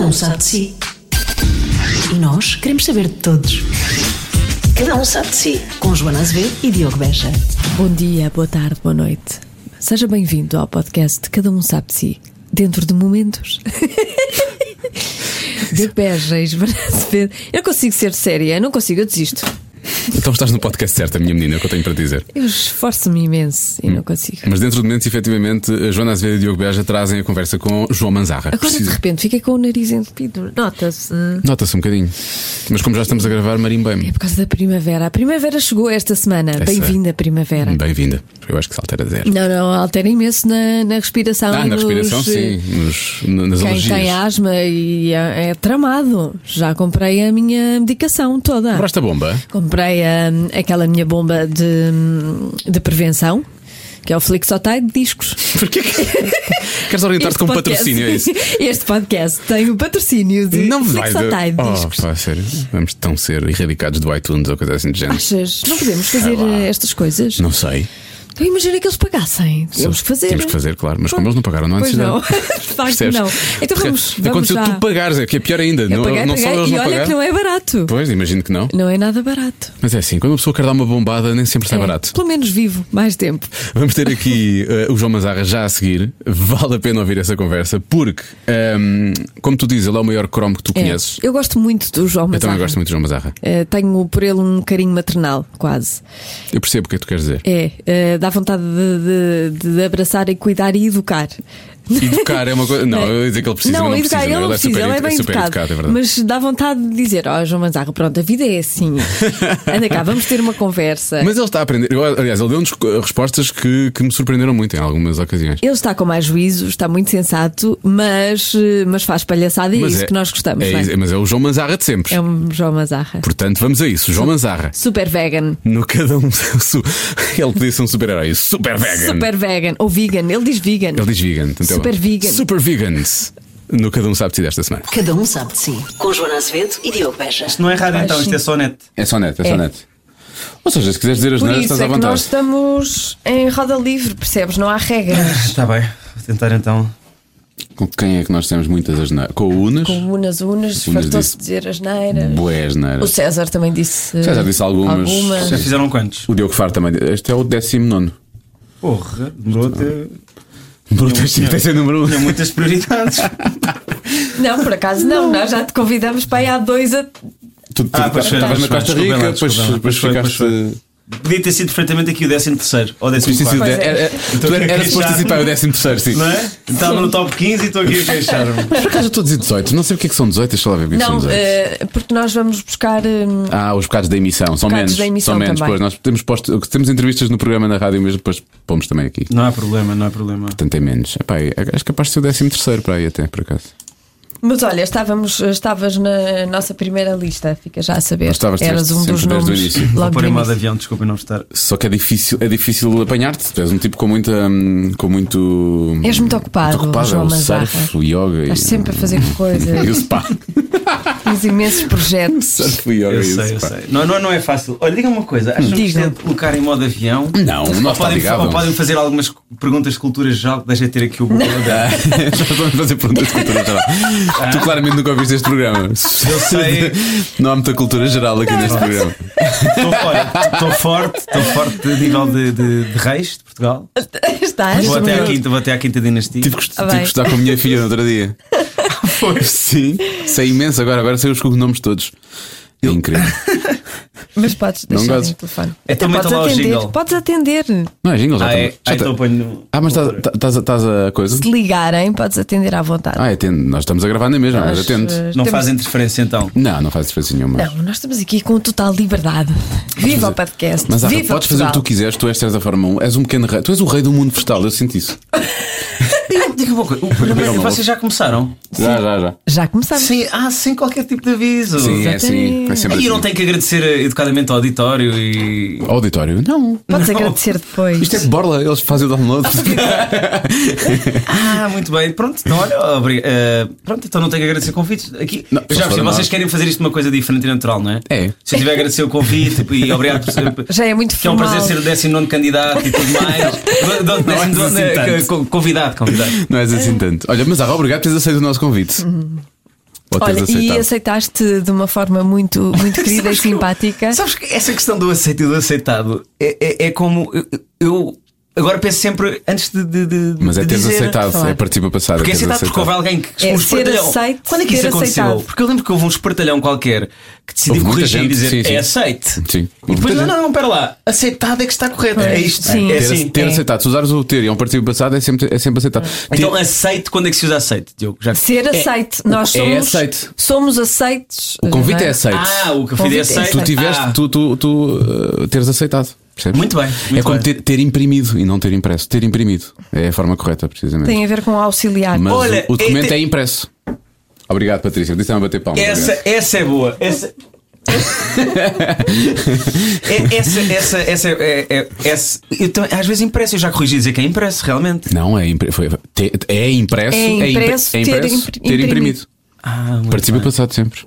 um sabe de si. E nós queremos saber de todos. Cada um sabe de si. Com Joana Azevedo e Diogo Beja. Bom dia, boa tarde, boa noite. Seja bem-vindo ao podcast de Cada Um Sabe de Si, dentro de momentos. de Beja e Esperança Pedro. Eu consigo ser séria, eu não consigo, eu desisto. Então estás no podcast certo, a minha menina, é o que eu tenho para dizer. Eu esforço-me imenso Hum. e não consigo. Mas dentro de momentos, efetivamente, a Joana Azevedo e o Diogo Beja trazem a conversa com João Manzarra. Agora de Precisa- repente fiquei com o nariz entupido. Nota-se. hum. Nota-se um bocadinho. Mas como já estamos a gravar, É marimbei-me. por causa da primavera. A primavera chegou esta semana. Essa- Bem-vinda, primavera. Bem-vinda. Eu acho que se altera zero. Não, não, altera imenso na, na respiração. Ah, e na nos- eh, respiração, sim. Nos, na- nas Quem tem alergias. asma e é, é tramado. Já comprei a minha medicação toda. Compraste a bomba? Comprei hum, aquela minha bomba de, hum, de prevenção, que é o Flixotide Discos. Porquê que. Queres orientar-te Este com podcast- patrocínio? É isso? Este podcast tem o patrocínio de Não vai. de- Flixotide Oh, tá Discos. pá, sério. Vamos tão ser erradicados do iTunes ou coisa assim de género. Achas? Não podemos fazer Sei lá. eh, estas coisas? Não sei. Então imagina que eles pagassem. Temos que fazer. Temos que fazer, claro. Mas como eles não pagaram, não há Pois não. necessidade. De facto, Percebes? não. Então Porque vamos. vamos Aconteceu já. tu pagares, é que é pior ainda. Eu não paguei, não só paguei, eles e não olha pagaram. que não é barato. Pois, imagino que não. Não é nada barato. Mas é assim, quando uma pessoa quer dar uma bombada, nem sempre sai É, barato. Pelo menos vivo mais tempo. Vamos ter aqui eh, o João Mazarra já a seguir. Vale a pena ouvir essa conversa, porque, ehm, como tu dizes, ele é o maior cromo que tu É. conheces. Eu gosto muito do João Eu Mazarra. também gosto muito de João Mazarra. Eh, tenho por ele um carinho maternal, quase. Eu percebo o que é que tu queres dizer. É, eh, dá vontade de, de- de abraçar e cuidar e educar. Educar é uma coisa. Não, eu ia dizer que ele precisa, mas não educar, precisa. ele não precisa, ele é super, bem super educado. é verdade. mas dá vontade de dizer: Ó, João Manzarro, pronto, a vida é assim. Anda cá, vamos ter uma conversa. Mas ele está a aprender. Eu, aliás, ele deu-nos eh, respostas que, que me surpreenderam muito em algumas ocasiões. Ele está com mais juízo, está muito sensato, mas, eh, mas faz palhaçada e é isso que nós gostamos. é não é? isso- mas é o João Manzarra de sempre. É um João Mazarra. Portanto, vamos a isso. João Manzarra. Super vegan. No cada um. su- Ele podia ser um super-herói. Super vegan. Super vegan. Ou vegan. Ele diz vegan. Ele diz vegan. então- Super vegan. Super vegans. No Cada Um Sabe de Si desta semana. Cada um sabe de si. Com Joana Azevedo e Diogo Beja. Isto não é rádio então, isto é só net. É só net, é, É. só net. Ou seja, se quiseres dizer as Por neiras, isso estás é à que vontade. nós estamos em roda livre, percebes? Não há regras. Está Tá bem, vou tentar então. Com quem é que nós temos muitas as neiras? Com o Unas? Com unas unas, Unas fartou-se disse- dizer as neiras. Boé as O neiras. César também disse. César disse algumas. algumas. Sim. Já fizeram quantos? O Diogo Faro também. Este é o 19. Porra, demorou até. Brutas, Tinha- tem ser é número 1. Tinha muitas prioridades. Não, por acaso não, nós já te convidamos para aí há dois a. Tu tu- Ah, pois foi, estavas na pois Costa foi, Rica, desculpa lá, depois desculpa lá, depois pois foi, pois ficaste. Podia ter sido perfeitamente aqui o 13 terceiro ou 14 Preciso de- Pois é. era- era- Estou tu era- aqui a Era suposto queixar. antecipar o 13, sim. Não é? Estava no top 15 e estou aqui a queixar-me. Mas por acaso eu estou a dizer 18, não sei o que é que são 18, deixa lá ver o que é que são Não, 18. eh, porque nós vamos buscar. hum, Ah, os bocados da emissão, são Bocados menos. da emissão são menos, também. pois. Nós temos, posto, temos entrevistas no programa na rádio mesmo, depois pomos também aqui. Não há problema, não há problema. Portanto, é menos. Epá, é- acho capaz de ser o 13 terceiro para aí até, por acaso. Mas olha, estávamos, estavas na nossa primeira lista, fica já a saber. Mas estavas, Eras estiveste um dos sempre desde o nomes. início. Vou Logo pôr do em modo início. avião, desculpa não estar. Só que é difícil, é difícil apanhar-te. Tu és um tipo com muita. hum, com muito. És muito ocupado, João é o Manzarra. surf, o yoga Estás e. sempre a fazer coisas, E o spa. tens imensos projetos. surf, o yoga Eu e o sei, eu spa. sei. Não, não, não é fácil. Olha, diga uma coisa, acham que isto é Diga. de colocar em modo avião? Não, o nosso Ou está podem, ou ligado. podem fazer algumas perguntas de cultura geral, deixa eu ter aqui o Google aberto. Ah, Já estão a fazer perguntas de cultura geral. Tu claramente nunca ouviste este programa. Eu sei. Não há muita cultura geral aqui neste programa. Estou forte, estou forte, estou forte a nível de, de, de reis de Portugal. Estás? Vou até, à Muito. quinta, vou até à quinta dinastia. Tive que, est- Ah, tive bem. que estudar com a minha filha no outro dia. Foi. Sim. Sei imenso agora, agora sei os cognomes todos. É incrível. Mas podes Não deixar gozes. o telefone. É, Até também podes está lá o atender. jingle. Podes atender. Se Não é jingle, já ah, é, está. já ah, está- então ponho no. Ah, mas estás a coisa? te ligarem, podes atender à vontade. Ah, atende. Nós estamos a gravar na mesma, mas Nós, atende. eh, Não temos- faz interferência então. Não, não faz diferença nenhuma. Não, nós estamos aqui com total liberdade. Viva o podcast. Mas ah, Viva podes fazer o que tu Portugal. quiseres, tu és César Fórmula 1, és um pequeno rei, tu és o rei do mundo vegetal, eu sinto isso. Diga uma coisa, o programa- Diga uma coisa. vocês já começaram? Já, já, já. Já começamos. Sim, ah, sem qualquer tipo de aviso. Sim, é assim. É sempre E eu não assim. tenho que agradecer eh, educadamente ao auditório e. Auditório? Não. Podes Não. agradecer depois. Isto é de borla, eles fazem o download. Ah, muito bem, pronto, então olha, obri- eh, pronto, então não tenho que agradecer convites. Aqui, Não, eu já só se percebi, for vocês nada. querem fazer isto uma coisa diferente e natural, não é? É. Se eu tiver a agradecer o convite e obrigado por ser. Já é muito Que é um formal. prazer ser o 19 candidato e tudo mais. Do- do- décimo Não é nono, assim eh, tanto. co- convidado, convidado. Não és assim tanto. Olha, mas ah, obrigado por teres aceito o nosso convite. ou teres Uhum. Olha, aceitado? e aceitaste de uma forma muito, muito querida e Sabes que eu- simpática. Sabes que essa questão do aceito e do aceitado é, é, é como eu, eu agora penso sempre antes de. de, de Mas é de teres dizer- aceitado, Claro. é partir para passar. Porque é teres aceitado porque houve alguém que É um ser espertalhão. aceito, Quando é que isso ter aconteceu? aceitado. Porque eu lembro que houve um espertalhão qualquer que decidiu Houve muita corrigir gente, e dizer sim, sim. é aceito. Sim. E depois, Muita não, não, não, pera lá, aceitado é que está correto. É isto. Sim. É Ter, assim. ter é. aceitado, se usares o ter e é um partido passado, é sempre, é sempre aceitado. Então aceito, quando é que se usa aceito, Diogo? Já... Ser aceite. Nós é somos, aceite. somos aceites. o convite não é aceito. Ah, o que eu Convite fiz é é aceito. tu tiveste, Ah, tu, tu, tu, uh, teres aceitado. percebes? Muito bem, é muito como bem. ter, ter imprimido e não ter impresso. Ter imprimido é a forma correta, precisamente. Ah, Tem a ver com auxiliar. Mas Olha, o, o documento é te- é impresso. Obrigado, Patrícia. Disse a bater palmas. Essa, obrigado. essa é boa. Essa. É- essa, essa, essa, é, é- essa- eu tam- às vezes impresso, eu já corrigi dizer que é impresso, realmente. Não, é, impre... foi... te- é impresso. É impre- impresso, é ter impresso, impri- ter imprimido. imprimido. Ah, muito Participa bem. passado sempre.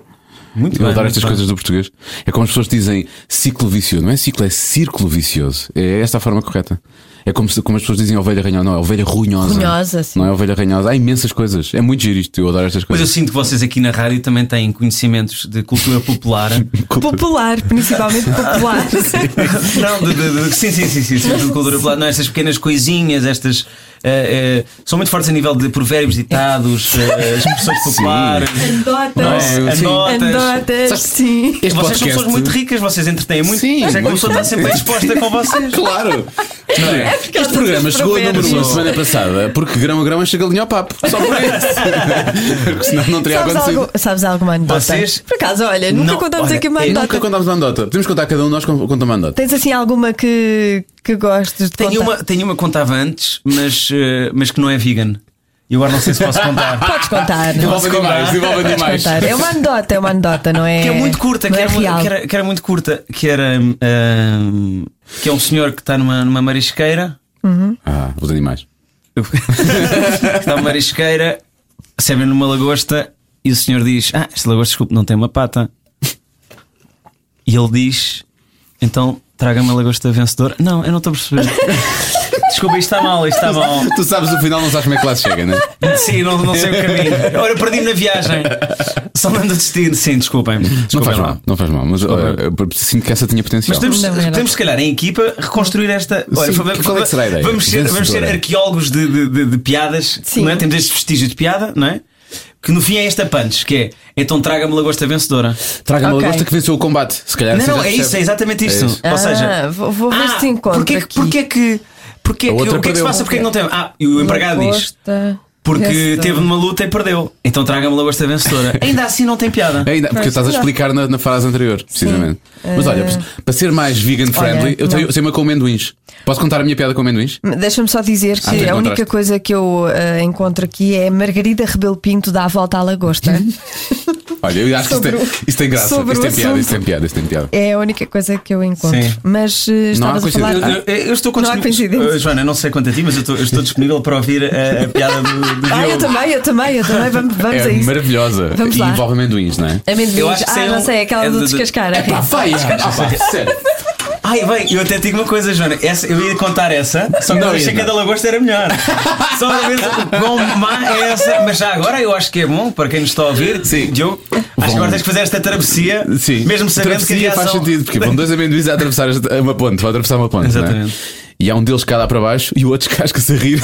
Muito Eu bem, adoro muito estas bem. coisas do português. É como as pessoas dizem ciclo vicioso. Não é ciclo, é círculo vicioso. É esta a forma correta. É como, se- como as pessoas dizem ovelha ranhosa. Não, é ovelha ruinhosa. Ruinhosa, sim. Não é ovelha ranhosa. Há imensas coisas. É muito giro isto. Eu adoro estas Mas eu coisas. sinto que vocês aqui na rádio também têm conhecimentos de cultura popular. Popular, principalmente popular. não, de, de- de- sim, sim, sim, sim, sim, de cultura popular. Não, estas pequenas coisinhas, estas. eh, eh, são muito fortes a nível de provérbios, ditados, eh, expressões populares. eh, Andotas. Não, sim. anotas. Andotas, sim. Este Vocês são pessoas podcast- muito ricas, vocês entretêm muito. Sim, mas é que a muito. pessoa está sempre bem disposta com vocês. Claro! Não é? este programa dos chegou a número 1 provérbios. semana passada porque grão a grão enche galinha ao papo. Só por isso. porque senão não teria Sabes, acontecido. algo, sabes alguma anedota? Vocês- Por acaso, olha, nunca Não, contámos olha, aqui uma eu anedota. Nunca contámos uma anedota. Podemos contar cada um de nós conta uma anedota. Tens assim alguma que, que gostes de Tenho contar? uma, tenho uma que contava antes, mas, eh, mas que não é vegan. E agora não sei se posso contar. Podes Ah, contar. não? Envolve demais, envolve Podes demais. contar. É uma anedota, é uma anedota, não é? Que é muito curta, não que, é era, mu- real. que era- que era muito curta, que era hum, que é um senhor que está numa, numa marisqueira. Ah, os animais. está numa marisqueira, servem numa lagosta e o senhor diz: Ah, esta lagosta, desculpe, não tem uma pata. E ele diz: Então traga-me a lagosta vencedora. Não, eu não estou a perceber. Desculpa, isto está mal, isto está mal. Tu sabes no final, não sabes como é que lá se chega, não é? Sim, Oh. não, não sei o caminho. Olha, perdi-me na viagem. Só não ando a destino. Sim, desculpem. Não desculpem faz lá. mal, não faz mal, mas olha, eu sinto que essa tinha potencial. Mas temos, Não era. temos, se calhar, em equipa, reconstruir esta. Olha, Sim, fa- fa- qual é que será a ideia? é. Vamos ser, vamos ser Vencedora. arqueólogos de, de- de- de piadas, Sim. não é? Temos estes vestígios de piada, não é? Que no fim é esta punch, que é então traga-me lagosta vencedora. Traga-me Ok. a lagosta que venceu o combate. Se calhar Não, assim não, já é percebe. isso, é exatamente isto. É isso. Ou seja, Ah, vou, vou ver se te encontro. Porquê, que- aqui. porquê que. Porquê A que outra o que é que se perdeu. passa? Porquê que não tem. Ah, e o empregado diz. Lagosta Porque vencedora. teve numa luta e perdeu. Então traga-me lagosta vencedora. Ainda assim não tem piada. É Ainda, porque Pois, estás a já. explicar na, na frase anterior, precisamente. Mas olha, para ser mais vegan friendly, eu tenho, não. eu tenho uma com amendoins. Posso contar a minha piada com amendoins? Deixa-me só dizer que Ah, tu a única encontraste. coisa que eu eh, encontro aqui é Margarida Rebelo Pinto dá a volta à lagosta. Olha, eu acho Sobre que o- isto tem, isto tem graça. sobre Isto tem o piada, isto tem assunto. piada, isto tem piada. é a única coisa que eu encontro. Sim. Mas eh, estavas a falar. coincidência. Eu, eu- eu estou Não há coincidência. Uh, Joana, não sei quanto a ti, mas eu estou, eu estou disponível para ouvir a, a piada do, do Ah, eu Diogo. também, eu também, eu também. Vamos, vamos a É isso. maravilhosa. Vamos E lá. envolve amendoins, não é? Eu Amendoins. acho que Ah, sei não um- sei, aquela é do de- descascar. ok. Pá, vai! Ah, pá, sério. Ai, bem, eu até digo uma coisa, Joana. Essa, eu ia contar essa, só que Não eu achei ia, que a da lagosta era melhor. só a ver quão má é essa. Mas já agora eu acho que é bom para quem nos está a ouvir. Sim. Diogo, acho que agora tens que fazer esta travessia, Sim. mesmo sabendo Travessia que a reação... faz sentido, porque é vão dois amendoins a atravessar esta- uma ponte, vão atravessar uma ponte. Não é? Exatamente. E há um deles que cai lá para baixo e o outro casca-se a rir.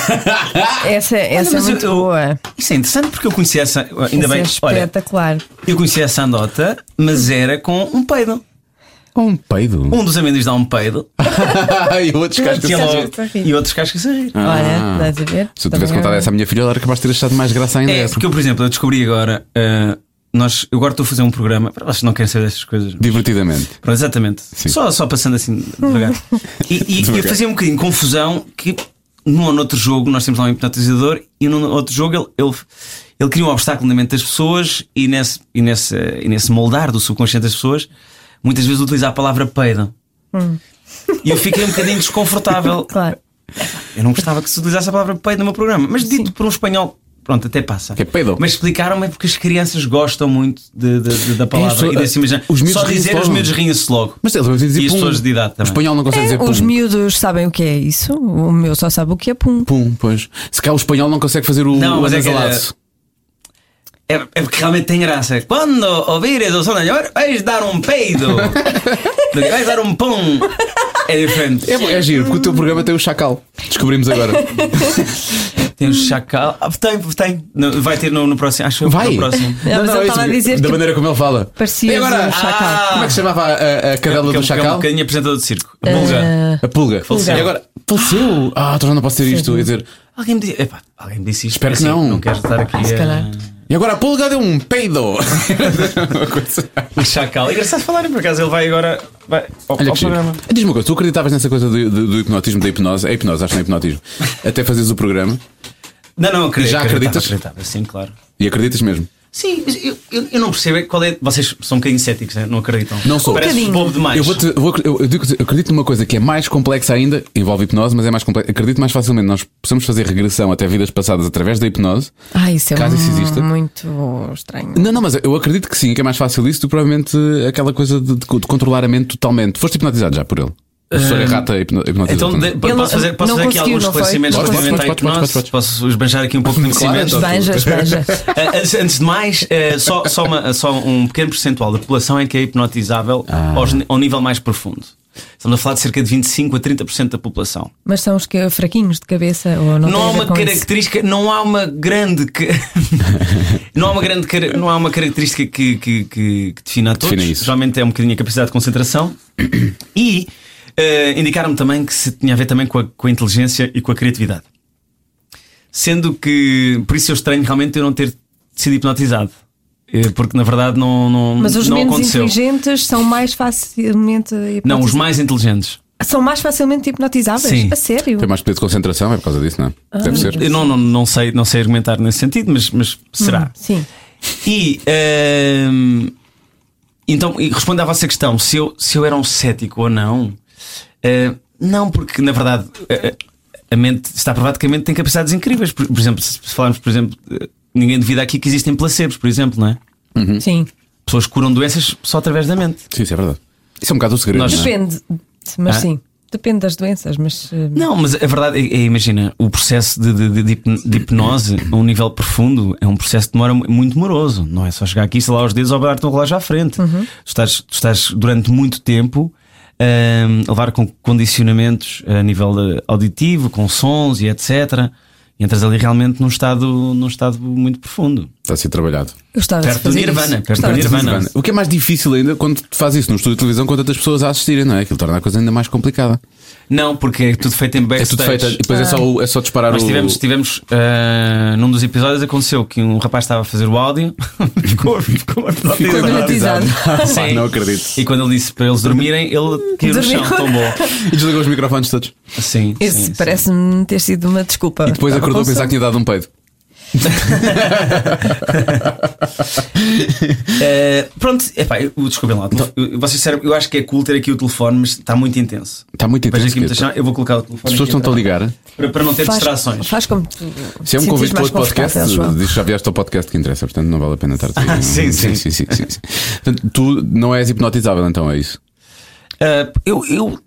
Essa, essa é mas eu- muito eu- boa. Isso é interessante porque eu conheci essa. Ainda Essa bem, é olha, espetacular. eu conheci essa andota, mas era com um peido. um peido. Um dos amendoins dá um peido e o outro casca-se e a rir. Ah. logo- e outros cascas a rir. Olha, estás a ver? Se eu tivesse Também contado é- essa à minha filha, ela era capaz de ter achado mais graça ainda. É, essa. porque eu, por exemplo, eu descobri agora. ah, nós, eu agora estou a fazer um programa. Para vocês não querem saber dessas coisas. Divertidamente. Pronto, exatamente. Só, só passando assim devagar. E, e eu fazia um bocadinho confusão que num ou noutro jogo nós temos lá um hipnotizador e num outro jogo ele, ele, ele cria um obstáculo na mente das pessoas e nesse, e nesse, e nesse moldar do subconsciente das pessoas muitas vezes utiliza a palavra peido. E eu fiquei um bocadinho desconfortável. Claro. Eu não gostava que se utilizasse a palavra peido no meu programa, mas dito por um espanhol. Pronto, até passa. Que é peido. Mas explicaram-me é porque as crianças gostam muito de- de- de- da palavra pessoas- e desse imaginar. É, eh, os miúdos Só riem-se dizer os logo. miúdos riem-se logo. Mas eles vão dizer E as pum. pessoas de idade O também. espanhol não consegue dizer pum. É, Os miúdos sabem o que é isso. O meu só sabe o que é pum. Pum, pois. Se cá o espanhol não consegue fazer o Não, mas é que anasalado. era- É, é porque realmente tem graça. Quando ouvires o som da Llor, vais dar um peido. Do que vais dar um pão. É diferente. É, bom, é giro, porque o teu programa tem o chacal. Descobrimos agora. Tem um chacal. Ah, tem, tem. No- vai ter no, no próximo. Acho que Vai! no próximo. Não, mas não, ele estava é isso, a dizer da que- maneira como ele fala. Parecias E agora? um ah, chacal. Como é que se chamava a, a cadela Que é um- do que É um chacal? Ah. bocadinho apresentador de circo. Um Ah, Vulgar. A pulga. Faleceu. E agora? Faleceu! Ah, então já não posso ter isto. Quer dizer, Alguém me disse. Epá, alguém me disse isto. Espero que Assim, não. Ah, Não quero estar aqui. Se a- calhar. e agora a pulga deu um peido! Uma coisa- E chacal. É Engraçado falarem, por acaso ele vai agora. Vai ao, Olha ao que giro. programa. Diz-me uma coisa, tu acreditavas nessa coisa do, do- do hipnotismo, da hipnose? É hipnose, acho que não é hipnotismo. Até fazeres o programa Não, não, acredito. Já acreditava, acreditas? acreditava, Sim, claro. e acreditas mesmo. Sim, mas eu, eu, eu não percebo é qual é. Vocês são um bocadinho céticos, né? não acreditam? Não sou. Um Parece bocadinho. bobo demais. Eu, vou-te- eu vou- eu- eu digo- eu acredito numa coisa que é mais complexa ainda, envolve hipnose, mas é mais complexa. Acredito mais facilmente. Nós possamos fazer regressão até vidas passadas através da hipnose. Ah, isso é Caso isso exista. muito estranho. Não, não, mas eu acredito que sim, que é mais fácil isso do que provavelmente aquela coisa de, de controlar a mente totalmente. Foste hipnotizado já por ele. O professor Errata hipno- é? hipnotizou. Ah, Então, de, também. posso Ele não- fazer, posso não fazer aqui conseguiu, alguns não foi? esclarecimentos Podes, podes, relativamente à podes, podes, hipnose? podes, Posso esbanjar aqui um pouco de Claro, conhecimento? então. Esbanja, esbanja. Ah, antes, antes de mais, eh, só, só uma- só um pequeno percentual da população é que é hipnotizável aos ni- ao nível mais profundo. Estamos a falar de cerca de 25 a 30% da população. Mas são os que, fraquinhos de cabeça ou não, tem a Não há ver uma com isso? característica, não há uma grande que- não há uma grande cara- não há uma característica que, que, que, que defina a todos. Defina isso. Geralmente é um bocadinho a capacidade de concentração e eh, indicaram-me também que se tinha a ver também com a, com a inteligência e com a criatividade. Sendo que por isso eu estranho realmente eu não ter sido hipnotizado. Eh, Porque na verdade não, não, Mas os não menos aconteceu. inteligentes são mais facilmente Não, os hipnotiz- mais inteligentes. são mais facilmente hipnotizáveis? Sim. A sério? Tem mais poder de concentração, é por causa disso, não? Ah. é? Deve ser. Eu não, não, não, sei, não sei argumentar nesse sentido, mas, mas será. Sim. E ehm, então, e respondo à vossa questão: se eu, se eu era um cético ou não, eh, não, porque na verdade eh, eh, a mente está provado que a mente tem capacidades incríveis. Por, por exemplo, se se falarmos, por exemplo, eh, ninguém duvida aqui que existem placebos, por exemplo, não é? Sim. Pessoas que curam doenças só através da mente. Sim, isso é verdade. Isso é um bocado o segredo. Nós- não é? Depende, mas Ah? sim. Depende das doenças, mas. eh, Não, mas a verdade é, é, imagina, o processo de, de- de- de hipno- de hipnose a um nível profundo é um processo que demora mu- muito demoroso. Não é só chegar aqui, sei lá, os dedos ou dar-te um relógio à frente. Tu, estás, tu estás durante muito tempo hum, a levar com condicionamentos a nível de- auditivo, com sons e etc. E entras ali realmente num estado, num estado muito profundo. Está a ser trabalhado. Eu estava a Perto do fazer Nirvana, isso. perto do Gostava de Nirvana. fazer O que é mais difícil ainda quando tu fazes isso num estúdio de televisão com tantas pessoas a assistirem, não é? Aquilo torna a coisa ainda mais complicada. Não, porque é tudo feito em É backstage. tudo feito, e depois é, só, o- é só disparar Nós o. tivemos, tivemos ah, num dos episódios aconteceu que um rapaz estava a fazer o áudio, ficou, ficou, Ficou hipnotizado. Ah, Pá, não acredito. E quando ele disse para eles dormirem, ele caiu no Dormiu. chão, tão bom. E desligou os microfones todos. Sim, Esse sim, parece-me ter sido uma desculpa. E depois Tá, Estava acordou a com pensar que tinha dado um peido. sim. Ah, Pronto, epá, eu, desculpem lá. Eu, eu, vou ser sério, eu acho que é cool ter aqui o telefone, mas está muito intenso. Está Tá muito Vejo aqui intenso. muita Pedro. chama- Eu vou colocar o telefone. é. As pessoas aqui estão a ligar. para, para não ter faz, distrações. Faz como tu. Se é um te convite sentires para mais outro podcast, confortável, João. diz que já vieste ao podcast que interessa, portanto não vale a pena estar a Ah, sim, sim. sim, sim, sim, sim. Portanto, tu não és hipnotizável, então é isso. Ah, eu, eu,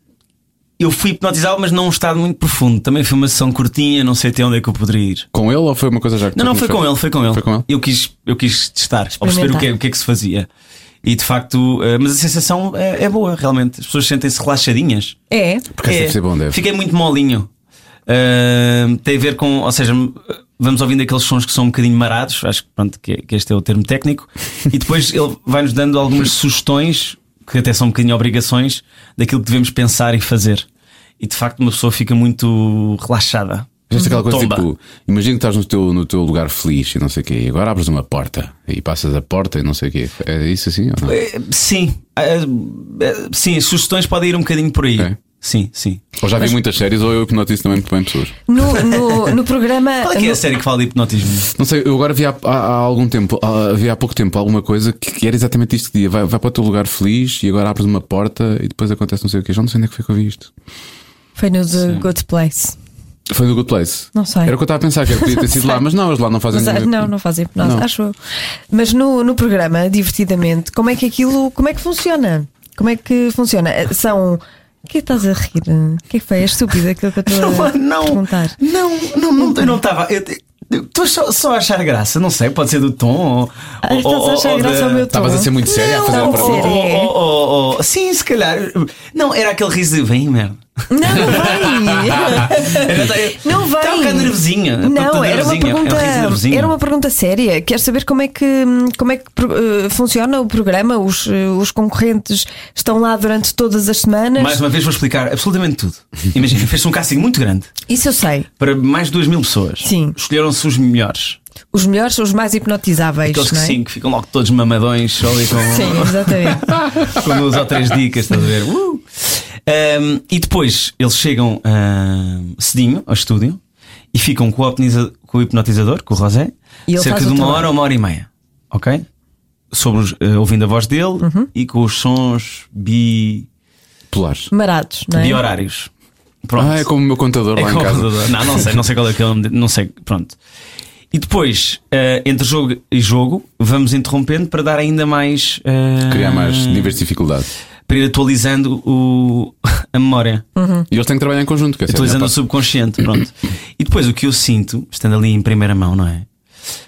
eu fui hipnotizado, mas num estado muito profundo. Também foi uma sessão curtinha, não sei até onde é que eu poderia ir. Com ele ou foi uma coisa já que Não, tu não, foi tinhas com ele, foi com ele. Foi com ele? Eu quis, eu quis testar, ao perceber o que, é, o que é que se fazia. E de facto, eh, mas a sensação é, é boa, realmente. As pessoas sentem-se relaxadinhas. É. Porque essa É. deve ser bom, deve. Fiquei muito molinho. Ahm, tem a ver com, ou seja, vamos ouvindo aqueles sons que são um bocadinho marados, acho que, pronto, que, que este é o termo técnico, e depois ele vai-nos dando algumas sugestões, que até são um bocadinho obrigações, daquilo que devemos pensar e fazer. E de facto, uma pessoa fica muito relaxada. Fizeste aquela coisa Tomba. tipo, imagina que estás no teu, no teu lugar feliz e não sei o quê, e agora abres uma porta e passas a porta e não sei o quê. É isso assim ou não? Eh, Sim, Eh, eh, sim, as sugestões podem ir um bocadinho por aí. É. Sim, sim. Ou já vi muitas séries ou eu hipnotizo também muito bem pessoas. No, no, no programa. Qual é que é no- a série que fala de hipnotismo? Não sei, eu agora vi há, há- há algum tempo, há- havia há pouco tempo alguma coisa que, que era exatamente isto que dizia: vai, vai para o teu lugar feliz e agora abres uma porta e depois acontece não sei o quê. Já não sei onde é que foi que eu vi isto. Foi no The Good Place. Foi do Good Place. Não sei. Era o que eu estava a pensar, que era, podia ter sido lá, mas não, eles lá não fazem Mas, ah, nenhum- não, não fazem hipnose, Não. acho eu. Mas no, no programa, divertidamente, como é que aquilo. Como é que funciona? Como é que funciona? Eh, São. O que é que estás a rir? O que é que foi? É estúpido aquilo que eu estou a perguntar. não, não, não, não, eu não estava. Eu, Estou só, só a achar graça, não sei, pode ser do tom ou. Ah, ou- estás a ou- achar ou graça da- ao meu tom. Estavas a ser muito sério a fazer Não, a pergunta. sério. É. Oh, oh, oh, oh. Sim, se calhar. Não, era aquele riso de vem, merda. Não, não vai! Não vem. Estava um bocado nervosinha. Não, toda era uma, nervosinha, pergunta, É um riso nervosinho. era uma pergunta séria. Quero saber como é que, como é que eh, funciona o programa. Os, eh, os concorrentes estão lá durante todas as semanas. Mais uma vez vou explicar absolutamente tudo. Imagina, fez-se um casting muito grande Isso eu sei. para mais de 2 mil pessoas. Sim. Escolheram-se os melhores. Os melhores, os mais hipnotizáveis. Aqueles que não é? sim, que ficam logo todos mamadões, só ali com, Sim, exatamente. com duas ou três dicas, estás a ver? Uh! Um, e depois eles chegam um, cedinho ao estúdio e ficam com o, hipnotiza- com o hipnotizador, com o Rosé, E ele cerca faz de o uma trabalho. hora ou uma hora e meia. Ok? Sobre os- eh, ouvindo a voz dele Uhum. e com os sons bi, Polares. Marados, não é? bi-horários. Pronto. Ah, é como o meu contador É lá em como casa. computador. Não, não sei, não sei qual é que é o nome, de- não sei, pronto. E depois, eh, entre jogo e jogo, vamos interrompendo para dar ainda mais. eh, Criar mais Ah. níveis de dificuldade. Para ir atualizando o, a memória, Uhum. E eles têm que trabalhar em conjunto, que é atualizando o assim, subconsciente, pronto. E depois o que eu sinto, estando ali em primeira mão, não é?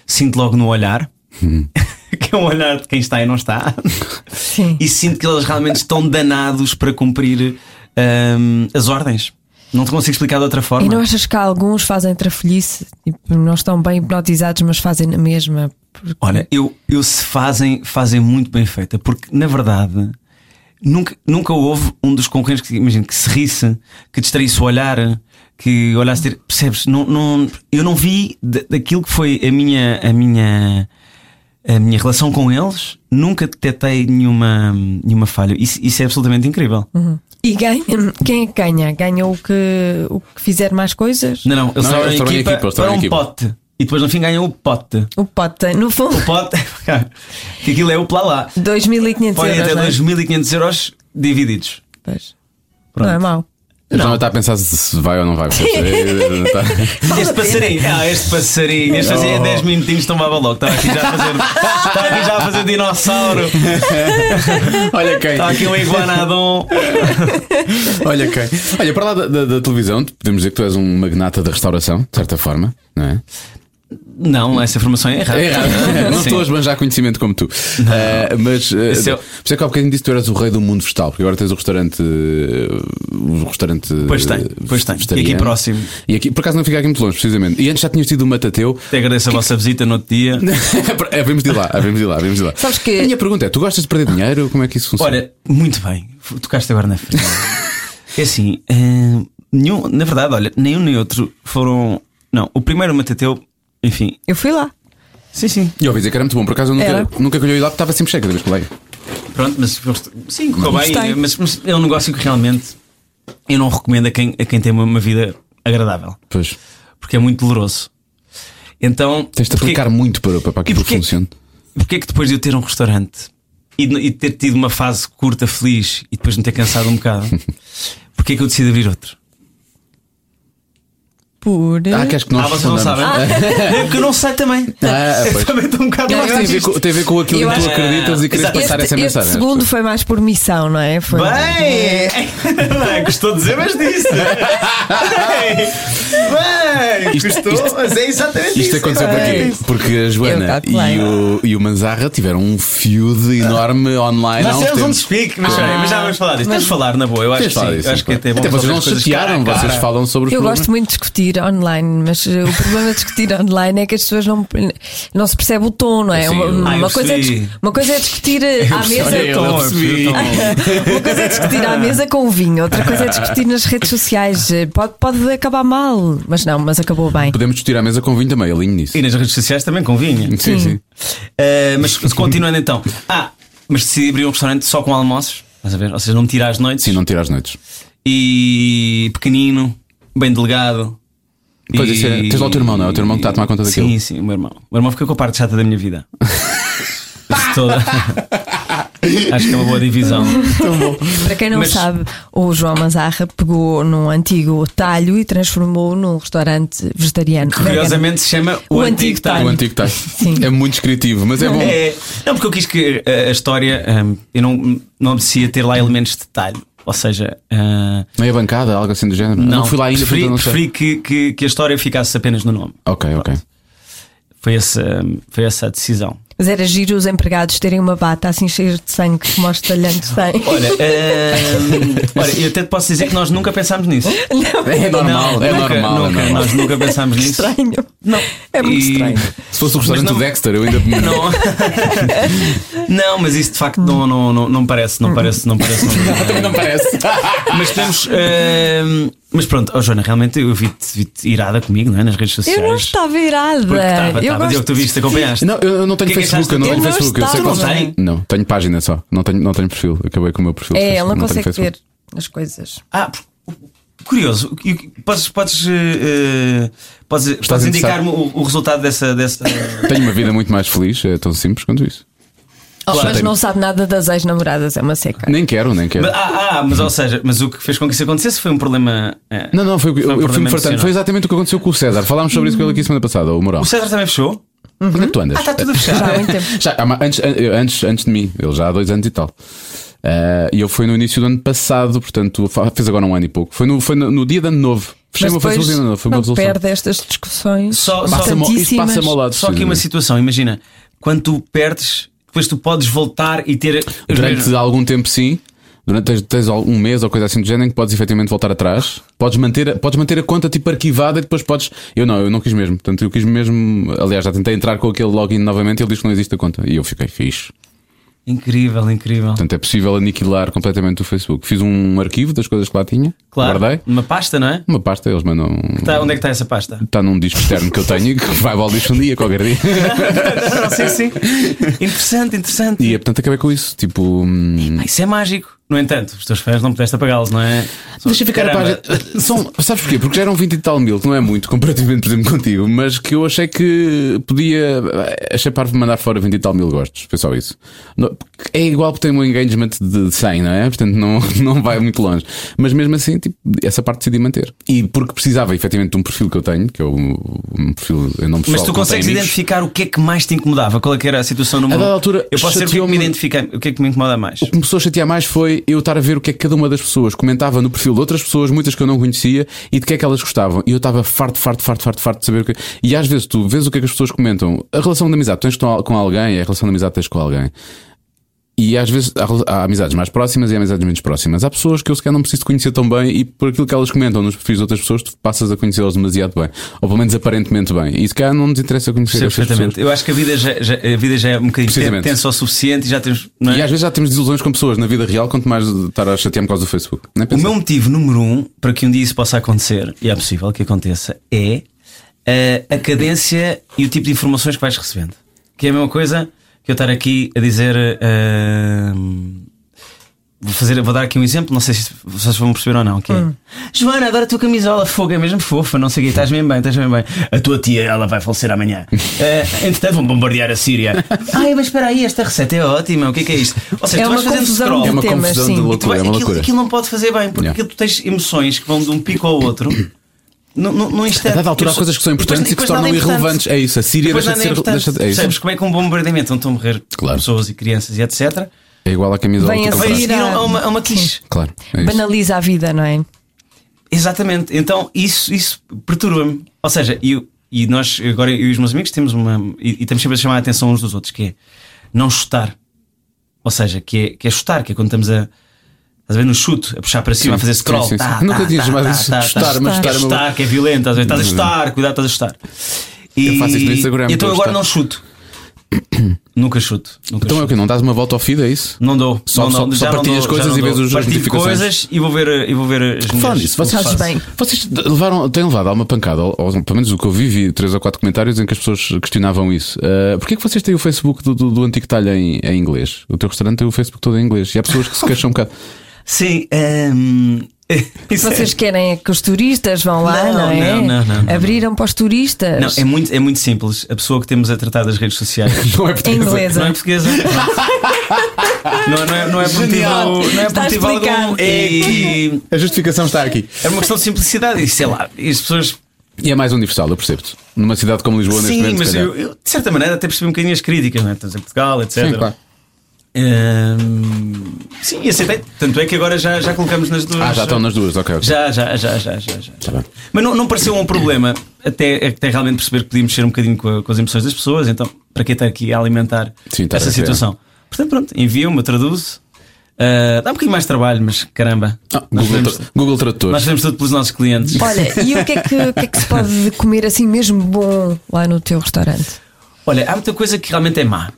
Sinto logo no olhar, que é um olhar de quem está e não está, Sim. e sinto que eles realmente estão danados para cumprir ehm, as ordens. Não te consigo explicar de outra forma. E não achas que alguns fazem trafolhice? Tipo, não estão bem hipnotizados, mas fazem na mesma. Porque- Olha, eu, eu se fazem, fazem muito bem feita, porque na verdade nunca, nunca houve um dos concorrentes que imagino que se risse, que distraísse o olhar, que olhasse ter, percebes? Não, não, eu não vi da- daquilo que foi a minha, a minha, a minha relação com eles, nunca detectei nenhuma, nenhuma falha. Isso, isso é absolutamente incrível. E ganha, quem é que ganha? Ganha o que, o que fizer mais coisas? Não, não, eles Não, trabalham eles em trabalham em equipa, equipa, eles para um trabalham em equipa. pote e depois no fim ganham o pote. O pote, no fundo, O pote, que aquilo é o plá lá. 2.500 Podem euros. até não é? 2.500 euros divididos. Pois. Pronto. Não é mau. Eu estava a pensar se vai ou não vai. porque eu sei, tá- Este passarinho, ah, este passarinho, este fazia Oh. 10 minutinhos tomava logo. Estava aqui já a fazer, estava aqui já a fazer dinossauro, Olha quem. estava aqui um iguanadon. Olha quem. Olha, para lá da, da- da televisão, podemos dizer que tu és um magnata da restauração, de certa forma, não é? Não, essa informação é errada. É errado. Não Sim. estou a esbanjar conhecimento como tu. Eh, mas eh, Esse é o- por isso é que há bocadinho disse que tu eras o rei do mundo vegetal, porque agora tens o restaurante. eh, O restaurante. Pois tem, eh, pois tem. E aqui vegetariano. próximo. E aqui, por acaso não fica aqui muito longe, precisamente. E antes já tinhas tido o Matateu. Até agradeço a vossa visita no outro dia. é, vimos de lá, é, vimos de lá, vimos de lá. Sabes que- A minha pergunta é: tu gostas de perder dinheiro? Como é que isso funciona? Olha, muito bem, tocaste agora na frente. É assim, eh, nenhum, na verdade, olha, nenhum nem outro foram. Não, o primeiro Matateu, enfim. Eu fui lá. Sim, sim. E eu ouvi dizer que era muito bom, por acaso eu Era. nunca, nunca colhei lá porque estava sempre cheio cada vez que leio. Pronto, mas foste- sim, correu Gostei. bem, mas, mas é um negócio que realmente eu não recomendo a quem, a quem tem uma, uma vida agradável, Pois. porque é muito doloroso. Então, Tens de porquê- aplicar muito para, para, para que E aquilo porquê- funcione. Porquê é que depois de eu ter um restaurante e, de- e de ter tido uma fase curta, feliz e depois de me ter cansado um bocado, porquê é que eu decidi abrir outro? Por. Ah, queres que nós ah, vocês não sabem? respondamos? É porque eu não sei também. Ah, Eu pois. também estou um bocado Eu acho que tem a, mais ver com, tem a ver com aquilo Eu que tu acho- acreditas e queres Exato. passar essa eh, este, este mensagem. é? às segundo pessoas. foi mais por missão, não é? Foi Bem! Gostou de dizer, mas disse! Bem! Bem! Gostou, mas é exatamente É Isto aconteceu porquê? Porque a Joana calculei. e o, e o Manzarra tiveram um feud enorme online. há Nós uns temos um tempos. despique, mas, espera aí, mas já vamos falar disso. Temos de falar na boa, eu acho Vocês que falam sim. disso, Eu acho que pá. até é bom até vocês falar não as se coisas cara a chatearam, cara. vocês falam sobre os Eu problemas. gosto muito de discutir online, mas eh, o problema de discutir online é que as pessoas não, não se percebe o tom, não é? Sim, eu- uma, Ah, eu uma coisa é, dis- percebi. uma coisa é discutir eh, à percebi, mesa. eu Tom, percebi. Tom. Uma coisa é discutir à mesa com o vinho, outra coisa é discutir nas redes sociais. Eh, Pode, pode acabar mal, mas não, mas acabou bem. Podemos discutir à mesa com vinho também, alinho nisso. E nas redes sociais também convinha. Sim, sim. Uh, mas continuando então. Ah, mas decidi abrir um restaurante só com almoços. Estás a ver? Ou seja, não tirar as noites. Sim, não tirar as noites. E pequenino, bem delegado. Pois, isso é- tens lá o teu irmão, não é? O teu irmão que está a tomar conta daquilo. Sim, sim, o meu irmão. O meu irmão ficou com a parte chata da minha vida. De Toda. Acho que é uma boa divisão. Para quem não Mas- sabe, o João Manzarra pegou num antigo talho e transformou num restaurante vegetariano. Curiosamente se chama O O, Antigo Antigo Talho. Talho. O antigo tá. É muito descritivo, mas é bom. É, não, porque eu quis que eh, a, história. eh, eu não, não merecia ter lá elementos de detalhe. Ou seja, eh, Meia bancada, algo assim do género. Eu não, fui lá ainda, preferi, portanto não sei. preferi que, que, que a história ficasse apenas no nome. Ok, ok. Foi essa, foi essa a decisão. Mas era giro os empregados terem uma bata assim cheia de sangue que mostra olhando sangue. Olha, ehm, olha, eu até te posso dizer que nós nunca pensámos nisso. É normal, é nunca, normal. é nunca, normal. Nós nunca pensámos nisso. Estranho. Não. É muito estranho. Se fosse o restaurante Mas não- do Dexter, eu ainda me Não. não, mas isso de facto não, não, não, não parece, não parece, não parece. Não parece. Também não parece. Mas temos. ehm, mas ppronto, oh, Joana, realmente eu vi-te vi-te irada comigo, não é? Nas redes sociais. Eu não estava irada. Porque estava, eu estava. Diogo, gosto... tu viste, acompanhaste. Não, eu eu não tenho O que é que Facebook, eu não achaste? Eu tenho não Facebook. eu sei estava. que Não tem? Não, tenho página só. Não tenho, não tenho perfil. Acabei com o meu perfil. de É, ele Facebook, não tenho consegue Facebook. ver as coisas. Ah, por- curioso. e que- Podes, podes, eh, eh, podes, podes interessado? indicar-me o, o resultado dessa. dessa... Tenho uma vida muito mais feliz. É tão simples quanto isso. Oh, Claro. Mas não sabe nada das ex-namoradas, é uma seca. Nem quero, nem quero. ah, ah, mas ou seja, mas o que fez com que isso acontecesse foi um problema. eh, Não, não, foi, o que- Foi um eu, eu fui-me fartando. problema emocional. Foi exatamente o que aconteceu com o César. Falámos sobre isso com ele aqui semana passada, o Moral. O César também fechou? Onde é que tu andas? Ah, está tudo a Já fechar. há muito tempo. Já, há ma- antes, an- eu- antes, antes de mim, ele já há dois anos e tal. Ah, E eu fui no início do ano passado, portanto, fa- fez agora um ano e pouco. Foi no, foi no, no dia de ano novo. Fechei Mas uma depois Facebook de ano novo. Foi uma não resolução. perde estas discussões. Só- Passa-me só- ao- Isto importantíssimas. passa-me ao lado. Só aqui uma precisamente. situação, imagina, quando tu perdes, depois tu podes voltar e ter. Durante algum tempo, sim. Durante tens, tens um mês ou coisa assim do género em que podes efetivamente voltar atrás. Podes manter, a- podes manter a conta tipo arquivada e depois podes. Eu não, eu não quis mesmo. Portanto, eu quis mesmo. Aliás, já tentei entrar com aquele login novamente e ele diz que não existe a conta. E eu fiquei fixe. Incrível, incrível. Portanto, é possível aniquilar completamente o Facebook. Fiz um arquivo das coisas que lá tinha. Claro. Guardei. Uma pasta, não é? Uma pasta, eles mandam. Tá, onde é que está essa pasta? Está num disco externo que eu tenho e que vai ao lixo um dia, qualquer dia. não, sim, sim. Interessante, interessante. E é, portanto, acabei com isso. Tipo. hum, Ah, isso é mágico. No entanto, os teus fãs não pudeste apagá-los, não é? Só- Deixa ficar Caramba. a página. São, sabes porquê? Porque já eram 20 e tal mil, que não é muito, comparativamente, por exemplo, contigo, mas que eu achei que podia. eh, Achei parvo mandar fora 20 e tal mil gostos. Foi só isso. No- É igual que tem um engagement de 100, não é? Portanto, não, não vai muito longe. Mas mesmo assim, tipo, essa parte decidi manter. E porque precisava, efetivamente, de um perfil que eu tenho, que é um, um perfil em nome pessoal. Mas que tu não consegues tem amigos. identificar o que é que mais te incomodava? Qual é que era a situação no mundo? dada altura, eu posso dizer o que é que chateou-me- me identifica, o que é que me incomoda mais. O que me começou a chatear mais foi eu estar a ver o que é que cada uma das pessoas comentava no perfil de outras pessoas, muitas que eu não conhecia, e de que é que elas gostavam. E eu estava farto, farto, farto, farto, farto de saber o que. E às vezes tu vês o que é que as pessoas comentam. A relação de amizade que tens com com alguém, é a relação de amizade que tens com alguém. E às vezes há, rela- há amizades mais próximas e amizades menos próximas. Há pessoas que eu sequer não preciso de conhecer tão bem e por aquilo que elas comentam nos perfis de outras pessoas, tu passas a conhecê-las demasiado bem. Ou pelo menos aparentemente bem. E se calhar não nos interessa conhecer Percebo estas pessoas. perfeitamente. Eu acho que a vida já, já- a vida já é um bocadinho Precisamente. tensa o suficiente e já temos. não é? E às vezes já temos desilusões com pessoas na vida real, quanto mais estar a chatear-me por causa do Facebook. Nem O pensar. meu motivo número um para que um dia isso possa acontecer, e é possível que aconteça, é eh, a cadência e o tipo de informações que vais recebendo. Que é a mesma coisa que eu estar aqui a dizer. eh, vou, fazer, vou dar aqui um exemplo, não sei se vocês vão perceber ou não. Que é, Hum. Joana, adoro a tua camisola, fogo, é mesmo fofa, não sei o quê, estás mesmo bem, estás mesmo bem. A tua tia, ela vai falecer amanhã. Eh, entretanto, vão bombardear a Síria. Ai, mas espera aí, esta receita é ótima, o que é que é isto? Ou seja, É tu uma vais fazendo confusão scroll. de É uma temas, confusão sim. de E tu loucura, vais- é uma aquilo, loucura. aquilo não pode fazer bem, porque Yeah. aquilo tu tens emoções que vão de um pico ao outro. Num, num, num instante. A dada altura Eu há sou- coisas que são é tipo- depois- importantes e que se depois nada tornam é irrelevantes. importante. É isso, a Síria Depois deixa de nada é ser. importante. Deixa de, é, isso. Percebes como é que um bombardeamento onde estão a morrer Claro. pessoas e crianças e etc. é igual à camisola Vem que tu a Vai compraste. seguir. seguir a uma, a uma quiche. Claro, é isso. Banaliza a vida, não é? Exatamente. Então isso, isso perturba-me. Ou seja, eu, e nós, agora eu e os meus amigos, temos uma. E, e estamos sempre a chamar a atenção uns dos outros, que é não chutar. Ou seja, que é, que é chutar, que é quando estamos a. Estás a ver no chute, a puxar para cima, Sim, a fazer sim, scroll. sim, Tá, sim. Nunca tá, tinha tá, chamado tá, isso de tá, chutar, tá, mas chutar é tá, uma- Uhum. chutar, que é violento. Estás a ver, estás a chutar, cuidado, estás a chutar. E, Eu faço isso no Instagram, Então estou a agora chutar. não chuto. nunca chuto. Nunca Então é chuto. o que? Não dás uma volta ao feed, é isso? Não dou. Só- não só- dou, só já não partilhas dou, coisas já não e vês dou. as Partilho notificações. coisas e vou ver, e vou ver as minhas. Fala nisso, o que vocês, Fazes faço. bem. vocês levaram, têm levado a uma pancada, ou, ou pelo menos o que eu vi, vi três ou quatro comentários em que as pessoas questionavam isso. Uh, Porquê é que vocês têm o Facebook do, do, do antigo talho em, em inglês? O teu restaurante tem o Facebook todo em inglês. E há pessoas que se queixam um bocado. Sim, ehm, isso é- Vocês querem que os turistas vão lá, não, Não, é? não, não, não, não. Abriram para os turistas. Não, é muito, é muito simples. A pessoa que temos a tratar das redes sociais Não é Em português. inglês. não é portuguesa. não, não é, não é por motivo, Genial. não é por Está motivo algum. explicado. E, A justificação está aqui. é uma questão de simplicidade. E sei lá, e as pessoas. E é mais universal, eu percebo-te. Numa cidade como Lisboa, neste Sim, momento, se mas calhar. eu, eu, de certa maneira até percebi um bocadinho as críticas, não é? Estamos em Portugal, etc. Sim, claro. Ahm, sim, aceitei. Tanto é que agora já, já colocamos nas duas. Ah, já estão nas duas, ok. ok. eh, Já, já, já, já, já. já. Tá bem. Mas não, não pareceu um problema até, até realmente perceber que podíamos mexer um bocadinho com, a- com as emoções das pessoas, então para que estar aqui a alimentar Sim, tá estar essa a ver. situação? Portanto, pronto, envio-me, eu traduzo. Ah, dá um bocadinho mais de trabalho, mas caramba. Ah, Google, nós, fazemos, tra Google Tradutor. nós fazemos tudo pelos nossos clientes. Olha, e o que é que, o que é que se pode comer assim mesmo bom lá no teu restaurante? Olha, há muita coisa que realmente é má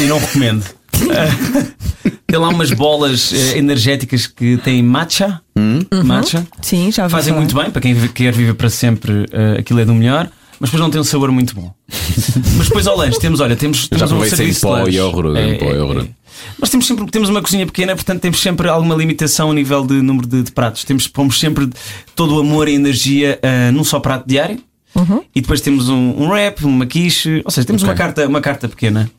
e não recomendo. Ah, Tem lá umas bolas eh, energéticas que têm matcha. Hum? Matcha. Sim, já ouvi Fazem falar. muito bem, para quem vi- quer viver para sempre, eh, aquilo é do melhor, mas depois não tem um sabor muito bom. mas depois ao lanche temos, olha, temos, já temos um provei sem serviço de pó lanche. e é horroroso, em pó é horroroso. Nós temos sempre temos uma cozinha pequena, portanto temos sempre alguma limitação a nível de número de, de pratos. Temos, pomos sempre todo o amor e energia ah, num só prato diário. E depois temos um, um wrap, uma quiche, ou seja, temos Ok. uma, carta, uma carta pequena.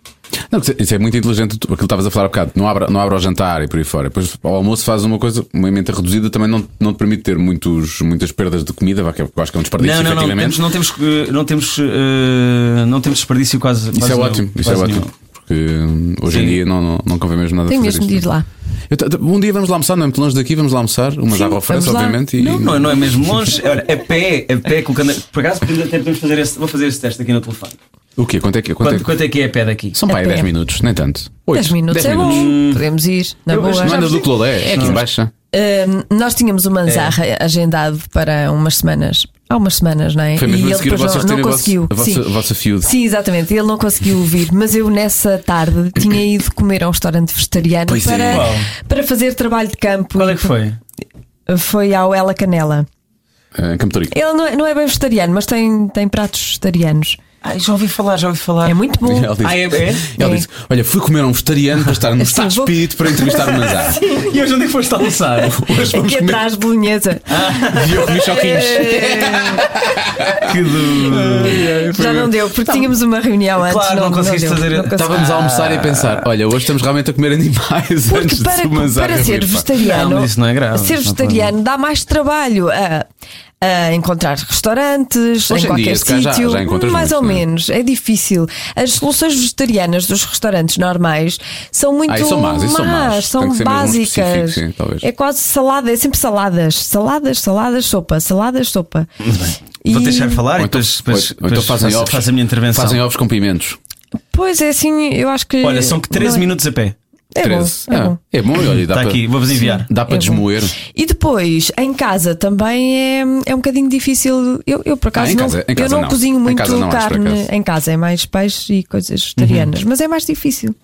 Não, porque isso é muito inteligente, tu- aquilo que estavas a falar há bocado. Não abra, não abra ao jantar e por aí fora. Depois ao almoço fazes uma coisa, uma emenda reduzida, também não, não te permite ter muitos, muitas perdas de comida, vá, que eu acho que é um desperdício, não, não, não, efetivamente. temos, não temos, eh, não temos, eh, não temos desperdício quase. Isso quase é nenhum, ótimo, isso é quase ótimo. nenhum. Porque hum, hoje em Sim. dia não, não, não convém mesmo nada Tenho fazer mesmo de ir isto. lá. Eu ta- ta- um dia vamos lá almoçar, não é muito longe daqui, vamos lá almoçar, uma jarra ao França, vamos lá. obviamente. e- Não, não, é- não é mesmo longe. Olha, a pé, a pé, colocando. Por acaso, ainda até podemos fazer esse, vou fazer esse teste aqui no telefone. O quê? Quanto é que quanto é? Quanto, que- quanto é que é a pé daqui? São pai A 10 pé. minutos, nem tanto. 8, 10 minutos é bom, podemos ir, na Eu boa. acho Não Já andas do percebi. Clodé, é aqui assim. em baixa. Hum, nós tínhamos o Manzarra agendado para umas semanas. Há umas semanas, não é? Foi mesmo e a ele seguir depois vocês não, não terem a vossa- conseguiu. a vossa- Sim. a vossa feud. Sim, exatamente. Ele não conseguiu vir, mas eu nessa tarde tinha ido comer a um restaurante vegetariano Pois é. para, Uau. para fazer trabalho de campo. Qual é que foi? Foi ao Ela Canela. Eh, em Campo Torico. Ele não é, não é bem vegetariano, mas tem, tem pratos vegetarianos. Ah, já ouvi falar, já ouvi falar. É muito bom. Ela disse, Ah, é- é? ela É. disse, Olha, fui comer a um vegetariano para estar no Sim, estado de vou- espírito para entrevistar o Manzar. E hoje onde é que foste almoçar? Hoje vamos Aqui comer. atrás, bolonhesa. E eu comi choquinhos. É. Que do... Já não deu, porque tínhamos uma reunião antes. Claro, não conseguiste deu, fazer- não consegui. Estávamos a almoçar e a pensar: olha, hoje estamos realmente a comer animais antes Porque de para, o Manzar para ser reunir, pá. vegetariano, Não, mas isso não é grave, ser isso não é vegetariano dá mais trabalho a, a encontrar restaurantes, Hoje em em qualquer dia, se calhar, já- sítio, já encontras mais muitos, ou não é? menos, é difícil. As soluções vegetarianas dos restaurantes normais são muito Ah, isso são más, isso são más. são Tem que ser mesmo um específico, básicas. sim, talvez. é quase salada, é sempre saladas, saladas, saladas, sopa, saladas, sopa. Vou E- deixar falar Ou e então, depois, ou- depois, ou então depois fazem faço, ovos. faço a minha intervenção. Fazem ovos com pimentos. Pois é, assim, eu acho que. Olha, são que 13 não é- minutos a pé. É bom, 13. é bom. É bom, e olha, dá Está para. aqui, vou-vos enviar. Dá para É bom. desmoer. E depois, em casa também é, é um bocadinho difícil. Eu, eu por acaso Ah, em não, casa- em eu casa não não. cozinho Em muito casa não, acho, por carne acaso. Uhum. em casa, é mais peixe e coisas vegetarianas, mas é mais difícil.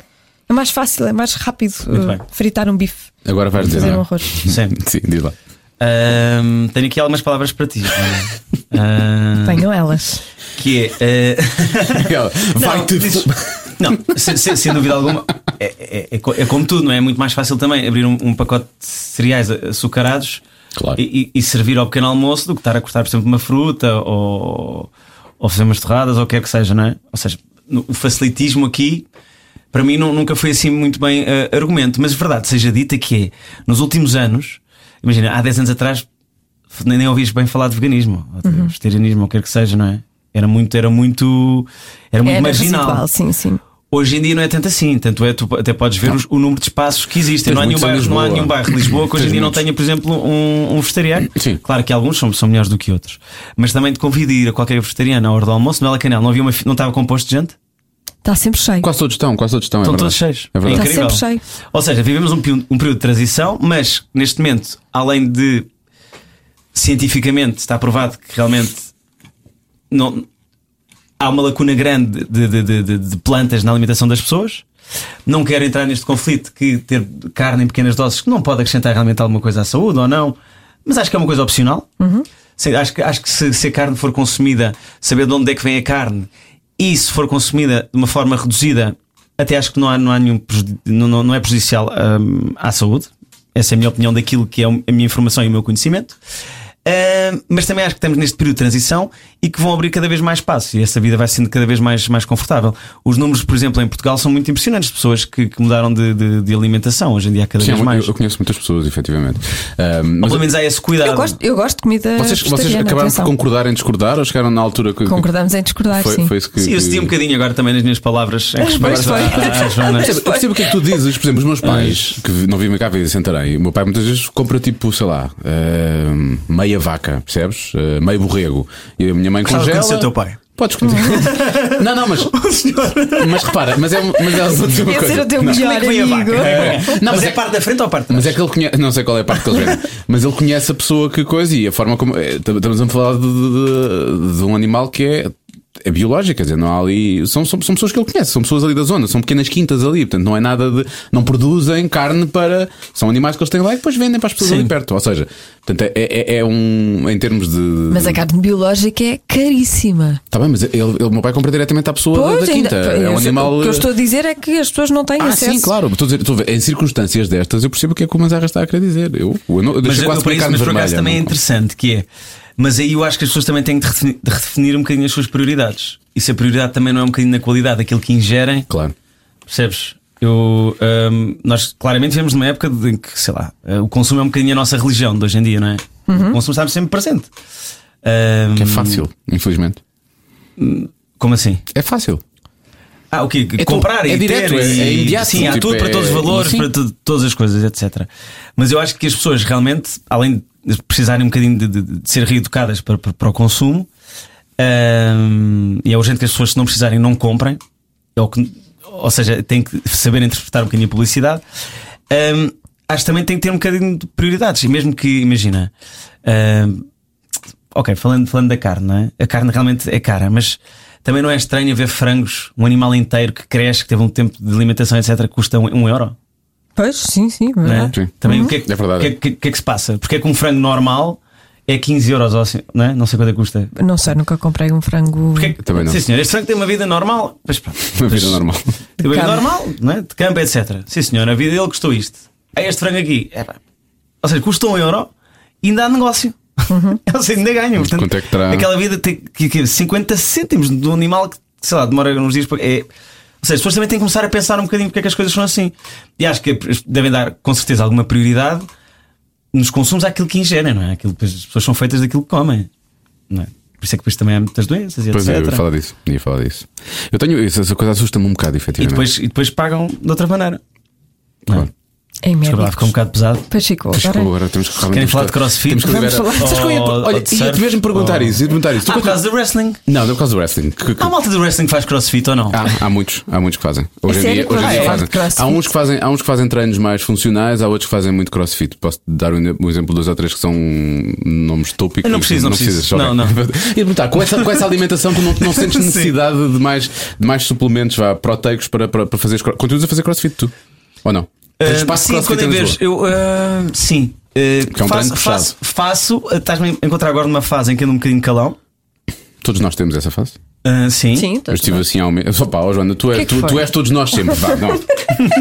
É mais fácil, é mais rápido Muito eh, bem. fritar um bife, Agora vais dizer. fazer um não é? arroz. Sim. Sim, diz lá. Ahm, tenho aqui algumas palavras para ti. Ahm, Tenham elas. que é. ah, Não, Vai-te. diz- Não, sem, sem- sem dúvida alguma. É, é- é co- é como tudo, não é? É muito mais fácil também abrir um, um pacote de cereais a- açucarados Claro. e, e- e servir ao pequeno almoço do que estar a cortar, por exemplo, uma fruta ou, ou fazer umas torradas ou o que é que seja, não é? Ou seja, no- o facilitismo aqui. Para mim não- nunca foi assim muito bem ah, argumento, mas verdade seja dita que é, nos últimos anos, imagina, há 10 anos atrás nem, nem ouvias bem falar de veganismo, ou de vegetarianismo, ou o que quer que seja, não é? Era muito, era muito, era muito Era marginal. residual, É, sim, sim. Hoje em dia não é tanto assim, tanto é, tu até podes ver os- o número de espaços que existem. Tens Não há, nenhum muitos em bairro, não há Lisboa. nenhum bairro de Lisboa que hoje em Tens dia não muitos. tenha, por exemplo, um, um vegetariano. Sim. Claro que alguns são, são melhores do que outros. Mas também te convido a ir a qualquer vegetariano à hora do almoço, não é canal, não havia uma fi- não estava composto de gente? Está sempre cheio. Quase todos estão, quase todos estão. é Estão verdade. todos cheios. É verdade. Tá incrível. sempre cheio. Ou seja, vivemos um, pi- um período de transição, mas neste momento, além de cientificamente está provado que realmente não, há uma lacuna grande de, de- de- de- de plantas na alimentação das pessoas. Não quero entrar neste conflito que ter carne em pequenas doses que não pode acrescentar realmente alguma coisa à saúde ou não, mas acho que é uma coisa opcional. Sim, acho que, acho que se, se a carne for consumida, saber de onde é que vem a carne e se for consumida de uma forma reduzida, até acho que não, há, não, há nenhum prejudi- não, não- não é prejudicial hum, à saúde. Essa é a minha opinião daquilo que é a minha informação e o meu conhecimento. Ahm, mas também acho que estamos neste período de transição e que vão abrir cada vez mais espaço e essa vida vai sendo cada vez mais, mais confortável. Os números, por exemplo, em Portugal são muito impressionantes de pessoas que, que mudaram de, de- de alimentação. Hoje em dia há Tá. cada Sim, vez eu, mais. eu conheço muitas pessoas, efetivamente. Ah, Ou mas pelo menos há esse cuidado. Eu gosto, eu gosto de comida. vocês, vocês vegetariana, acabaram Eh, atenção. por concordar em discordar ou chegaram na altura que. Concordamos em discordar, foi, sim. foi isso que. Sim, eu cedi um que- bocadinho agora também nas minhas palavras em resposta foi. à, à Joana. Eu percebo o que é que tu dizes, por exemplo, os meus pais que vi- não vivem cá, vivem em Santarém. O meu pai muitas vezes compra tipo, sei lá, eh, meia vaca, percebes? Eh, meio borrego. E a minha mãe Gostava de congela. conhecer o teu pai. Podes conhecer. não, não, mas. mas repara, mas é, um- mas é uma Ia ser coisa. o teu Não. melhor Como é que vem a amigo. vaca? Não, mas mas é é- parte da frente ou parte de Mas é trás? que ele conhece, não sei qual é a parte que ele vende, mas ele conhece a pessoa que coisa e a forma como. eh, tam- Estamos a falar de, de- de- de um animal que é. É biológico, quer dizer, não há ali. São, são, são pessoas que ele conhece, são pessoas ali da zona, são pequenas quintas ali, portanto não é nada de. Não produzem carne para. São animais que eles têm lá e depois vendem para as pessoas Sim. ali perto. Ou seja, portanto, é, é, é um. Em termos de. Mas a carne biológica é caríssima. Tá bem, mas ele, ele, o meu pai compra diretamente à pessoa da- da ainda- quinta. é um eu sei- animal. O que eu estou a dizer é que as pessoas não têm Ah, acesso. sim, claro. Estou a dizer, estou a ver, em circunstâncias destas, eu percebo o que é que o Manzarra está a querer dizer. Eu, eu, não, eu Mas deixo eu, quase por comer isso, carne mas por acaso vermelha, também é não- interessante que é. Mas aí eu acho que as pessoas também têm de redefinir, de redefinir um bocadinho as suas prioridades. E se a prioridade também não é um bocadinho na qualidade daquilo que ingerem, Claro. percebes? Eu, hum, nós claramente vivemos numa época de- em que, sei lá, eh, o consumo é um bocadinho a nossa religião de hoje em dia, não é? O consumo está sempre presente. Hum, Que é fácil, infelizmente. Como assim? É fácil. Ah, o quê? É tu- Comprar é e direto, ter, é- e- é imediato, Sim, há tipo, tudo para é- todos os valores, sim. para tu- todas as coisas, etc. Mas eu acho que as pessoas realmente, além de precisarem um bocadinho de, de- de ser reeducadas para, para, para o consumo, hum, e é urgente que as pessoas, se não precisarem, não comprem, é o que- ou seja, têm que saber interpretar um bocadinho a publicidade. hum, acho que também tem que ter um bocadinho de prioridades, e mesmo que, imagina. hum, Ok, falando, falando da carne, não é? A carne realmente é cara, mas também não é estranho ver frangos, um animal inteiro que cresce, que teve um tempo de alimentação, etc., que custa um, um euro. Pois, sim, sim. não é? verdade. Sim. Também o que é, que- É verdade. o que, é que- o que é que se passa? Porque é que um frango normal é 15 euros, ou assim, não é? Não sei quanto é que custa. Não sei, nunca comprei um frango. Porque é que- Também não. Sim, senhor, este frango tem uma vida normal. Pois pronto. Uma Pois- vida normal. Tem uma vida campo. normal, não é? De campo, etc. Sim, senhor, a vida dele custou isto. É este frango aqui. É, pá. Ou seja, custa um euro e ainda há negócio. Ou seja, ainda ganham. Portanto, Quanto é que terá? Aquela vida tem que, que 50 cêntimos de um animal que, sei lá, demora uns dias para. É... Ou seja, as pessoas também têm que começar a pensar um bocadinho porque é que as coisas são assim. E acho que devem dar, com certeza, alguma prioridade nos consumos àquilo que ingerem, não é? Aquilo, que as pessoas são feitas daquilo que comem. Não é? Por isso é que depois também há muitas doenças e Pois é, eu ia etc. falar disso. ia falar disso. Eu tenho. isso- Essa coisa assusta-me um bocado, e, efetivamente. depois, e depois pagam de outra maneira. Não é? Claro. Em Desculpa, médicos. lá, ficou um bocado pesado. Pois, Chico, Mas, agora- pô, agora temos que realmente- Querem temos falar que- de crossfit? Temos que Vamos liberar- falar. Sabes qual é a- Ou- Olha, ou de ia-te surf? mesmo perguntar isso. Ia-te perguntar isso. Tu Ah, por conta- causa do wrestling. Não, não é por causa do wrestling. que- que- Há malta do wrestling que faz crossfit ou não? Há, há muitos, há muitos que fazem. Hoje em sério? dia, hoje em dia Ah, é? fazem. Crossfit? Há uns que fazem, há uns que fazem treinos mais funcionais, há outros que fazem muito crossfit. Posso dar um, um exemplo de dois ou três que são nomes tópicos. Eu não preciso, não preciso. precisas, ok. Não, não. E perguntar, com essa, com essa alimentação tu não, não sentes necessidade de mais, de mais suplementos, vá, proteicos para, para, para fazeres cro- Continuas a fazer crossfit tu? Ou não? Tens Ah, espaço de sim, quando crossfit em em vez- Lisboa? eu ah, Sim. Ah, Que é um treino faço, puxado. faço, faço, ah, estás-me a encontrar agora numa fase em que ando um bocadinho calão. Todos nós temos essa fase. Ah, sim. Sim, tá Eu estive assim ao mesmo. Só pá, ó, Joana, tu, és- Que é que tu- foi? tu és todos nós sempre. Vá, não.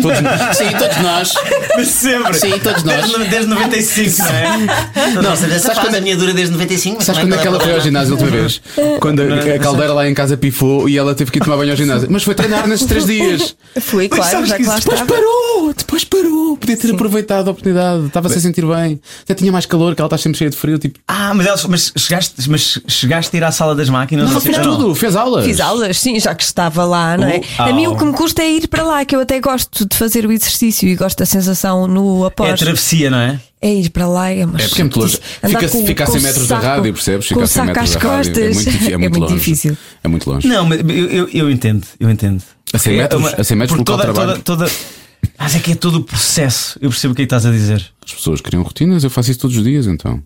Todos nós- Sim, todos nós. Mas sempre. Sim, todos nós. Desde, desde 95, não é? Não, sabes sabes quando quando- a minha dura desde 95? mas Sabes também quando é que ela foi ao problema. ginásio a última vez? Quando a, a caldeira lá em casa pifou e ela teve que ir tomar banho ao ginásio. Mas foi treinar nesses três dias. Fui, Mas claro, sabes já que que lá isso Depois estava. parou, depois parou. Podia ter aproveitado a oportunidade. Estava-se a sentir bem. Até tinha mais calor, que ela está sempre cheia de frio. Tipo, Ah, mas, elas- mas, chegaste, mas chegaste a ir à sala das máquinas? ela assim, fez ou não? tudo, fez aulas. Fiz aulas, sim, já que estava lá, não é? Oh, A mim au. o que me custa é ir para lá, que eu até gosto de fazer o exercício e gosto da sensação no É a após. travessia, não é? É ir para lá, é uma É porque é muito longe. Andar Fica, com- fica a com 100 o metros saco- da rádio, percebes? Fica com a o 100 saco metros às da rádio. costas. É muito, difi- é muito longe. difícil. É muito longe. Não, mas eu, eu, eu entendo, eu entendo. A 100 metros? É uma- A 100 metros porque local de toda, trabalho? toda- toda- Mas é que é todo o processo. Eu percebo o que é que estás a dizer. As pessoas criam rotinas, eu faço isso todos os dias então.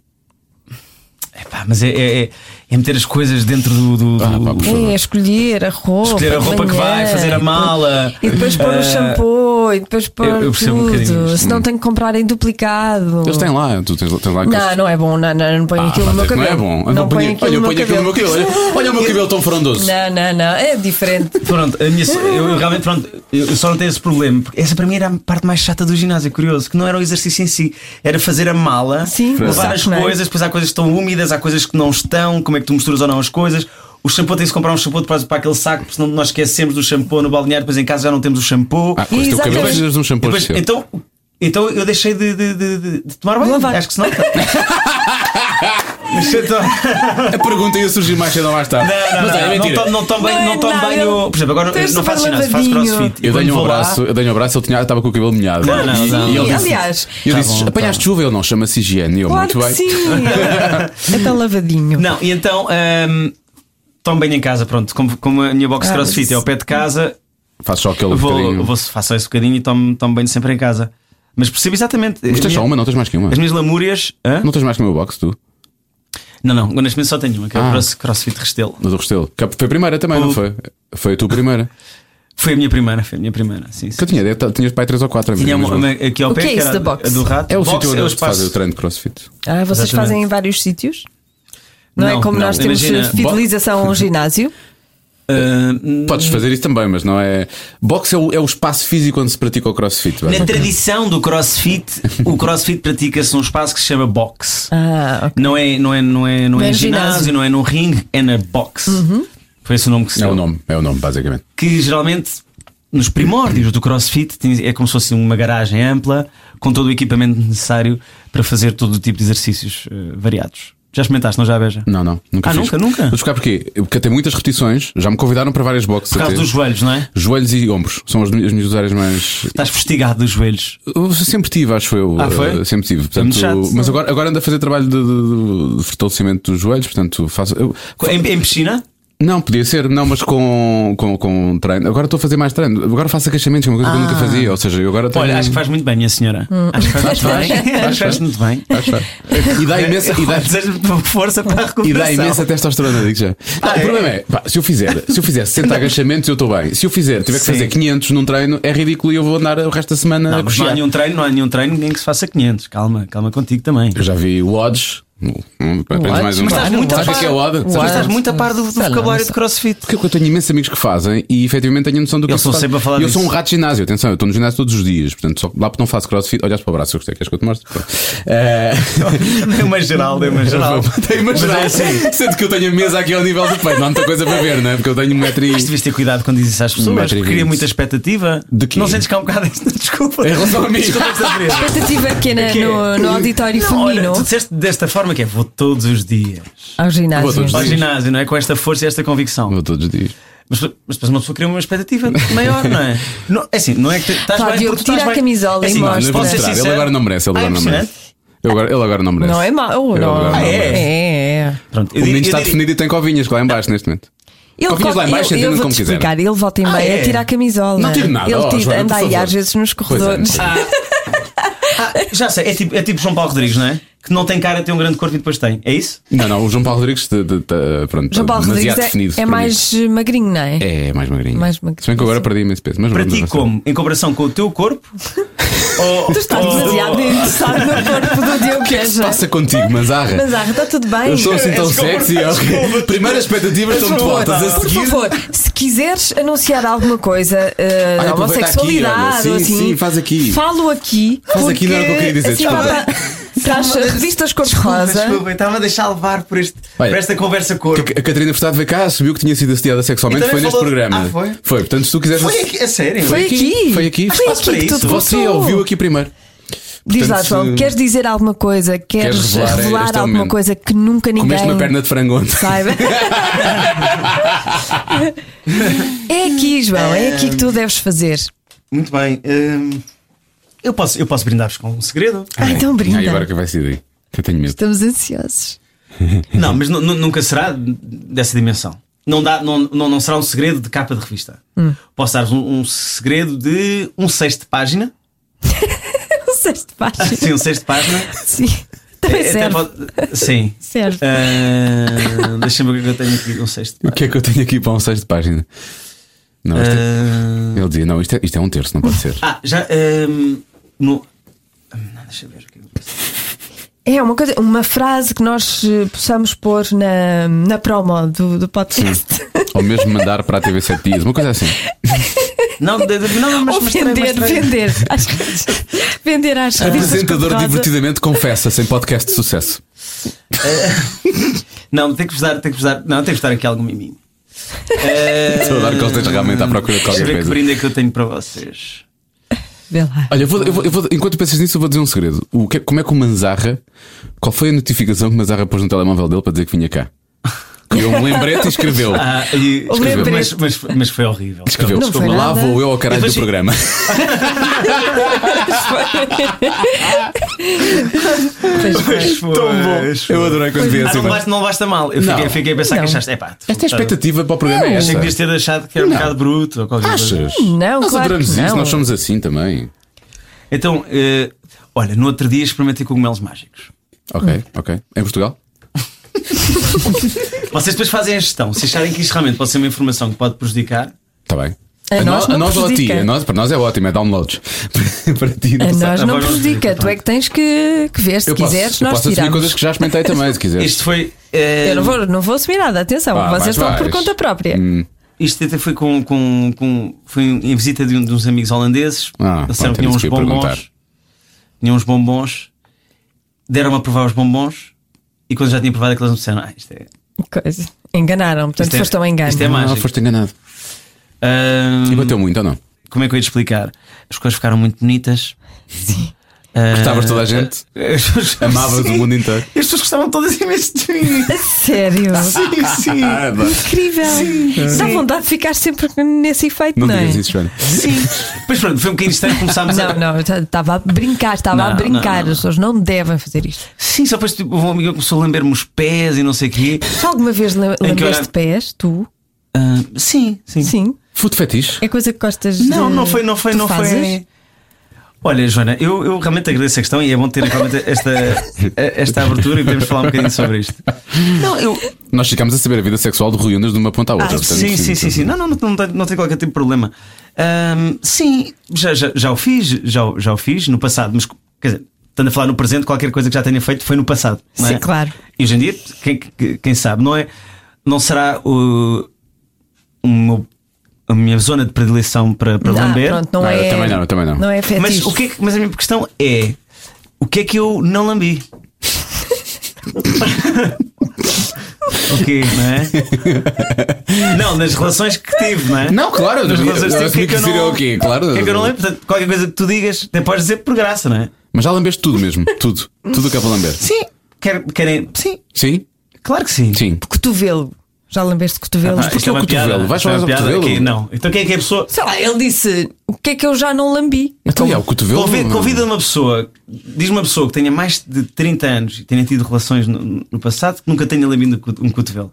Epá, pá, mas é, é, é- é meter as coisas dentro do. do, do- Ah, pá, por favor. É, escolher a roupa. Escolher a roupa que de manhã, vai, fazer a mala. E depois pôr Eh, o Ah, shampoo, e depois pôr eu percebo um bocadinho tudo. isto. Se não tenho que comprar em duplicado. é? Eles têm lá, tu tens, tens lá Oh. Não, não é bom, não, não, não ponho Ah, aquilo um no meu pá, não cabelo. é bom. Eu Não ponho ponho- olha, aquilo eu no ponho aquilo meu no meu cabelo. cabelo. Olha, olha o meu cabelo tão frondoso. Não, não, não, é diferente. Pronto, a minha, so- eu realmente pronto, eu só não tenho esse problema. porque Essa para mim era a parte mais chata do ginásio, curioso, que não era o exercício em si, era fazer a mala, Sim, levar as Exato, não é? coisas, depois há coisas que estão úmidas, há coisas que não estão, como é que tu misturas ou não as coisas. O shampoo tem-se comprar um shampoo para, para aquele saco, porque senão nós esquecemos do shampoo no balneário, depois em casa já não temos o shampoo. Ah, com o teu Exatamente. cabelo precisas de um E shampoo depois- especial. então, então eu deixei de, de- de- de- de tomar banho. Lavar. Acho que se nota. Deixei de tomar- A pergunta ia surgir mais cedo ou mais tarde. não, Mas é, não, não, mentira. não, tomo- não tomo Não bem, é não tomo nada, bem o. Por exemplo, agora tens não faço super ginásio, faço lavadinho. crossfit. Eu dei-lhe E quando um vou lá- abraço, eu dei um abraço, ele tinha, estava com o cabelo molhado. Não, não, não. E ele Sim, disse- aliás. Eu Tá disse: bom, apanhaste chuva? Ele não, chama-se higiene. Eu, Claro muito que bem. sim. Até lavadinho. Não, e então. hum, Tomo bem em casa, pronto. Como, como a minha box Ah, crossfit mas- é ao pé de casa, Faz só aquele vou, bocadinho. vou, faço esse Um bocadinho e tomo, tomo bem sempre em casa. Mas percebo exatamente. Mas tens só A minha- uma, não tens mais que uma. As minhas lamúrias. hã? Não tens mais que o meu box, tu? Não, não, neste momento só tenho uma, que é o Ah. cross- crossfit Restelo. No do Restelo. Que Foi a primeira também, não O- foi? Foi a tua primeira. Foi a minha primeira, foi a minha primeira. Sim, sim. Que eu tinha, deve- tinhas pai 3 ou 4 Tinha uma, uma aqui ao O pé, que é que, isso era da box? a do rato. É o Box sítio onde o eu faço o espaço. treino de crossfit. Ah, vocês Exatamente. fazem em vários sítios? Não, Não, é como não. nós temos Imagina, eh, fidelização a um ginásio? Ah, Podes fazer isso também, mas não é. Box é o, é o espaço físico onde se pratica o crossfit. Na basicamente. tradição do crossfit, o crossfit pratica-se num espaço que se chama box. Ah, ok. Não é, não é, não é, não é, é em ginásio. Uhum. ginásio, não é num ringue, é na box. Foi esse o nome que se É deu. o nome, é o nome, basicamente. Que geralmente, nos primórdios do crossfit, tinha- é como se fosse uma garagem ampla, com todo o equipamento necessário para fazer todo o tipo de exercícios eh, variados. Já experimentaste, não já, Beja? Não, não, nunca Ah, fiz. nunca, nunca? Vou buscar porquê? Porque até muitas repetições, já me convidaram para várias boxes. Por causa até. dos joelhos, não é? Joelhos e ombros são as, mi- as minhas áreas mais. Estás fustigado dos joelhos. Eu sempre tive, acho eu. Ah, foi? eh, Sempre tive. É muito Portanto, chato. mas agora, agora ando a fazer trabalho de, de- de fortalecimento dos joelhos, portanto faço. eu- Em, em piscina? não, podia ser, não, mas com, com, com treino. Agora estou a fazer mais treino. Agora faço agachamentos, que é uma coisa que eu nunca fazia. Ou seja, eu agora tenho. Ah. Olha, acho que faz muito bem, minha senhora. Acho que faz muito bem. Acho que faz muito bem. Acho que faz. Hum. E dá imensa. E dá, Desejo-me força para a e dá recuperação. imensa testosterona, digo já. Não, Ah, o é? problema é, pá, se eu fizer, se eu fizer 60 agachamentos, eu estou bem. Se eu fizer, tiver que Sim. fazer 500 num treino, é ridículo e eu vou andar o resto da semana a Não, mas não há coxear. nenhum treino, não há nenhum treino nem que se faça 500. Calma, calma contigo também. Eu já vi o odds. Hum, hum, Apenas mais um. Mas estás muito Sabes o que é que é o odd? Odd. Sabes- Mas estás muito a par do, do Sei lá, vocabulário não de crossfit. Porque eu tenho imensos amigos que fazem e efetivamente tenho noção do que Eu é que sou se faz. sempre a falar E Eu disso. sou um rato de ginásio, atenção, eu estou no ginásio todos os dias, portanto, só lá porque não faço crossfit, olhas para o braço, eu gostei, queres que eu te mostre? Pronto. Eh, Dei uma geral, dei uma geral. tenho uma Mas geral, é assim. sendo que eu tenho a mesa aqui ao nível do peito, não há muita coisa para ver, não é? Porque eu tenho um metro e. Mas devias ter cuidado quando dizes isso às Um pessoas, metro e porque cria vinte. muita expectativa. De quê? Não sentes que há um bocado isto? Desculpa. Em relação a mim. Um Desculpa esta experiência. Expectativa aqui na- Que é- no, no auditório Não, olha, feminino tu disseste desta forma que é: vou todos os dias ao ginásio. Vou todos os ao Sim. ginásio, não é? Com esta força e esta convicção. Vou todos os dias. Mas, mas depois uma pessoa cria uma expectativa maior, não é? Não, é assim, não é que te- estás Pá, bem Diogo, porque tu estás tira a bem. camisola é e assim, mostra. não, posso ser é verdade, ele sincero? agora não merece, ele Ah, agora não merece. impressionante. Eu agora, ele agora não merece. Não é mau, Ele não. agora não Ah, é? merece. É, é. Pronto, O eu menino está diria- eu diria- definido e tem covinhas lá em baixo neste momento. Ele Covinhas lá em baixo, eu, eu entendam vou como te quiser. explicar, ele volta e meia, Ah, é? tira a camisola. Não tiro nada, ó, Ele tira, Joana, anda por aí favor. às vezes nos Pois é, corredores. Ah. não Já sei, é tipo, é tipo João Paulo Rodrigues, não é? Que não tem cara, tem um grande corpo e depois tem. É isso? Não, não, o João Paulo Rodrigues de, de, de, pronto, João Paulo demasiado Rodrigues é, é definido para mim. mais eh, magrinho, não é? É, é mais magrinho. Mais magrinho, Se bem que eu agora sim. perdi imenso peso. Mas Para vamos ti, avançar. como? Em comparação com o teu corpo? ou, Tu estás ou- demasiado interessado no corpo do Diogo O Oh. que é que se Beja. passa contigo, Manzarra? Mas ah, está tudo bem. Eu sou assim tão Desculpa, sexy. ok. desculpa. Primeiras expectativas estão de Por voltas. favor, A por seguir. favor, se quiseres anunciar alguma coisa eh, Olha, da Ah, aproveita homossexualidade aqui, ou olha, sim, assim, sim, faz aqui. falo aqui. Faz aqui, não era o que eu queria dizer, Assim, desculpa. pá, para as revistas cor-de-rosa. Desculpa, eu estava a deixar levar por, este, Olha, por esta conversa corpo. Que A Catarina Furtado veio cá, assumiu que tinha sido assediada sexualmente. E também Foi neste falou- programa. Ah, foi? Portanto, se tu quiseres. Foi aqui, a sério? Foi aqui. Ah, Foi aqui. Foi Espaço aqui que para tudo isso. Você começou. ouviu aqui primeiro. Diz lá, Portanto, João, se- queres dizer alguma coisa? Queres, Queres revelar revelar, este é alguma elemento? coisa que nunca ninguém Comeste uma perna de frango ontem. saiba? é aqui, João, é aqui que tu deves fazer. Muito bem. hum, eu posso, eu posso brindar-vos com um segredo? Ah, então brinda. Tá Ai, agora que vai ser daí. Eu tenho medo. Estamos ansiosos. Não, mas nu- nu- nunca será dessa dimensão. Não, dá, não, não, não será um segredo de capa de revista. Hum. Posso dar-vos um, um segredo de um sexto de página. O sexto baixo. Sim, um sexto de página. Sim. Então, Também É, até serve. pode- Sim. Serve. Ah, Deixa-me ver o que é que eu tenho aqui um sexto. O que é que eu tenho aqui para um sexto de página? Não, isto é- Ah, Ele dizia: Não, isto é, isto é um terço, não pode ser. Ah, já. ahm, no... Não, deixa eu ver. o que é que eu fiz. É uma, coisa, uma frase que nós eh, possamos pôr na, na promo do, do podcast. Ou mesmo mandar para a TV 7 dias, uma coisa assim. Não, de- de- não, mas Ou mas três, vender, mas três. vender. às redes- vender às redes. Apresentador divertidamente confessa sem podcast de sucesso. Não, tem que vos dar, tem que vos dar. Não, tem que vos dar aqui algum miminho. Ah, Estou a dar que ele esteja realmente à procura de Deixa qualquer eu ver que coisa. brinde é que eu tenho para vocês. Vê lá. Olha, eu vou- eu vou- eu vou- enquanto pensas nisso, eu vou dizer um segredo. O que é- como é que o Manzarra. Qual foi a notificação que o Manzarra pôs no telemóvel dele para dizer que vinha cá? Criou um lembrete e escreveu. Ah, e- O lembrete. mas, mas, mas foi horrível. Escreveu, Não foi desculpa, lá nada. vou eu ao caralho do Imagina- programa. Pois bem. foi. Eu adorei quando vi Ah, assim. não, basta, não basta mal. Eu Não. fiquei, fiquei a pensar Não. que achaste. Epá, tu- Esta é a expectativa para o programa é Achei essa. que devias ter achado que era um Não. bocado bruto ou qualquer coisa. Achas? Não, Nós claro adoramos que isso, não. nós somos assim também. Então, eh, olha, no outro dia experimentei cogumelos mágicos. Ok, Hum. ok. Em Portugal? Vocês depois fazem a gestão. Se acharem que isto realmente pode ser uma informação que pode prejudicar, Está Tá bem. A nós no- não a nós ou a ti? prejudica. A nós, para nós é ótimo, é downloads. para ti, não A sei. nós Ah, não vamos ver, prejudica. Tu é que tens que, que ver. Se Eu posso, quiseres, eu nós posso assumir coisas tiramos. que já experimentei também, se quiseres. isto foi. eh, Eu não vou, não vou assumir nada, atenção, Vá, vocês vais, estão por vais. conta própria. Hum. Hum, é Isto até foi com, com, com foi em visita de, um, de uns amigos holandeses. Ah, Eles disseram pronto, que era tinham isso uns que eu ia perguntar. bombons. Tinham uns bombons. Deram-me a provar os bombons. E quando já tinha provado aqueles, me disseram: Ah, isto é. Coisa. Enganaram, portanto Isto é- foste ao engano. isto é Ah, mágico. foste enganado. Ahm, E bateu muito ou não? como é que eu ia te explicar? As coisas ficaram muito bonitas. Sim. Gostavas toda a gente? Amavas o mundo inteiro. assim. As pessoas gostavam todas imenso de mim. A Sério. Sim, sim. Ah, bah. eh, Incrível. Dá vontade de ficar sempre nesse efeito, não, não é? digas isso, Joana. Sim. Pois pronto, foi um bocadinho estranho. Começámos a. Não, não, eu estava a brincar, estava Não, a brincar. não, não. As pessoas não devem fazer isto. Sim, só depois tipo, um amigo começou a lamber-me os pés e não sei o quê. Já alguma vez le- que lambeste horário? pés, tu? Ah, sim, sim. Sim. Food fetiche? É coisa que gostas Não, de- não foi, não foi, tu não fazes? foi. Olha, Joana, eu, eu realmente agradeço a questão e é bom ter realmente esta, esta abertura e podemos falar um bocadinho sobre isto. Não, eu. Nós ficámos a saber a vida sexual de Rui Unas de uma ponta à Ah, outra. portanto, sim, sim, sim, sim. Não, não, não, não, tem- não tem qualquer tipo de problema. Ahm, sim, já, já, já o fiz, já, o- já o fiz no passado, mas quer dizer, estando a falar no presente, qualquer coisa que já tenha feito foi no passado. Não é? Sim, claro. E hoje em dia, quem, que- quem sabe, não é? Não será o, o meu- a minha zona de predileção para, para Ah, lamber. pronto, não, Não, eu é. também não, eu também não. Não é Mas, fetiche. o que é que- mas a minha questão é: o que é que eu não lambi? o quê, não é? Não, nas relações que tive, não é? Não, claro, nas eu- relações eu que assumi tive, o que é que que eu não- seria o quê? Claro. o que é que eu não lembro? Portanto, qualquer coisa que tu digas, até podes dizer por graça, não é? Mas já lambeste tudo mesmo. Tudo. Tudo o que é para lamber. Sim. Quer, querem. Sim, Sim? claro que sim. Sim. Cotovelo. Já lambeste cotovelo? Ah, isto é o uma cotovelo? piada, Vais isto é falar uma do piada cotovelo? aqui, Não. Então quem é que é a pessoa. Sei lá, ele disse: O que é que eu já não lambi? Então, é e há o cotovelo. Convi- Convida, uma pessoa, diz uma pessoa que tenha mais de 30 anos e tenha tido relações no, no passado que nunca tenha lambido um co- um cotovelo.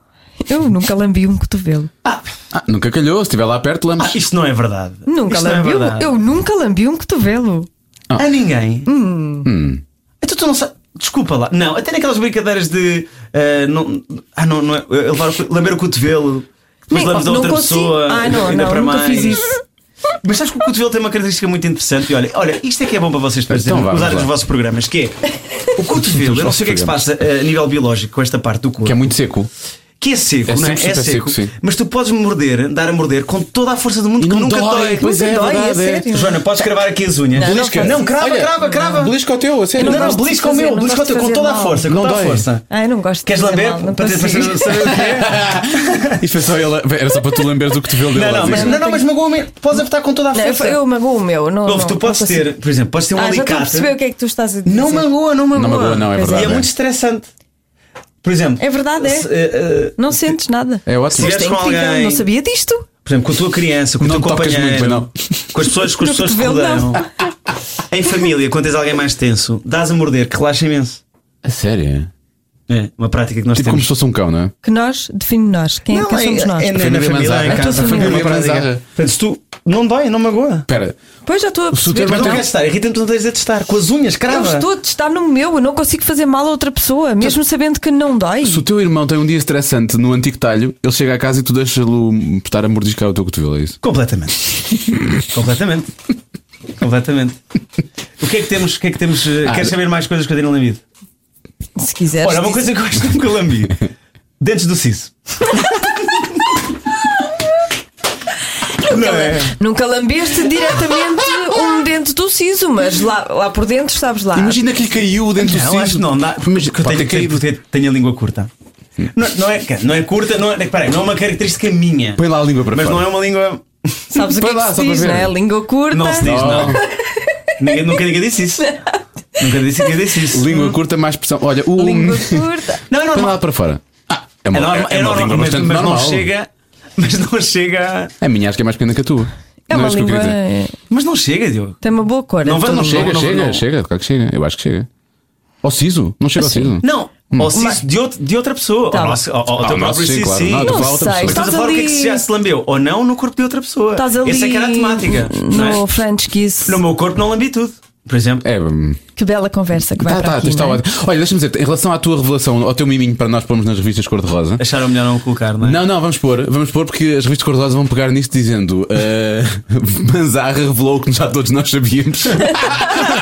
Eu nunca lambi um cotovelo. Ah, nunca calhou. Se estiver lá perto, Ah, lambes. isto não é verdade. Nunca isto não é lambi um- verdade. Eu nunca lambi um cotovelo. A ninguém. Hum. Hum. Então tu não sabes. Desculpa lá. Não, até naquelas brincadeiras de. ah, não, ah, não, não é. eh, Levar o, co- lamber o cotovelo. Depois Nem- lambes a não outra consigo. pessoa. Ah, não, ainda não, para nunca mais. fiz isso. Mas sabes que o cotovelo tem uma característica muito interessante. E olha, olha isto é que é bom para vocês depois Então vá, usarem vamos nos lá. vossos programas. Que é. O cotovelo, eu não sei o que é que se passa eh, a nível biológico com esta parte do corpo. Que é muito seco. Que é seco, É não é? sempre É super seco. seco, sim. mas tu podes morder, dar a morder com toda a força do mundo E que não nunca dói, dói. pois Nunca é, dói, é verdade. é. sério. Joana, podes cravar aqui as Não, unhas. não Belisca. faço. Não, crava, Olha, crava, crava. Belisca o teu, a sério. Não, não, gosto de belisca o fazer, meu, não belisca o gosto teu, de com fazer toda a mal. força, com Não toda a dói. força. Ai, Ah, não gosto. de Queres fazer lamber? mal, Não Para ter- para consigo. saber- saber o que é? E foi só ele. Era só para tu lamberes o cotovelo dele. Não, não, mas, basicamente. não, não, mas magoa-me. Podes apertar com toda a Não, eu, força. eu magoo o meu. Não, Ouve, não, tu não podes consigo. ter, por exemplo, podes ter um Ah, já estou a alicate. perceber o que é que tu estás a dizer. Não magoa, não magoa. Não magoa, não, é Pois é. verdade. E é muito estressante. Por exemplo, É verdade, é. se, eh, eh, Não sentes nada. É se ótimo. Isto estiveres é com incrível, alguém. não sabia disto. Por exemplo, com a tua criança, com o Não teu tocas companheiro, muito, não. com as pessoas, com as No pessoas que te cotovelo, rodeiam, em família, quando tens alguém mais tenso, dás a morder, que relaxa imenso. A sério. É uma prática que nós Tipo como se temos. fosse um cão, não é? Que nós define nós. Quem é que somos nós? É, é na- na Família família, lá Manzarra. em A tua casa, a família é uma família prática. Manzarra. Portanto, se tu Não dói, não magoa. Espera, é- Pois já estou a Se o perceber. teu Mas não então. queres testar, irrita-me, tu não tens de testar. Com as unhas, Eu crava. estou a testar no meu, eu não consigo fazer mal a outra pessoa, mesmo sabendo que não dói. se o teu irmão tem um dia estressante no antigo talho, ele chega a casa e tu deixas-lo estar a mordiscar o teu cotovelo, é isso? Completamente. Completamente. Completamente. O que é que temos? O que é que temos? eh, Ah, Queres não- saber mais coisas que eu tenho lambido? Se quiseres. Olha, uma coisa que eu gosto nunca lambi. Dentes do siso. Não é? Nunca lambeste diretamente um dente do siso, mas lá, lá por dentro sabes lá. Imagina que lhe caiu dentro do Ah, Não, siso. acho que não dá. Mas Porque eu pode tenho, ter caído. tenho, tenho- tenho a língua curta. Não, não é, não é curta, não é, peraí, não é uma característica minha. Põe lá a língua para mas não fora. é uma língua. Sabes o que Põe é que lá, se só para diz, ver. não é? Língua curta. Não se diz, não. Ninguém, nunca ninguém disse isso. Nunca disse, ninguém disse isso. Língua curta, mais pressão. Olha, o. Língua curta. Não, é Põe normal. lá para fora. Ah, é uma, É normal, é, é uma normal, língua mas, bastante mas não normal. chega. Mas não chega. A minha acho que é mais pequena que a tua. É não uma isso que eu língua. queria dizer. Mas não chega, Diogo. Tem uma boa cor. Não é vai- todo não bom. Chega, não, chega, não. chega. Claro que chega. Eu acho que chega. Ao siso. Não chega ao Assim? siso. Não. Ou se isso de, outro- de outra pessoa. Tá Ou bem. nosso- ou- ou Hum. Ah, teu o nosso próprio sim, sim, claro. sim. Não, estou a falar Não outra sei, pessoa. Estás a estás falar o que é que ali. se já se lambeu ou não no corpo de outra pessoa. Estás ali. Essa é que era a temática. não é? No French Kiss. No meu corpo não lambi tudo, por exemplo. É. hum, Que bela conversa que vai Tá, para tá, aqui, está não é? ótimo. Olha, deixa-me dizer, em relação à tua revelação, ao teu miminho para nós pormos nas revistas cor-de-rosa. Acharam melhor não colocar, não é? Não, não, vamos pôr, vamos pôr porque as revistas cor-de-rosa vão pegar nisto dizendo eh, Manzarra revelou o que já todos nós sabíamos.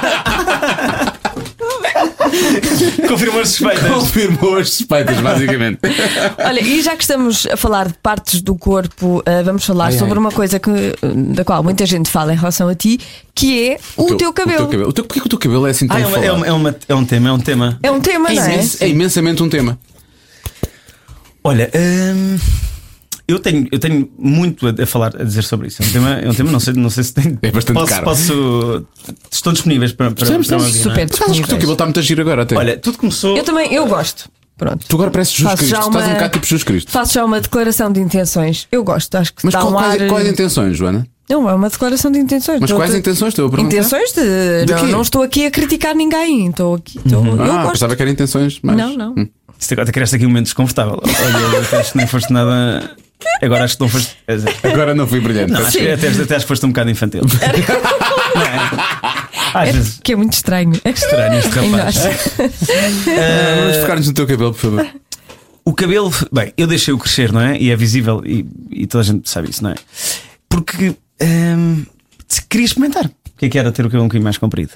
Confirmou as suspeitas. Confirmou as suspeitas, basicamente. Olha, e já que estamos a falar de partes do corpo, eh, vamos falar Ai, sobre ai. uma coisa que, eh, da qual muita gente fala em relação a ti, que é o, teu, cabelo. O teu cabelo. O teu- Porquê que o teu cabelo é assim tão Ah, é, uma- falado? é uma- é uma- é um tema, é um tema. É um tema, não é? Imenso- é imensamente um tema. Olha, hum, eu, tenho, eu tenho muito a, a falar, a dizer sobre isso. É um tema, é um tema não, sei, não sei se tem. É bastante posso, caro. posso- Estou disponíveis para. para, Estamos- para estamos ouvir, não é? super Por acaso acho que o teu cabelo está muito a giro agora até. Olha, tudo começou. Eu também, eu gosto. Pronto. tu agora pareces Jesus Faço Cristo. já Estás uma- um bocado tipo Jesus Cristo. Faço já uma declaração de intenções. Eu gosto, acho que Mas dá qual, um quais, ar. quais intenções, Joana? Não, é uma declaração de intenções. Mas Não quais estou- intenções estou a perguntar? Intenções de. De não, quê? não estou aqui a criticar ninguém. Estou aqui. estou- eu ah, gosto. pensava que eram intenções, mas. Não, não. Hum. Isto agora criaste aqui um momento desconfortável. Olha, eu acho que nem foste nada. Agora acho que não foste. quer dizer, Agora não fui brilhante. Não, acho que Sim. até, até acho que foste um bocado infantil. Não é? Às vezes. Que é muito estranho. É Estranho este Em rapaz. nós. eh, Ah, Vamos focar-nos no teu cabelo, por favor. O cabelo, bem, eu deixei-o crescer, não é? E é visível e, e toda a gente sabe isso, não é? Porque hum, se queria experimentar o que é que era ter o cabelo um bocadinho mais comprido.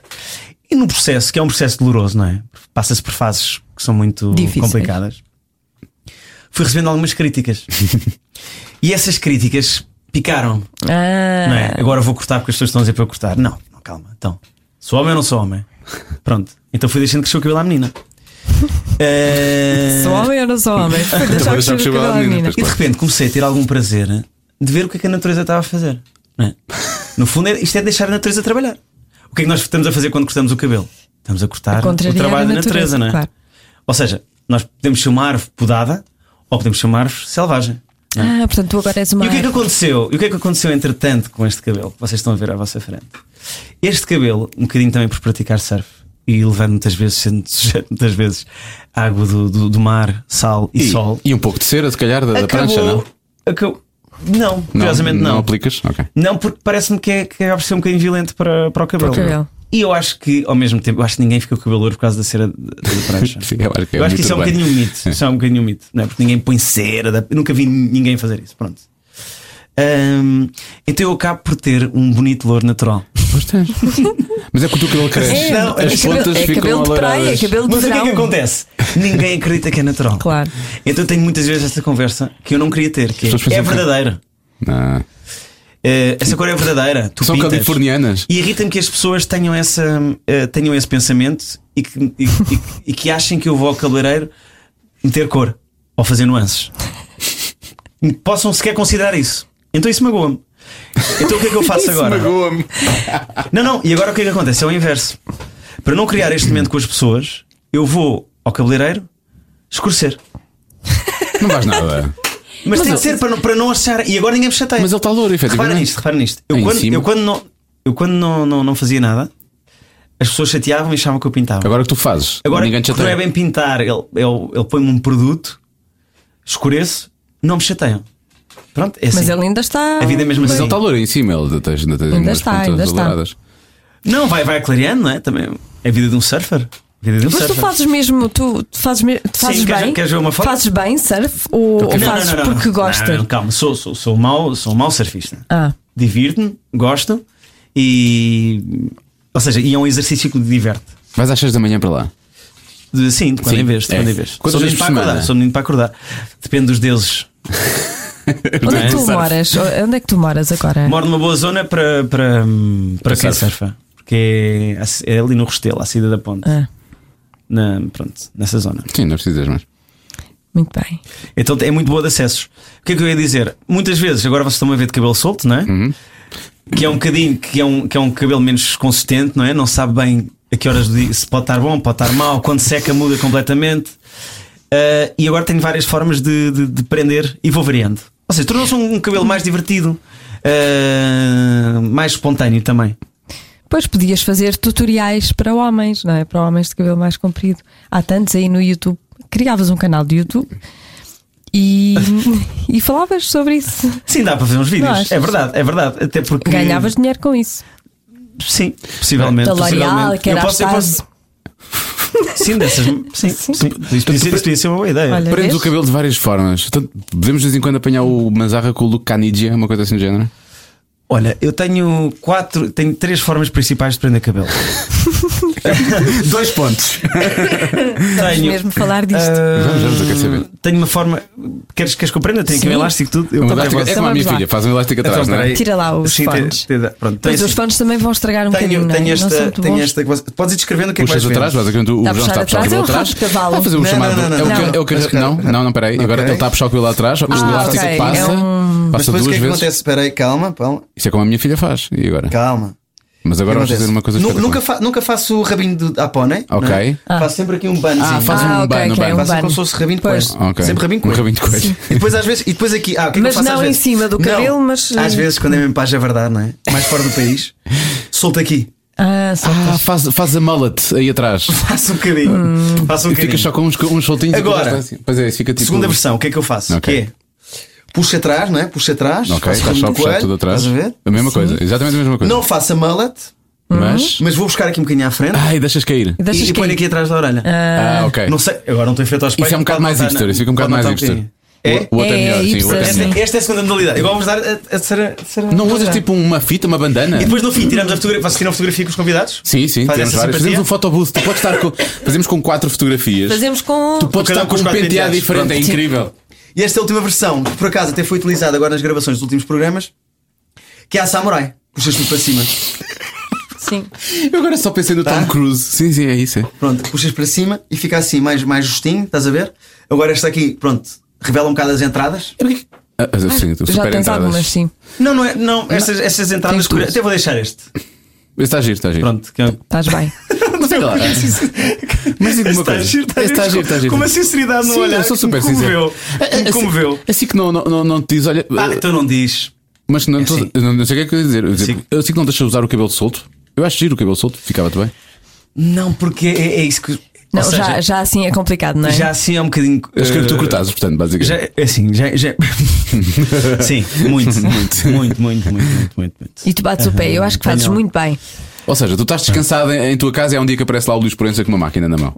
E no processo, que é um processo doloroso, não é? Passa-se por fases que são muito Difíceis. complicadas. Fui recebendo algumas críticas. e essas críticas picaram Ah, não é? Agora vou cortar porque as pessoas estão a dizer para eu cortar. Não, não, calma. Então, sou homem ou não sou homem? Pronto. Então fui deixando crescer o cabelo à menina. Eh, Sou homem ou não sou homem? Foi Então, deixar deixa crescer eu o chamar cabelo a à menina, é menina. pois E de repente comecei a ter algum prazer de ver o que é que a natureza estava a fazer. não é? No fundo, é- isto é deixar a natureza trabalhar. O que é que nós estamos a fazer quando cortamos o cabelo? Estamos a cortar o contrariar trabalho a da natureza, natureza, não é? claro. Ou seja, nós podemos chamar uma árvore podada ou podemos chamar uma árvore selvagem. não é? Ah, portanto, tu agora és uma. E o que é que aconteceu? E o que é que aconteceu entretanto com este cabelo que vocês estão a ver à vossa frente? Este cabelo, um bocadinho também por praticar surf e levando muitas vezes, sendo sujeito muitas vezes à água do, do, do mar, sal e, E, sol. e um pouco de cera, se calhar, da, da prancha, não? acabou- não, curiosamente não. Não aplicas? Ok. Não, porque parece-me que, é, que acaba por ser um bocadinho violento para, para o cabelo. Para o cabelo. E eu acho que, ao mesmo tempo, eu acho que ninguém fica com o cabelo louro por causa da cera da da prancha. Sim, eu acho que é eu acho muito que isso é um urbano. bocadinho um mito. Isso é um bocadinho um mito, não é? Porque ninguém põe cera. da- Eu nunca vi ninguém fazer isso. Pronto. Ahm, então eu acabo por ter um bonito louro natural. Mas tens. Mas é que o teu cabelo cresce. É, As Não, é cabelo- pontas é ficam cabelo de praia, é alouradas. cabelo de Mas o que é que um- verão. acontece? Ninguém acredita que é natural. Claro. Então eu tenho muitas vezes esta conversa que eu não queria ter, que é, pessoas pensam é que- verdadeira. Não. Eh, essa cor é verdadeira. Tu São pintas. californianas. E irrita-me que as pessoas tenham, essa, eh, tenham esse pensamento e que, e- e- e que achem que eu vou ao cabeleireiro meter cor ou fazer nuances. Possam sequer considerar isso. Então isso magoa-me. Então o que é que eu faço agora? Magoa-me. Não, não, e agora o que é que acontece? É o inverso. Para não criar este momento com as pessoas, eu vou ao cabeleireiro escurecer. Não vais nada. Mas, tem eu- de ser para não, para não achar. E agora ninguém me chateia. Mas ele está louro, Repara efetivamente. nisto, repara nisto. Eu Em quando, cima. eu quando, não, eu quando não, não, não fazia nada, as pessoas chateavam e achavam que eu pintava. Agora que tu fazes. Agora, ninguém te quando chateia. é bem pintar, ele, ele, ele põe-me um produto, escureço, não me chateiam. Pronto, é assim. Mas ele ainda está. A vida é mesmo Mas assim. ele está louro em cima, ele tens, ainda tens Ainda umas está, pontas ainda está. alouradas. Não, vai, vai clareando, não é? Também é a vida de um surfer. A vida de um Mas tu surfer. fazes mesmo, tu, tu fazes, me- tu fazes Sim, queres- bem. queres ver uma foto? Fazes bem surf ou, ou Não, não, fazes não, não, porque não. gostas? Não, não, calma, sou, sou, sou, mau, sou mau surfista. Ah. Divirto-me, gosto e. Ou seja, e é um exercício que me diverte. Vais às 6 da manhã para lá. De- Sim, de quando Sim, em vez. De é. quando em vez. Quantas sou vezes por menino para semana? acordar. Sou menino para acordar. Depende dos deuses. Onde é que tu Surf. moras? Onde é que tu moras agora? Moro numa boa zona para, para, para quem surf. surfa. Porque é, é ali no Restelo, à saída da ponte. Ah, Na, pronto, nessa zona. Sim, não precisas mais. muito bem. Então é muito boa de acessos. O que é que eu ia dizer? Muitas vezes, agora vocês estão a ver de cabelo solto, não é? Que é um bocadinho, que é um, que é um cabelo menos consistente, não é? Não sabe bem a que horas do dia, se pode estar bom, pode estar mau, quando seca muda completamente. Ah, e agora tenho várias formas de, de- de prender e vou variando. Ou seja, tornou-se um, um cabelo mais divertido, ah, mais espontâneo também. Pois podias fazer tutoriais para homens, não é? Para homens de cabelo mais comprido. Há tantos aí no YouTube. Criavas um canal de YouTube e, e falavas sobre isso. Sim, dá para fazer uns Não vídeos. achas? É verdade, é verdade. Até porque. Ganhavas dinheiro com isso. Sim, possivelmente. Da L'Oreal, possivelmente. que era Eu posso- eu posso- a Sim, dessas. Sim, sim. Isso podia ser- isso podia ser uma boa ideia. Olha. Prendes vês? o cabelo de várias formas. Portanto, podemos de vez em quando apanhar o Manzarra com o Luke Canidia, uma coisa assim do género. Olha, eu tenho quatro, tenho três formas principais de prender cabelo. Dois pontos. Vamos tenho, mesmo falar disto. ah, Vamos, vamos, eu quero saber. tenho uma forma. Queres, queres que eu prenda? Tenho aqui Sim. um elástico e tudo. Eu Uma também elástica- gosto. é como a minha vamos lá. filha, faz um elástico Então, atrás, não é? peraí. Tira lá os Sim, fones. tem- tem- pronto, Mas tem os assim- fones também vão estragar um tenho, bocadinho. não é? tenho Não são esta. muito Tenho bons. esta que você- Podes ir descrevendo o que é que vais Puxas ver. atrás, basicamente o Está a João está a puxar o puxar cabelo atrás. atrás, é um rabo de cavalo. Está a fazer o Não, chamado. não, não, é o que- não. é o que- Mas espera, Não, não, não, peraí. Agora Ok. ele está a puxar o cabelo lá atrás, mas o Ah, elástico ok. passa, É um- Mas passa depois o duas que é que vezes. acontece? Espera aí, calma, calma. Isso é como a minha filha faz. E agora? calma. Mas agora O que vamos acontece? fazer uma coisa Nu- espetacular. nunca, fa- nunca faço o rabinho do apone. Ok. né? Faço sempre aqui um banzinho. Ah, faz Ah, um ok, ban, um ok, ban. um Faço ban. como se fosse rabinho de Pois. coelho. Ok. Sempre rabinho de Um coelho. rabinho de coelho. E depois às vezes, e depois aqui, ah, o que é que Mas eu faço não às em vezes? cima do Não. cabelo, mas, Às eh, vezes, quando é mesmo para a verdade, não é? Mais fora do país, solto aqui. Ah, só Ah, faz, faz a mullet aí atrás. Faço um bocadinho. Hum. Faça um E fica bocadinho. só com uns, uns soltinhos. e com Agora, o resto assim. pois é, isso fica tipo. Segunda versão, o que é que eu faço? Ok. Que é, Puxo atrás, não é? Puxo atrás. Ok, faço estás rabinho só a de puxar coelho, tudo atrás. Estás a ver? A mesma coisa, exatamente a mesma coisa. Não faço a mullet, Uhum. Mas. mas vou buscar aqui um bocadinho à Ah, frente Ai, deixas cair. E e, deixas e ponho cair. aqui atrás da orelha. Ah, ok. Não sei, agora não estou feito aos pés. Isso é um bocado mais hipster. Isso fica um bocado mais hipster. O outro é É, melhor. Sim, o outro é hipster, melhor. Esta, esta é a segunda modalidade. Igual vamos dar a, a terceira. a terceira Não usas modalidade. tipo uma fita, uma bandana? E depois no fim tiramos a fotografia. Vocês tiram a fotografia com os convidados? Sim, sim, Faz temos essa várias. simpatia? Fazemos um photobooth. Tu podes estar com. Fazemos com quatro fotografias. Fazemos com. Tu podes Cada estar um com com os um quatro penteado penteados. diferente, é Pronto. incrível. E esta última versão, que por acaso até foi utilizada agora nas gravações dos últimos programas, que é a Samurai. Puxas tudo para cima. Sim. Eu agora só pensei no Tom Tá? Cruise. Sim, sim, é isso. é. Pronto, puxas para cima e fica assim, mais, mais justinho, estás a ver? Agora esta aqui, pronto, revela um bocado as entradas. Ah, sim, tu Já super tens entradas. algumas, sim. Não, não é. Não, estas, estas entradas. Tens duas. Até vou deixar este. Está a giro, está a giro. Pronto. que é- Estás bem. Mas olha lá. Mas digo uma Está coisa. giro, está Está a giro, está a giro. assim tá Com giro. uma sinceridade no Sim, olhar. eu sou que me super sincero. É, comoveu. Que me Comoveu. Assim que não, não, não, não te diz, olha. É, eh, Ah, então não diz. Mas não, tô- assim. eu não, não sei o que é que eu ia dizer. Eu, Sim. digo, eu sei que não deixas de usar o cabelo solto. Eu acho giro o cabelo solto, ficava-te bem. Não, porque é, é isso que. Não, ou seja, já, já assim é complicado, não é? já assim é um bocadinho. Acho que eh, tu cortases, portanto, basicamente. Já, é assim, já. já... Sim, muito, muito, muito, muito, muito, muito, muito, muito. E tu bates o pé, eu acho que fazes Tenho- muito bem. Ou seja, tu estás descansado em, em tua casa e há um dia que aparece lá o Luís Proença com uma máquina na mão.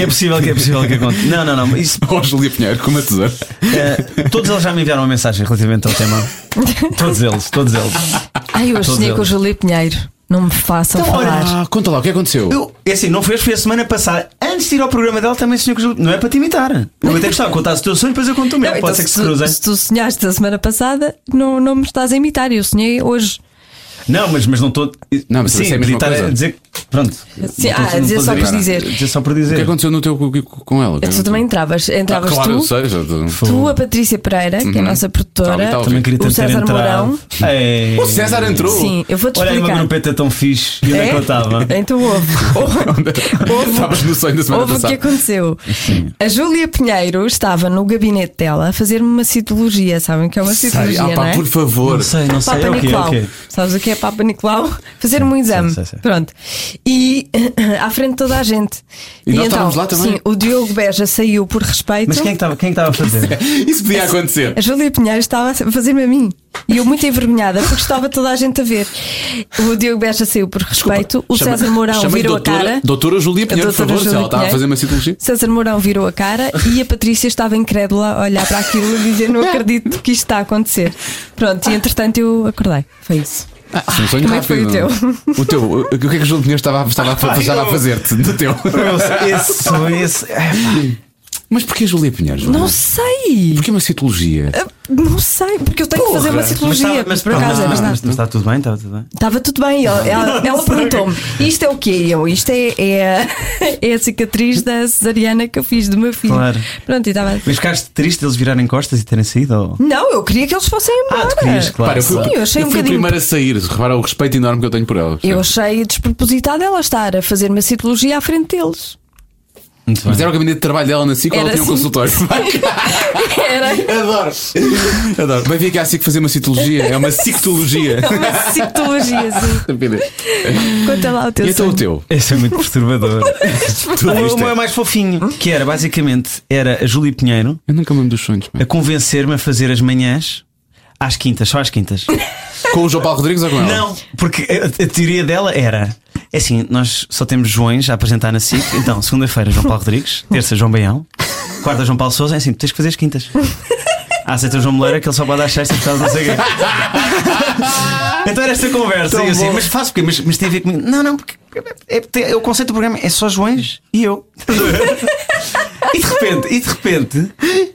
É possível que é possível que aconteça. Não, não, não. Isso, Ou a Julia Pinheiro com uma tesoura. eh, todos eles já me enviaram uma mensagem relativamente ao tema. Todos eles, todos eles. Ai, eu assinei com o eles. Júlio Pinheiro. Não me façam falar. Ah, conta lá, o que aconteceu? Eu, é assim, não foi, hoje, foi a semana passada. Antes de ir ao programa dela, também sonhei com o Júlio. Não é para te imitar. Eu até gostava de contar o teu sonho, depois eu conto o meu. Não, então, Pode ser que se tu- cruzem. se tu sonhaste a semana passada, não, não me estás a imitar. Eu sonhei hoje. Não, mas, mas não estou. Não, mas Sim, isso é a mesma meditar coisa. dizer. Pronto. Não estou ah, não dizer estou a só por nada. dizer. Dizer só por O que dizer. aconteceu no teu cu- cu- com ela? Tu também entravas. Hum. Ah, Entravas claro, eu tu, sei. já tô- tu, a Patrícia Pereira, que é a nossa Tá bem, produtora. tá bem. Também queria O tanto ter César entrado. Mourão. É. O César entrou. Sim, eu vou-te Olha aí uma explicar. grupeta tão fixe. E onde é que eu estava? Então houve. é Estavas no sonho da semana Houve o que passada. aconteceu. A Júlia Pinheiro estava no gabinete dela a fazer uma citologia, sabem o que é uma citologia, Ah, não pá, é? por favor. Não sei, não sei. Papa É o quê? É o Nicolau. quê? Sabes o que é Papa Nicolau? Fazer um exame. sei, sei. Pronto. E à frente de toda a gente. então, E nós estávamos lá também? Sim, o Diogo Beja saiu por respeito. Mas quem é que estava quem é que estava a fazer? Isso podia acontecer. A Júlia Pinheiro estava a fazer-me a mim. E eu muito envergonhada, porque estava toda a gente a ver. O Diogo Beja saiu por respeito, o Chama- César Mourão chama-lhe virou doutora, a cara. Doutora Julia Pinheiro, por doutora favor, se Júlia ela estava a Pinheiro. assim fazer uma citologia. César Mourão virou a cara e a Patrícia estava incrédula a olhar para aquilo e dizer: Não acredito que isto está a acontecer. Pronto, e entretanto eu acordei. Foi isso. Ah, sim, um sonho como é que foi rápido. o teu? O o que é que o Júlio Pinheiro estava, a- estava, a- estava a fazer-te? No teu? Esse, esse. é, Mas porquê Julia Pinheiro? Joana? Não sei! Porquê uma citologia? Não sei, porque eu tenho que fazer uma Mas citologia. estava- mas por acaso, é mas- verdade. mas- mas está tudo bem, estava tudo bem. Estava tudo bem, ela, ela- ela perguntou-me: isto é o quê? E Eu, isto é, é, a- é a cicatriz da cesariana que eu fiz do meu filho. Claro. Pronto, e estava. Mas ficaste triste eles virarem costas e terem saído? Ou... Não, eu queria que eles fossem embora. Ah, tu querias, Repara, claro. eu fui, Sim, eu achei um fui o bocadinho- primeiro a sair. Repara o respeito enorme que eu tenho por ela. Eu achei despropositado ela estar a fazer uma citologia à frente deles. Muito bem. Mas era o gabinete de trabalho dela na SIC ou ela Era tinha um assim. consultório? Era Adoro. Adoro. Bem, vi que há a SIC fazer uma citologia. É uma citologia. uma citologia, assim. e Conta lá o teu então o sonho. teu? Esse é muito perturbador. Tu o viste? meu é mais fofinho. Que era, basicamente, era a Júlia Pinheiro Eu nunca me lembro dos sonhos. pá. a convencer-me a fazer as manhãs às quintas, só às quintas. Com o João Paulo Rodrigues ou com ela? Não, porque a, a teoria dela era. É assim, nós só temos Joões a apresentar na SIC. Então, segunda-feira, João Paulo Rodrigues. Terça, João Baião. Quarta, João Paulo Souza. É assim, tu tens que fazer as quintas. Ah, aceita o João Moleira que ele só pode achar esta pessoa, não sei o quê. Então era esta conversa. E eu assim, mas faço porque Mas, mas tem a ver comigo. Não, não, porque é, é- o conceito do programa é só Joões e eu. E de repente, e de repente,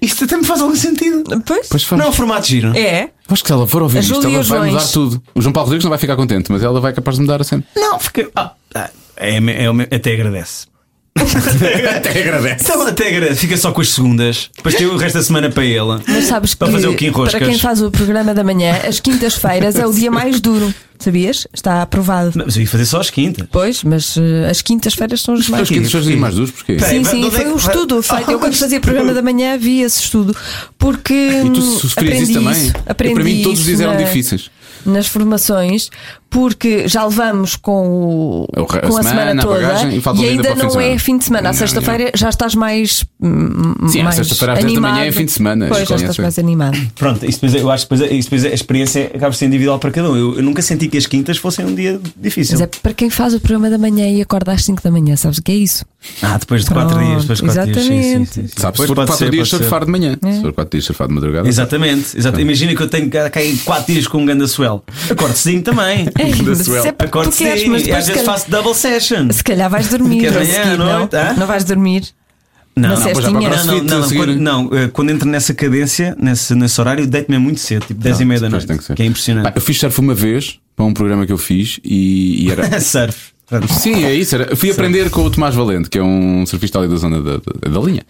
isto até me faz algum sentido. Pois? Pois faz. Não é um formato giro. É. Eu Acho que se ela for ouvir A isto, Júlia e ela os vai Joões. mudar tudo. O João Paulo Rodrigues não vai ficar contente, mas ela vai capaz de mudar a cena. Não, fica. Ah, ah, é, é, é, até agradece. Até agradece. Então até agradece. Fica só com as segundas. Depois tem o resto da semana para ela. Mas sabes para que fazer o que para enroscas. quem faz o programa da manhã, as quintas-feiras é o dia mais duro. Sabias? Está aprovado. Não, Mas eu ia fazer só as quintas. Pois, mas eh, as quintas-feiras são as mais Mas que pessoas dizem mais duas, porquê? Peraí. Sim, mas de sim, onde foi é que- um estudo feito. Eu quando fazia programa da manhã vi esse estudo. Porque. E tu hum, sofrias aprendi isso também? Isso, aprendi Eu, para mim, todos os isso é. dias eram na- difíceis. Nas formações, porque já levamos com, o, É O re- a com a semana, semana a toda bagagem, e falta um e dia ainda ainda para o fim de não é semana. fim de semana. À Não, sexta-feira já estás mais. hum, Sim, à mais sexta-feira às dez da animado. manhã é fim de semana, assim. Pois, já conheço. estás mais animado. Pronto, isso depois, é- eu acho que depois, é- isso depois é- a experiência acaba sendo individual para cada um. Eu, eu nunca senti que as quintas fossem um dia difícil. Mas é para quem faz o programa da manhã e acorda às 5 da manhã, sabes o que é isso? Ah, depois de quatro Pronto, dias. Depois de quatro dias. Sim, sim, exatamente. Sabe, sim, sim. se Depois for pode quatro ser, dias, pode ser. surfar de manhã. É. Se for quatro dias, surfar de madrugada. Exatamente, exato. Imagina que eu tenho cá cair quatro dias com um ganda swell. Acordo cedinho também. É, swell. sempre que tu Acordo queres, cedinho. mas E depois às se calhar- vezes faço double session. se calhar vais dormir. é Que a amanhã, seguir, à noite, não? hã? não vais dormir. Não, na não, pois dá para cestinha. acordar Não, não, Crossfit, a não, seguir. quando, não, eh, quando entro nessa cadência, nesse, nesse horário, deito-me muito cedo, tipo 10 e meia da Depois noite. tem ser. Que é impressionante. Pá, eu fiz surf uma vez para um programa que eu fiz e, e era. Surf. Sim, é isso. Era. Eu Fui aprender com o Tomás Valente, que é um surfista ali da zona da, da, da linha.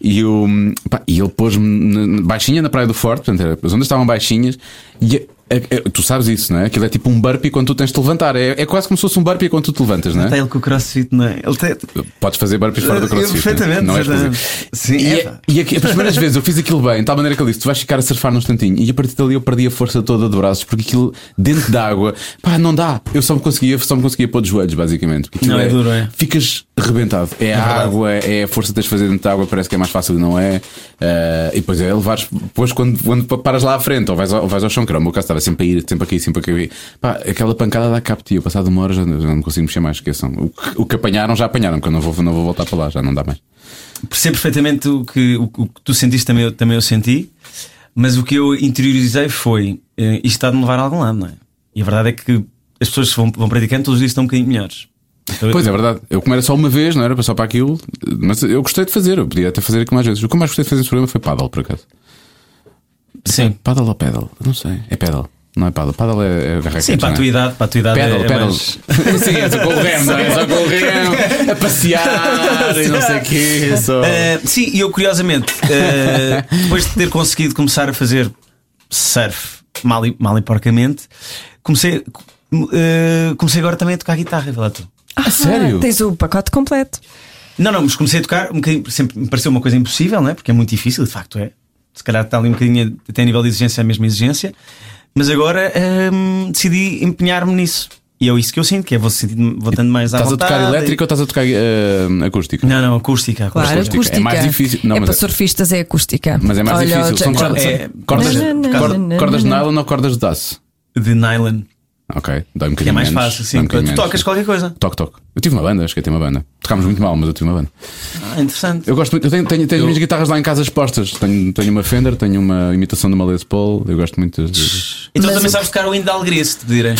E, eu, pá, e ele pôs-me na- na- baixinha na Praia do Forte, portanto, era- as ondas estavam baixinhas e. a- a- tu sabes isso, não é? Aquilo é tipo um burpee quando tu tens de te levantar. É, é quase como se fosse um burpee quando tu te levantas, não Está é? ele com o crossfit, não é? Ele tem. Podes fazer burpees fora do Eu- crossfit. perfeitamente, não é? Não é perfeitamente. exclusivo. Sim, e, é, pá. e aqui- as primeiras vezes eu fiz aquilo bem, de tal maneira que ele disse: tu vais ficar a surfar num instantinho. E a partir dali eu perdi a força toda de braços, porque aquilo dentro da água, pá, não dá. Eu só me conseguia, só me conseguia pôr de joelhos, basicamente. porque aquilo Não, é duro, é. Ficas rebentado. É a água, é a força que tens de fazer dentro da água, parece que é mais fácil, não é? Ah, e depois é levares, depois quando, quando paras lá à frente, ou vais, ao- ou vais ao chão, que era o meu caso, estava sempre a ir, sempre aqui, sempre aqui. Pá, aquela pancada dá cabo de ti. Eu passado uma hora já, não- já não consigo mexer mais, esqueçam. O, que- o que apanharam, já apanharam, porque eu não vou, não vou voltar para lá, já não dá mais. Percebo perfeitamente o que, o, que- o que tu sentiste, também eu, também eu senti, mas o que eu interiorizei foi: eh, isto está de me levar a algum lado, não é? E a verdade é que as pessoas que vão, vão praticando todos os dias estão um bocadinho melhores. Então, Pois é verdade. Eu como era só uma vez, não era só para aquilo, mas eu gostei de fazer, eu podia até fazer aqui mais vezes. O que eu mais gostei de fazer nesse programa foi paddle, por acaso. Sim. Paddle ou pedal? Não sei. É pedal. Não é paddle. Paddle é, é raquete, Sim, para a não é? tua idade, para a tua idade Pedal, é, é pedal. mais- Sim, é só com o remo, não é? Só com o remo, a passear e não sei o quê. Só... Uh, sim, e eu curiosamente, uh, depois de ter conseguido começar a fazer surf mal e, mal e porcamente, comecei, uh, comecei agora também a tocar guitarra, vê lá tu. Ah, sério? Tens o pacote completo. Não, não, mas comecei a tocar um bocadinho, sempre me pareceu uma coisa impossível, não é? Porque é muito difícil, de facto é. Se calhar está ali um bocadinho, é até a nível de exigência, a mesma exigência. Mas agora hum, decidi ah, empenhar-me nisso. E é isso que eu sinto, que é vou, sentindo, vou estando mais à Estás a vontade. tocar elétrica ou estás a tocar eh, acústica? Não, não, acústica. acústica. Claro, acústica. É acústica. mais difícil. Não, é mas para é- surfistas é acústica. Mas é mais Olha, difícil. já- São já- cordas, é- cordas, Não, não, não, cor- não, não, cordas de não. nylon ou cordas de aço? De nylon. Ok, dá um bocadinho Que é mais menos, fácil, dá sim. um bocadinho tu menos. tocas qualquer coisa. Toco, toco. Eu tive uma banda, acho que eu tive uma banda. Tocámos muito mal, mas eu tive uma banda. Ah, interessante. Eu gosto muito, eu tenho, tenho, tenho as minhas guitarras lá em casa expostas. Tenho, tenho uma Fender, tenho uma imitação de uma Les Paul. Eu gosto muito. de- Então Mas também o- sabes tocar o hino da alegria se te pedirem.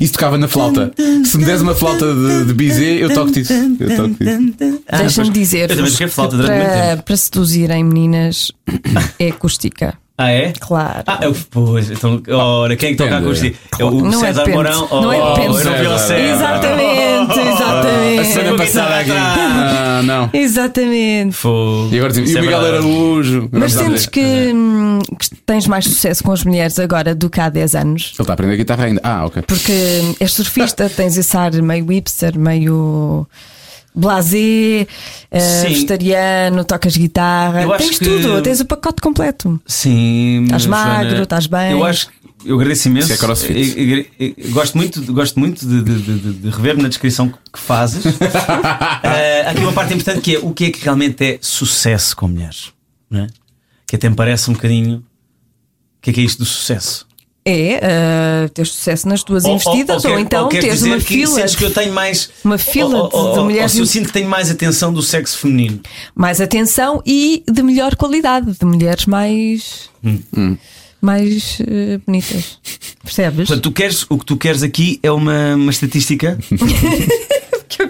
Isso tocava na flauta. Se me des uma flauta de, de Bizet, eu toco disso. Eu toco disso. Ah, Deixa-me pois. dizer. tipo, eh, Eu também toquei flauta durante muito tempo. para, para seduzirem meninas é acústica. Ah, é? Claro. Ah, eu, pois, então, ora, quem é que toca a Depende. acústica? É o Não é César pente. Mourão oh, ou Não é pente. ou era o Violcé? Exatamente, A exatamente. semana passada aqui. Ah, não. Exatamente. Foi. E agora dizem, e Isso o é Miguel verdade. Araújo. Mas Vamos sentes lá ver. que, hum, que tens mais sucesso com as mulheres agora do que há 10 anos? Ele está a aprender guitarra ainda. Ah, ok. Porque hum, és surfista, tens esse ar meio hipster, meio blasé, eh, Sim. vegetariano, tocas Eu guitarra, acho tens que- tudo, tens o pacote completo. Sim. Estás Joana, magro, estás bem. Eu acho que. Eu agradeço imenso. Isso é crossfit. Eu- eu- eu- eu gosto muito, de- gosto muito de, de- de- de- de rever-me na descrição que fazes. Eh, há aqui uma parte importante que é o que é que realmente é sucesso com mulheres. não é? Que até me parece um bocadinho. O que é que é isto do sucesso? É eh, ter sucesso nas tuas Ou- ou- investidas, ou, quer- então quer teres dizer uma que é fila sentes que eu tenho mais. uma fila de- de mulheres Ou, se eu muito- sinto que tenho mais atenção do sexo feminino. mais atenção e de melhor qualidade, de mulheres mais. Hum. mais eh, bonitas. Percebes? Portanto, tu queres, o que tu queres aqui é uma, uma estatística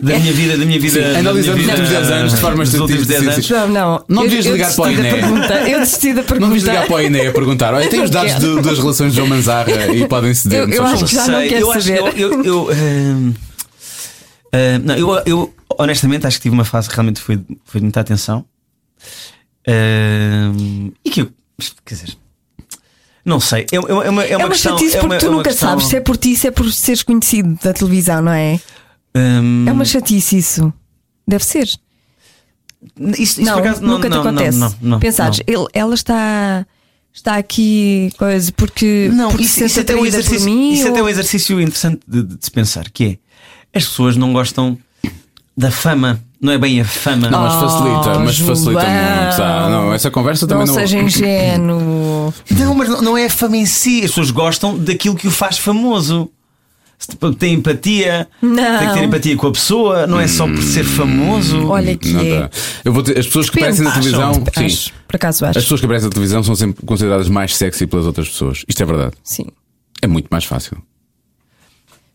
da minha vida, da minha vida. da minha analisando os vida, últimos 10 anos de forma dos últimos 10 anos. estatística, Não, não. Não eu, devias eu ligar desisti para o da Iné. pergunta. Eu desisti da pergunta. Não vamos ligar para a Iné a perguntar. Olha, tem os dados do- das relações de João Manzarra e podem-se Eu- dizer. eu acho que já não Sei, quero eu acho que saber. eu, eu, eu, ehm, ehm, não, eu, eu, honestamente acho que tive uma fase que realmente foi, foi de muita atenção. Ehm, e que eu, quer dizer, não sei. É, é, uma- é uma, é É uma, uma questão, chatice é porque uma- tu é uma nunca questão, sabes se é por ti, se é por seres conhecido da televisão, não é? ehm, É Hum. uma chatice isso. Deve ser. isso, isso não, por acaso não- nunca não, te não, acontece. não, não, Pensares, não. ele- ela está. Está aqui coisa porque, Não, porque isso, se isso sente até é um atraída por exercício, mim, isso ou- até é um exercício interessante de, de se pensar, que é as pessoas não gostam da fama, não é bem a fama. Não, mas facilita, Oh, mas facilita João. muito. Ah, não, essa conversa Não também não. seja ingênuo. Não, mas não, não é a fama em si. As pessoas gostam daquilo que o faz famoso. Se te- Tem empatia, Não. tem que ter empatia com a pessoa, não é só por Hum. ser famoso. Olha que Não é. dá. Eu vou ter- as pessoas que Depende. aparecem na televisão, sim, Acham, Acho, por acaso as acho. pessoas que aparecem na televisão são sempre consideradas mais sexy pelas outras pessoas. Isto é verdade. Sim. É muito mais fácil.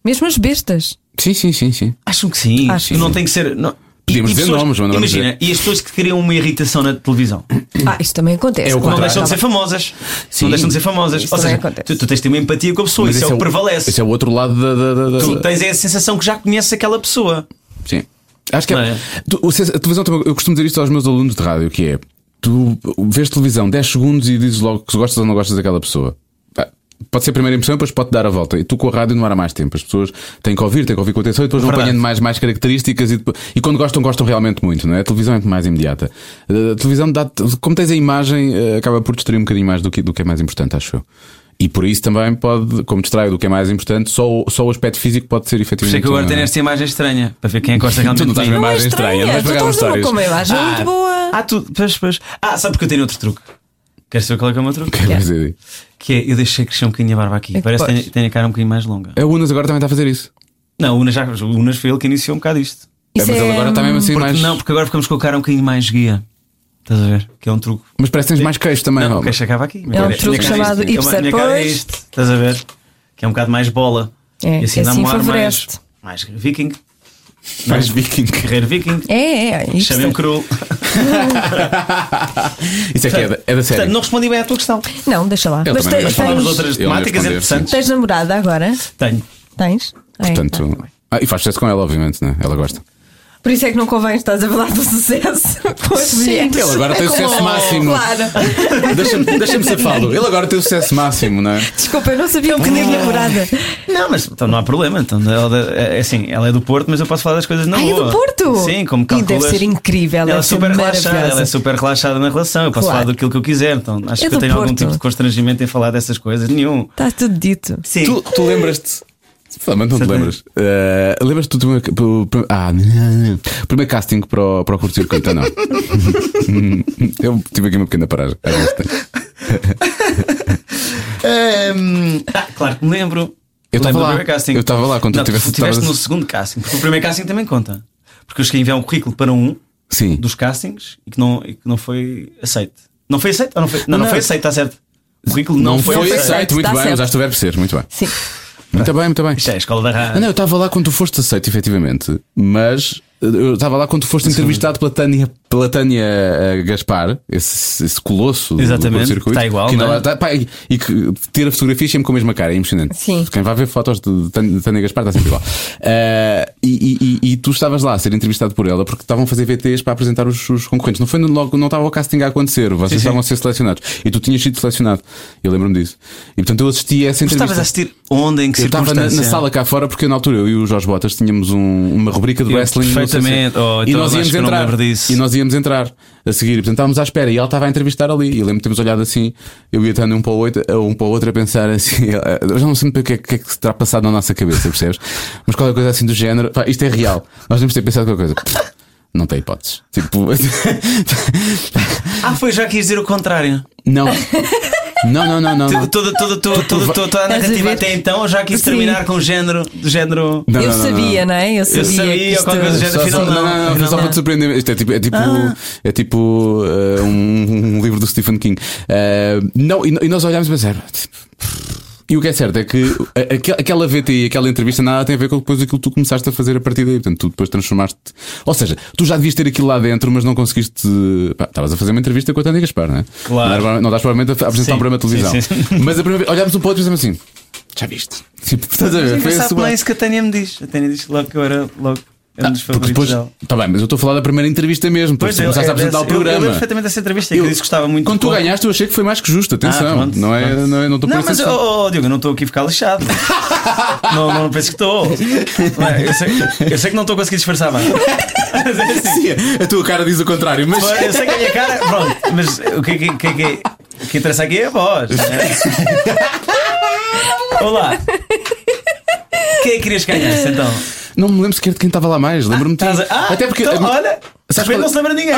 Mesmo as bestas. Sim, sim, sim, sim. Acham que sim. Acho que não sim. tem que ser. Não. Podíamos dizer nomes, mas não vamos Imagina, e as pessoas que criam uma irritação na televisão Ah, isto também acontece. É o claro. não contrário. deixam de ser famosas. Sim. Não deixam de ser famosas. Isso Ou também seja, acontece. tu, tu tens de ter uma empatia com a pessoa, Mas isso é o que o- prevalece. Esse é o outro lado da. da- da- da- Tu tens é a sensação que já conheces aquela pessoa. Sim. Acho que é- Não é? Tu- o senso- a televisão também- eu costumo dizer isto aos meus alunos de rádio, que é tu vês televisão 10 segundos e dizes logo que gostas ou não gostas daquela pessoa. Ah, Pode ser a primeira impressão e depois pode dar a volta. E tu com a rádio não há mais tempo. As pessoas têm que ouvir, têm que ouvir com atenção e depois vão Verdade. apanhando mais, mais características e, depois- e quando gostam, gostam realmente muito, não é? A televisão é mais imediata. Ah, A televisão dá como tens a imagem, ah, acaba por distrair um bocadinho mais do que, do que é mais importante, acho eu. E por isso também pode, como distrai do que é mais importante, só, o- só o aspecto físico pode ser Por efetivamente. isso é que eu agora um- tenho esta imagem estranha para ver quem é que gosta realmente Tu não um estás de mim. mesmo Não é imagem estranha, estranha, mas tu pegaram estás a ver histórias. como é a imagem é muito boa. Ah, tu, pois, pois. Ah, sabe porque eu tenho outro truque. Queres saber qual é, que é o meu truque? Quer dizer, Que é, eu deixei crescer um bocadinho a barba aqui. É que Parece que podes. tenho, tenho a cara um bocadinho mais longa. A Unas agora também está a fazer isso. Não, o Unas, já, o Unas foi ele que iniciou um bocado isto. É, mas ele agora está mesmo assim Porque- mais. Não, porque agora ficamos com a cara um bocadinho mais guia. Estás a ver? Que é um truque. Mas parece que tens mais queixo também, Não, Raul. o queixo acaba aqui. um truque chamado hipster. hipster, Minha cara é pois. isto. Estás a ver? Que é um bocado mais bola. É, e assim assim dá-me um ar mais, favorece-te. mais viking. Mais viking. Guerreiro é viking. É, é, é. isto Chamei-me é. cru. Isso é que é da, é da série. Portanto, não respondi bem à tua questão. Não, deixa lá. Ele Mas também não tens, vai falar Falámos de tens, outras Eu não ia temáticas responder, interessantes. tens namorada agora? Tenho. Tens? Ah, é, tá. Portanto, ah, e faz sucesso com ela, obviamente, né? Ela gosta. Por isso é que não convém estás a falar do sucesso com as mulheres. Ele agora tem o sucesso máximo. Claro. Ah, Deixa-me deixa safá-lo. Ele agora tem o sucesso máximo, não é? Desculpa, eu não sabia um que tinha namorada. Ah. Não, mas então não há problema. Então, ela, é assim, ela é do Porto, mas eu posso falar das coisas na Ah, é do rua. Porto? Sim, como E deve calculas. ser incrível, Ela, é deve ser super relaxada, maravilhosa. ela é super relaxada na relação. Eu posso Claro. falar daquilo que eu quiser. Então acho É que eu do tenho algum Porto. tipo de constrangimento em falar dessas coisas. Nenhum. Está tudo Tá dito. Sim. Tu, tu lembras-te Finalmente não te lembras. Uh, Lembras-te do primeiro. do prim- Ah, primeiro casting para o, para o curto circuito, ou não? Eu tive aqui uma pequena paragem. Era bastante. Ahm, Ah, claro que me lembro. Eu Lembro tava do lá. primeiro casting. Eu tava lá quando tu Não, tiveste- estiveste tavas- no segundo casting, porque o primeiro casting também conta. Porque eu cheguei a enviar um currículo para um Sim. dos castings e que não, e que não foi aceito. Não foi aceito? Ou não, foi? Não, não, Não. foi aceito, está certo. O currículo Não, não, um foi, aceito, muito Está bem, certo. usaste o verbo ser, muito bem. Sim. Muito bem, muito bem. Isto é a escola da Ah, rádio. não, eu estava lá quando tu foste aceito, efetivamente, mas eh, eu estava lá quando tu foste entrevistado pela Tânia, pela Tânia eh, Gaspar, esse, esse colosso do- Exatamente, do circuito. está igual, que não é? lá- tá- pá, e, e que tira fotografias sempre com a mesma cara, é impressionante. Sim. Quem vai ver fotos de Tânia, de Tânia Gaspar está sempre igual. Eh, e, e- e- e tu estavas lá a ser entrevistado por ela porque estavam a fazer VTs para apresentar os, os concorrentes. Não foi no- logo, não estava o casting a acontecer, vocês Sim, sim. estavam a ser selecionados. E tu tinhas sido selecionado. Eu lembro-me disso. E portanto eu assisti a essa Mas entrevista. estavas a assistir onde, em que Eu estava na, circunstância? na sala cá fora porque eu, na altura eu e o Jorge Botas tínhamos um- uma rubrica de Eu, wrestling no perfeitamente. CC. Oh, e então nós acho íamos que eu não me entrar lembro disso. e nós íamos entrar a seguir e portanto estávamos à espera e ela estava a entrevistar ali e eu lembro de termos olhado assim eu ia estando um para o outro, um para o outro a pensar assim eu já não sei muito bem o que é, o que é que se terá passado na nossa cabeça percebes mas qualquer coisa assim do género pá, isto é real nós devemos ter pensado qualquer coisa não tem hipóteses tipo Ah, foi já quis dizer o contrário. não não não não não, não. Toda, toda, toda, toda, toda, toda a Estás a narrativa ver? até então eu já quis Sim. terminar com o género. do género... Não, eu não, não, não. sabia, não é? Eu sabia. sabia, que ou isto- qualquer coisa é do género. Só- Afinal, só- não, não, não, foi afinal só para não. te surpreender. Isto é tipo, é tipo, é tipo uh, um, um livro do Stephen King. Uh, não, e, e nós olhámos e pensámos. tipo, E o que é certo é que a- aquel- aquela VT e aquela entrevista nada tem a ver com depois aquilo que tu começaste a fazer a partir daí. Portanto, tu depois transformaste. Ou seja, tu já devias ter aquilo lá dentro, mas não conseguiste. pá, Estavas a fazer uma entrevista com a Tânia Gaspar, não é? Claro. Não, era- não estás provavelmente a apresentar Sim, um programa de sim, televisão. sim. Mas a primeira vez olhámos um para o outro e dissemos assim: já viste? Tipo, estás a Mas é ver? Foi engraçado, esse o não é ar. isso que a Tânia me diz. A Tânia diz logo que eu era logo. era um dos Tá. Porque favoritos depois. dela. é, Tá bem, mas eu estou a falar da primeira entrevista mesmo. Depois tu começaste a apresentar o eu- Eu, lembro programa. perfeitamente dessa entrevista que eu Eu- disse que gostava muito Quando de tu Paul. Ah, ganhaste, eu achei que foi mais que justo. Atenção, pronto, não é? pronto. Não é? Não estou Não, por mas isso. oh, oh, Diogo, eu não estou aqui a ficar lixado. não, não penso que estou. Não é? Eu sei, eu sei que não estou a conseguir disfarçar bem. Mas é assim. a tua cara diz o contrário, mas. Eu sei que a minha cara. Pronto, mas o que, que, que, que, o que interessa aqui é a voz. Olá. Quem é que querias que ganhasse então? Não me lembro sequer de quem estava lá mais. Lembro-me de. Estás a- Ah, Até porque. Então, olha, Sabes de repente qual- não se lembra ninguém.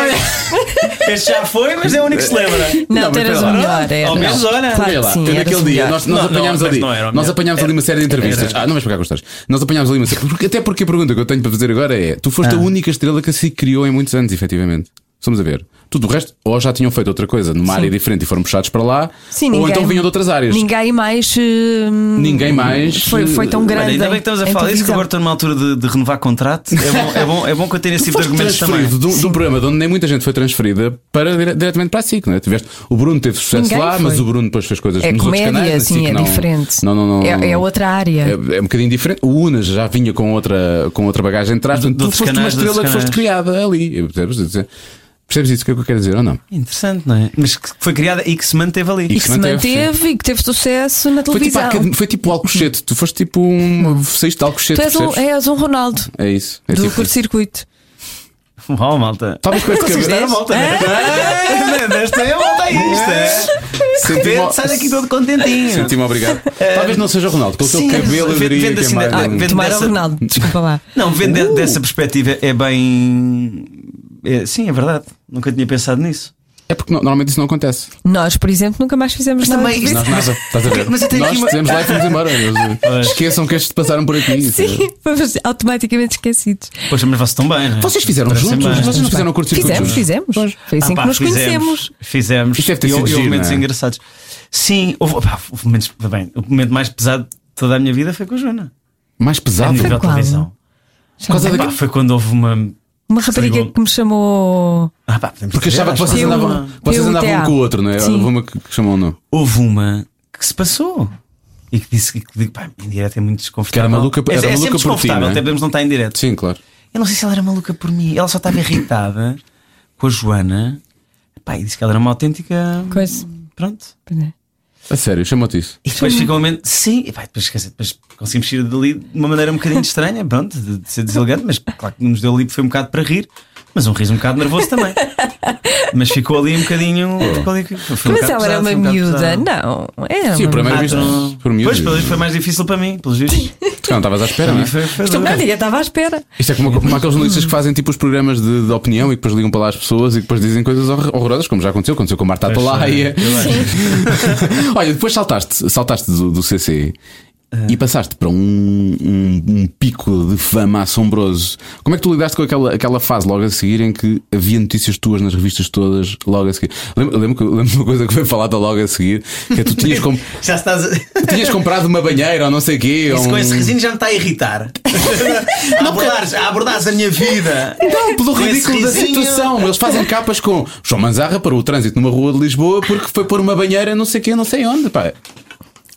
Este já foi, mas é o único que se lembra. Não, Não, tu mas eras espera o lá. melhor. Era. Ah, Ao menos, olha. Claro Olha que lá, sim, eu eras naquele o dia melhor. nós, nós Não, não, apanhámos mas ali. não era o nós melhor. apanhámos ali uma série de entrevistas. Era. Ah, não vais pegar com as histórias. Nós apanhámos ali uma série. Porque, até porque a pergunta que eu tenho para fazer agora é: tu foste a única estrela que se criou em muitos anos, efetivamente. Vamos a ver. Tudo o resto, ou já tinham feito outra coisa numa área diferente e foram puxados para lá, Sim, ou ninguém- então vinham de outras áreas. Ninguém mais. hum, Ninguém mais, eh, Foi, foi tão Olha, grande. ainda bem que estamos a em falar disso, que televisão. agora estou numa altura de, de renovar contrato. É bom, é bom, é bom que eu tenha esse tipo de Foste argumentos também. transferido de um, de um programa de onde nem muita gente foi transferida para dire- diretamente para a SIC, não é? Tiveste, o Bruno teve sucesso Ninguém lá, foi. mas o Bruno depois fez coisas É nos comédia, outros canais. a sim, SIC é não- diferente. Não, não, não. É- é outra área. É, é um bocadinho diferente. O Unas já vinha com outra, com outra bagagem atrás. Portanto, tu outros foste uma canais, de estrela que outros foste criada ali. Eu- Percebes? Eu dizer- Percebes isso que é o que eu quero dizer ou não? Interessante, não é? Mas que foi criada e que se manteve ali. E que se manteve e que teve sucesso na é Foi tipo, televisão. acad- foi tipo o Alcochete. Tu foste tipo um. Saíste de Alcochete. Tu és um, percebes? és um Ronaldo É isso. É do tipo- curto-circuito. Uau, malta. Talvez com este Conseguiste cabelo. dar a volta, né? Desta é a volta a isto, é? Senti-me- Sai daqui todo contentinho. Senti-me obrigado. Talvez não seja o Ronaldo, com o teu Sim, cabelo eu vende- diria vende que é assim, mais ah, um- vende- Tomara dessa- Ronaldo, desculpa lá. Não, vendo de- dessa perspectiva é bem. é- sim, é verdade. Nunca tinha pensado nisso. É porque no- normalmente isso não acontece. Nós, por exemplo, nunca mais fizemos nada. também- disso. Nós nada. Estás a ver? Mas eu tenho Nós aqui uma- fizemos lá e fomos embora. Eles- Esqueçam que estes passaram por aqui. Sim, fomos automaticamente esquecidos. Poxa, mas vocês estão bem, não é? Vocês fizeram Parecem juntos? bem. Vocês não fizeram curto circuito Fizemos, juntos? fizemos. Foi assim Ah, pá, que nos conhecemos. Fizemos. Isto deve ter e sido houve- e houve giro, momentos não é? engraçados. Sim, houve, pá, houve momentos. Bem, o momento mais pesado de toda a minha vida foi com a Joana. Mais A pesado. É nível de qual? televisão. Já não causa lembro. da- Pá, foi quando houve uma. Uma rapariga que me chamou. Ah, pá, podemos Porque dizer, achava que acho vocês Eu- andavam, vocês eu andavam até um com o outro, não é? Sim. Houve uma que que chamou um nome. houve uma que se passou. E que disse que, que pá, em direto é muito desconfortável. Que era maluca- é, era é maluca sempre por ti, desconfortável, não é? até podemos não estar em direto. Sim, claro. Eu não sei se ela era maluca por mim. Ela só estava irritada com a Joana. Pá, e disse que ela era uma autêntica. Coisa. Pronto. A sério, chamou-te isso. é E depois ficou um momento. Sim, e pá, depois, quer dizer, depois conseguimos sair dali de uma maneira um bocadinho estranha, pronto, de, de ser deselegante, mas claro que nos deu ali, foi um bocado para rir. Mas um riso um bocado nervoso também. Mas ficou ali um bocadinho. É. Ficou ali, foi um Mas bocado ela era pesado, uma foi um bocado miúda, pesado. não. Era Sim, o uma primeiro Ah, visto. tu não- Por mim, Pois, pelo visto foi mais difícil para mim, pelos vistos. não estavas à espera, não é? Foi- foi duro. Não, ninguém estava à espera. Isto é como, como aqueles jornalistas que fazem tipo os programas de, de opinião e depois ligam para lá as pessoas e depois dizem coisas horror- horrorosas, como já aconteceu, aconteceu com Marta Atalaia. Olha, depois saltaste, saltaste do, do CC e passaste para um, um- um pico de fama assombroso. Como é que tu lidaste com aquela, aquela fase logo a seguir em que havia notícias tuas nas revistas todas logo a seguir? Lembro, lembro, que- lembro de uma coisa que foi falada logo a seguir, que é tu tinhas, com- Já estás. a- tinhas comprado uma banheira ou não sei o quê. ou Isso com um- esse risinho já me está a irritar. a, abordares, a abordares a minha vida. Não, pelo Com esse ridículo da risinho. situação. Eles fazem capas com João Manzarra para o trânsito numa rua de Lisboa porque foi pôr uma banheira não sei quê, não sei onde. Pá.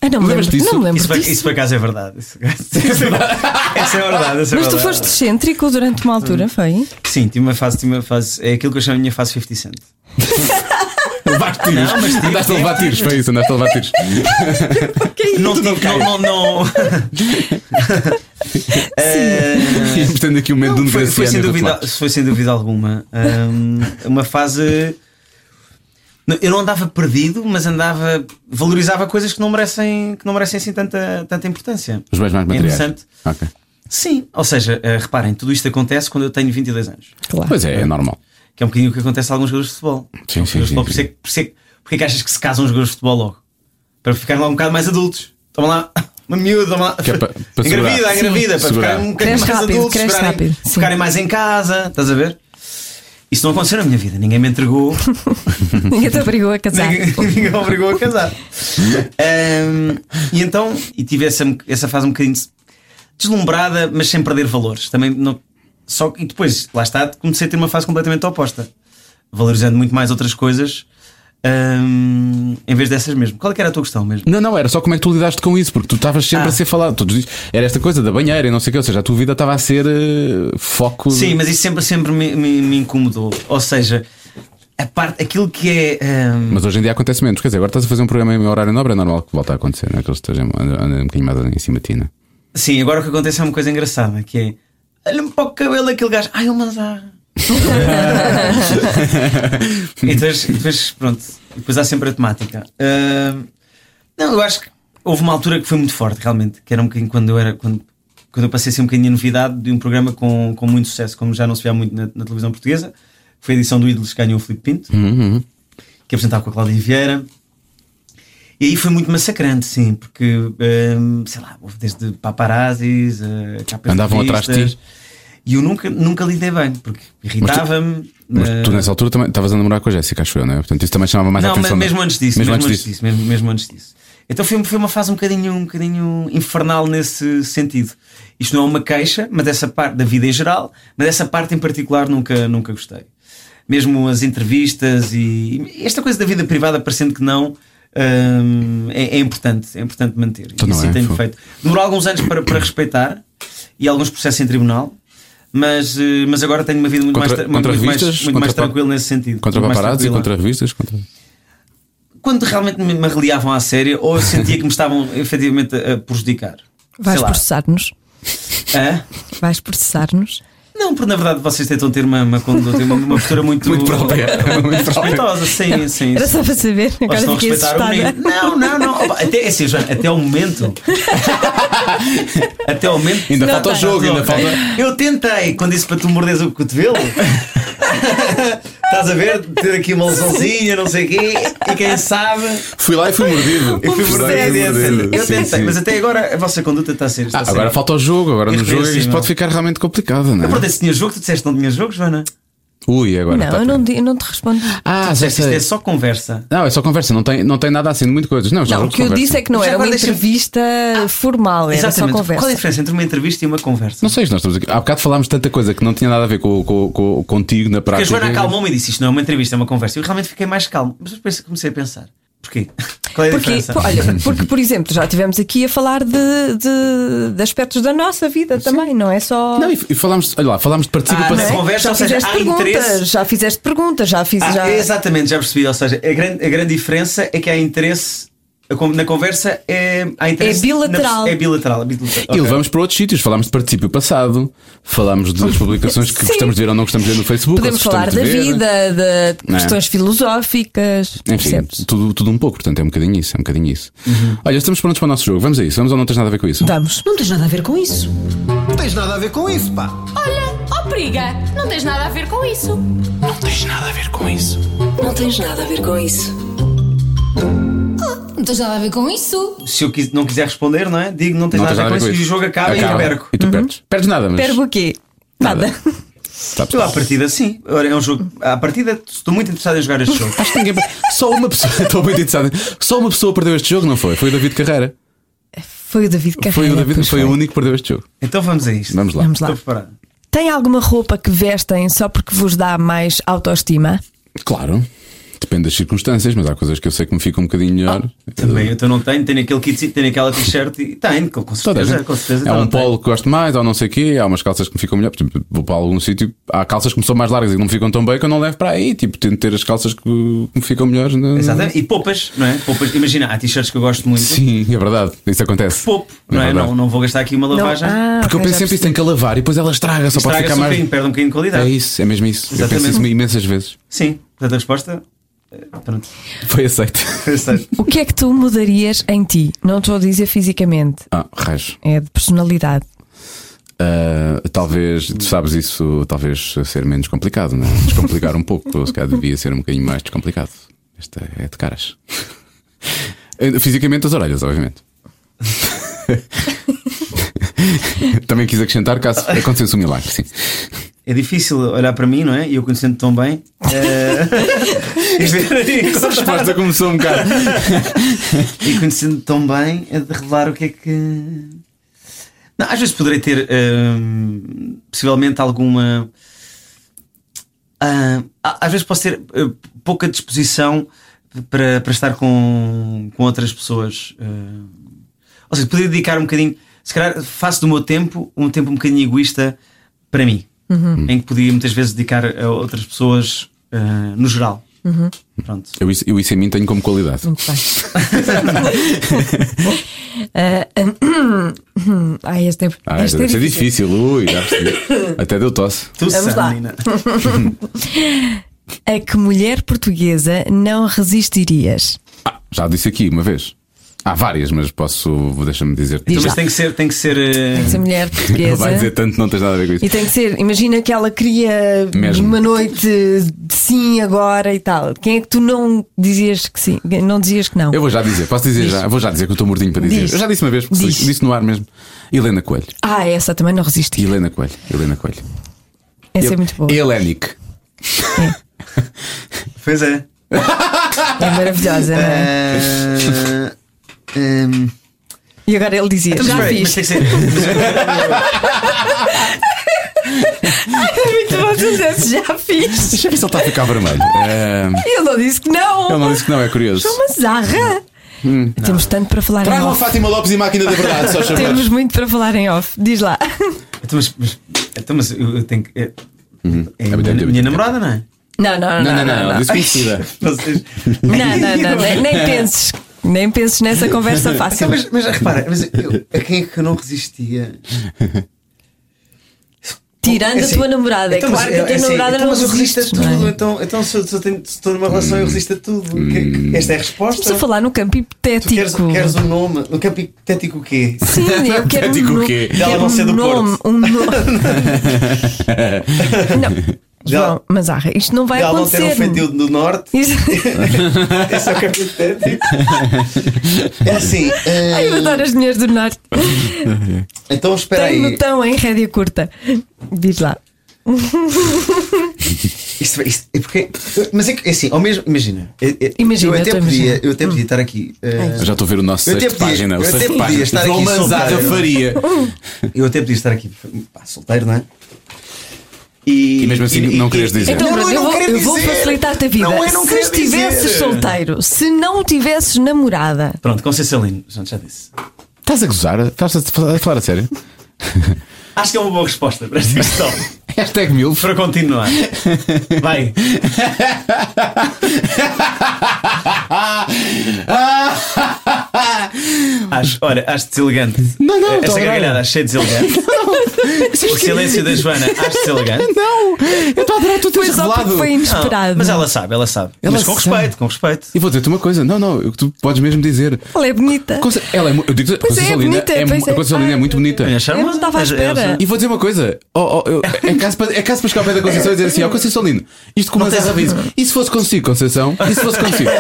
Ah, não me Lembras lembro, disso? não me lembro Isso, por- disso. isso por acaso é verdade. Isso, Essa é verdade. Essa é Mas tu verdade. foste excêntrico durante uma Hum. altura, foi? Sim, tive uma fase, tive uma fase. É aquilo que eu chamo a minha fase 50 Cent. Levaste tiros. Não, mas tive, andaste a levar tiros, foi isso, andaste a levar tiros. Não tive, não, não, não. E portanto aqui o momento de um Eh, foi, foi, sem Graciano dúvida, Atalaia. foi sem dúvida alguma. hum, uma fase. Não, Eu não andava perdido, mas andava. valorizava coisas que não merecem, que não merecem assim tanta, tanta importância. Os bens mais É materiais. interessante. Ok. Sim, ou seja, eh, reparem, tudo isto acontece quando eu tenho 22 anos. Claro. Pois é, é normal. Que é um bocadinho o que acontece a alguns jogadores de futebol. Sim, Alguns sim, jogadores de sim, futebol, por isso é que- por isso é que- Porquê é que achas que se casam os jogadores de futebol logo? Para ficarem lá um bocado mais adultos. Toma lá, uma miúda, toma lá. Que é pa- pa engravida, segurar. engravida, Sim, para segurar. ficarem um bocadinho Cresce mais rápido, adultos, cresce ficarem- rápido, sim. ficarem mais em casa, estás a ver? Isso não aconteceu na minha vida, ninguém me entregou, Ninguém te obrigou a casar. ninguém, ninguém me obrigou a casar. Ahm, e então, e tive essa, essa fase um bocadinho deslumbrada, mas sem perder valores. Também não, só, que- e depois, lá está, comecei a ter uma fase completamente oposta, valorizando muito mais outras coisas ahm, em vez dessas mesmo. Qual é que era a tua questão mesmo? Não, não, era só como é que tu lidaste com isso, porque tu estavas sempre Ah. a ser falado todos os dias. Era esta coisa da banheira e não sei o que, ou seja, a tua vida estava a ser eh, foco. Sim, mas isso sempre, sempre me, me- me incomodou. Ou seja, a parte, aquilo que é. ahm, Mas hoje em dia acontece menos. Quer dizer, agora estás a fazer um programa em horário nobre, é normal que volte a acontecer, não é? Que eles estejam andam- andam um bocadinho mais em cima de ti, não é? Sim, agora o que acontece é uma coisa engraçada que é. Olha-me para o cabelo daquele gajo. Ai, o Manzarra. e depois, depois, pronto. Depois há sempre a temática. Ahm, não, eu acho que houve uma altura que foi muito forte, realmente. Que era um bocadinho quando eu era. Quando, quando eu passei a ser um bocadinho a novidade de um programa com, com muito sucesso, como já não se vê há muito na, na televisão portuguesa. Foi a edição do Ídolos que ganhou o Filipe Pinto Uhum, que apresentava com a Cláudia Vieira. E aí foi muito massacrante, sim, porque, hum, sei lá, houve desde paparazzis, a capas Andavam de atrás de revistas. ti. E eu nunca, nunca lidei bem, porque irritava-me. Mas eh, tu nessa altura também estavas a namorar com a Jéssica, acho eu, não é? Portanto, isso também chamava mais a não, mas atenção. é? mesmo antes disso, Mesmo antes disso. disso, mesmo, mesmo antes disso. Então foi, foi uma fase um bocadinho, um bocadinho infernal nesse sentido. Isto não é uma queixa, mas dessa parte da vida em geral, mas dessa parte em particular nunca, nunca gostei. Mesmo as entrevistas e e esta coisa da vida privada, parecendo que não, hum, é, é importante, é importante manter. Então e não assim é, tenho foi. feito. Demorou alguns anos para, para respeitar e alguns processos em tribunal. Mas, eh, mas agora tenho uma vida muito Contra- mais, tra- contra muito mais, revistas, muito mais contra pa- tranquila nesse sentido. Contra muito mais paparazzi, tranquila contra revistas, contra. quando realmente me me reliavam à séria ou eu sentia que me estavam efetivamente a a prejudicar. Vais Sei lá. processar-nos. Hã? Vais processar-nos. Não, porque na verdade vocês tentam ter uma, uma, conduta, uma, uma postura muito, Muito própria. Muito própria. respeitosa. Sim, sim. Era sim. só para saber, assim Vocês agora estão a fiquei respeitar o assustada. menino. Não, não, não. Opa, até, é assim, Joana, até ao momento. até ao momento. Ainda Não falta o tem. jogo, ainda falta. Eu tentei, quando disse para tu morderes o cotovelo. Estás a ver? Ter aqui uma lesãozinha, não sei o quê. E quem sabe. Fui lá e fui mordido. Eu fui Fui lá verdade, e fui Eu mordido. tentei, Sim, sim. mas até agora a vossa conduta está a ser. Está Ah, a ser- agora falta o jogo, agora no jogo é isto Irrepreensível. pode ficar realmente complicado, Eu não é? perguntei se tinha jogo, tu disseste que não tinha jogo, Joana. Ui, agora. Não, tá eu não, tudo. di- eu não te respondo. Ah, já Disseste isto sei. é só conversa. Não, é só conversa, não tem, não tem nada assim de muito coisas. Não, já Não, o que eu disse é que não Mas era uma agora deixa-me- Ah. entrevista formal, era só Exatamente. Qual é a conversa. diferença entre uma entrevista e uma conversa? Não sei, nós estamos aqui. Há bocado falámos tanta coisa que não tinha nada a ver com, com, com- contigo na Porque a prática. Joana acalmou-me e disse isto não é uma entrevista, é uma conversa. Eu realmente fiquei mais calmo. Mas depois comecei a pensar. Porquê? Qual é a Porque, diferença? pô, olha, porque, por exemplo, já estivemos aqui a falar de, de, de aspectos da nossa vida também, não é só. Não, e, e falámos, olha lá, falámos de Ah, participação. não é? conversa, já ou seja, fizeste há perguntas, interesse. já fizeste perguntas, já fiz. Ah, já... Exatamente, já percebi. Ou seja, a grande, a grande diferença é que há interesse A con- Na conversa é. há interesse na- bilateral. é bilateral. é bilateral. E Ok. levamos para outros sítios. Falámos de participio passado, falámos das publicações que Sim. gostamos de ver ou não gostamos de ver no Facebook. ou Podemos se falar gostamos da de ver. vida, de, de Não é? questões filosóficas. Enfim, percebes? tudo, tudo um pouco, portanto é um bocadinho isso, é um bocadinho isso. Olha, estamos prontos para o nosso jogo, vamos a isso, vamos ou não tens nada a ver com isso? Vamos. Não tens nada a ver com isso. Não tens nada a ver com isso, pá. Olha, ó periga, não tens nada a ver com isso. Não tens nada a ver com isso. Não tens nada a ver com isso. Se eu quis- não quiser responder, não é? Digo, não tens Não nada, a ver com isso. E o jogo acaba, e eu perco. E Uhum. tu perdes. Perdes nada, mas. tá Pergo o quê? Nada. sabes? Eu à partida, sim. Ora, é um jogo. À partida, estou muito interessado em jogar este jogo. Acho que ninguém. Só uma pessoa. Estou muito interessado. Só uma pessoa perdeu este jogo, não foi? Foi o David Carreira. Foi o David Carreira. foi o David, pois foi o único que perdeu este jogo. Então vamos a isto. Vamos lá. É Vamos lá. Estou preparado. Tem alguma roupa que vestem só porque vos dá mais autoestima? Claro. Depende das circunstâncias, mas há coisas que eu sei que me ficam um bocadinho melhor. Também, eu então não tenho, tenho aquele kit, tenho aquela t-shirt e tenho, com Toda a certeza, gente. com certeza. há então um não tenho. polo que gosto mais, há não sei o quê, há umas calças que me ficam melhor. Por exemplo, vou para algum sítio, há calças que me são mais largas e que não me ficam tão bem que eu não levo para aí. Tipo, tento ter as calças que me ficam melhores. na- Exatamente. E poupas, não é? Poupas. Imagina, há t-shirts que eu gosto muito. Sim, é verdade. Isso acontece. Poupo, não é? verdade. Não, não vou gastar aqui uma lavagem. Ah, Porque eu ok, penso já sempre isso tem que a lavar e depois ela estraga, só pode Estraga-se ficar um mais. bocadinho, perde um bocadinho de É qualidade. isso, é mesmo isso. Eu penso Exatamente. isso imensas vezes. Sim. Portanto, a resposta. eh, Pronto. Foi aceito. percebi. O que é que tu mudarias em ti? Não estou a dizer fisicamente, Ah, raios. é de personalidade. Ah, talvez, tu sabes isso, talvez ser menos complicado, não é? Descomplicar um pouco. Se calhar devia ser um bocadinho mais descomplicado. Esta é de caras. Eh, Fisicamente as orelhas, obviamente. Também quis acrescentar caso acontecesse um milagre, sim. É difícil olhar para mim, não é? E eu conhecendo tão bem. eh, e A ver- resposta começou um bocado. e conhecendo tão bem, é de revelar o que é que. Não, às vezes poderei ter hum, possivelmente alguma. Ah, às vezes posso ter eh, pouca disposição para, para estar com, com outras pessoas. eh, ou seja, poderia dedicar um bocadinho. Se calhar faço do meu tempo um tempo um bocadinho egoísta para mim, Uhum. em que podia muitas vezes dedicar a outras pessoas eh, no geral. Uhum. Pronto. Eu isso, eu isso em mim tenho como qualidade. Muito bem. Ah, Ai, este é, Ah, este deve é ser difícil. difícil. Ui, já percebi. Até deu tosse. Tu, Vamos lá. Nina. A que mulher portuguesa não resistirias? Ah, já disse aqui uma vez. Há várias, mas posso. Deixa-me dizer. Diz Então, lá. mas tem que ser, tem que ser. eh, Essa mulher Ele portuguesa. vai dizer tanto, não tens nada a ver com isso. E tem que ser, imagina que ela queria Mesmo. uma noite de sim agora e tal. Quem é que tu não dizias que sim? Não dizias que não? Eu vou já dizer, posso dizer já? Vou já dizer que eu estou mordinho para dizer. Diz. Eu já disse uma vez, porque Diz. disse no ar mesmo. Helena Coelho. Ah, essa também não resisti. Helena Coelho. Helena Coelho. Essa é Hel- muito boa. Helenic. Pois é. É maravilhosa, Eh, não é? Ah, hum, E agora ele dizia: mas Então, Já espera aí, mas fiz. tem que ser- É Muito bom, tu disseste, já fiz. Deixa eu ver se ele está a ficar vermelho. Eh, Ele não disse que não. Ele não disse Hum, que não, é curioso. Sou uma zarra. Temos tanto para falar em Tragam a off. Fátima Lopes e máquina da verdade, só Temos chamamos. muito para falar em off. Diz lá. Então, mas, mas, então, mas eu eu tenho que. É, é Ah, bem, minha, bem, minha bem. namorada, não é? Não, não, Não, não. não, não, é Não, disse conhecida. Vocês- não, não, não, nem, nem penses. Nem penses nessa conversa fácil. Então, mas, mas repara, mas eu- a quem é que eu não resistia? Tirando É a assim, tua namorada. É então, mas claro que a é tua assim, namorada então, não mas eu resisto a resiste. não é? tudo. Então, então se, eu- se eu tenho- se estou numa relação, eu resisto a tudo. Que- que- Esta é Estamos a a resposta. falar num campo Tu queres, hipotético. queres o nome? No campo hipotético, o quê? Sim, eu quero Hipotético um o nome- quê? quero Dela não um ser do nome, um nome. Não. Dela- João, mas arra, isto não vai Ela não acontecer. ter um feitiço do Norte. Isso- Esse é o campo hipotético. É assim. ah, Ai, eu adoro as mulheres do norte. então espera Tem aí. notão em rédea curta. Diz lá. Isto, isto- é porque, mas é que, é assim, ao mesmo, imagina, eu, eu- Imagina, eu até eu tô Hum. a podia, imaginar. eu até podia estar aqui, eh, Eu já estou a ver o nosso Eu até sexto podia- página. O eu até sexto podia página. estar aqui João Manzarra solteiro. faria. Uh. eu até podia estar aqui pá, solteiro, não é? E, E mesmo assim não querias dizer. Então, Não, Bruno, eu eu, não vou, quero eu vou dizer. facilitar-te a vida. Não, eu não se quero estivesses dizer. solteiro, se não tivesses namorada, Pronto, com Cecilino, já disse. Estás a gozar? Estás a a falar a sério? Acho que é uma boa resposta para esta questão, Hashtag milf. para continuar. Vai, Acho, olha, acho deselegante. Não, não, Esta tá gargalhada achei deselegante. O silêncio da Joana, acho deselegante. Não! Eu estou a adorar tu Foi teres só porque revelado. foi Não, inesperado. mas ela sabe, ela sabe. Ela mas com sabe. respeito, com respeito. E vou dizer-te uma coisa, não, não, o que tu podes mesmo dizer. Ela é bonita. Conce- Ela é, mu- eu digo, a Pois é, Conceição é Linda bonita, é, mu- pois é. a Conceição Linda é muito bonita. Olha, charmosa, Eu não estava à mas- espera. ela- E vou dizer uma coisa: ó, ó, eu- é caso para é caso para chegar ao pé da Conceição e dizer assim, ó Conceição Lindo, isto com Não uma tens aviso. E se fosse consigo, Conceição? E se fosse consigo?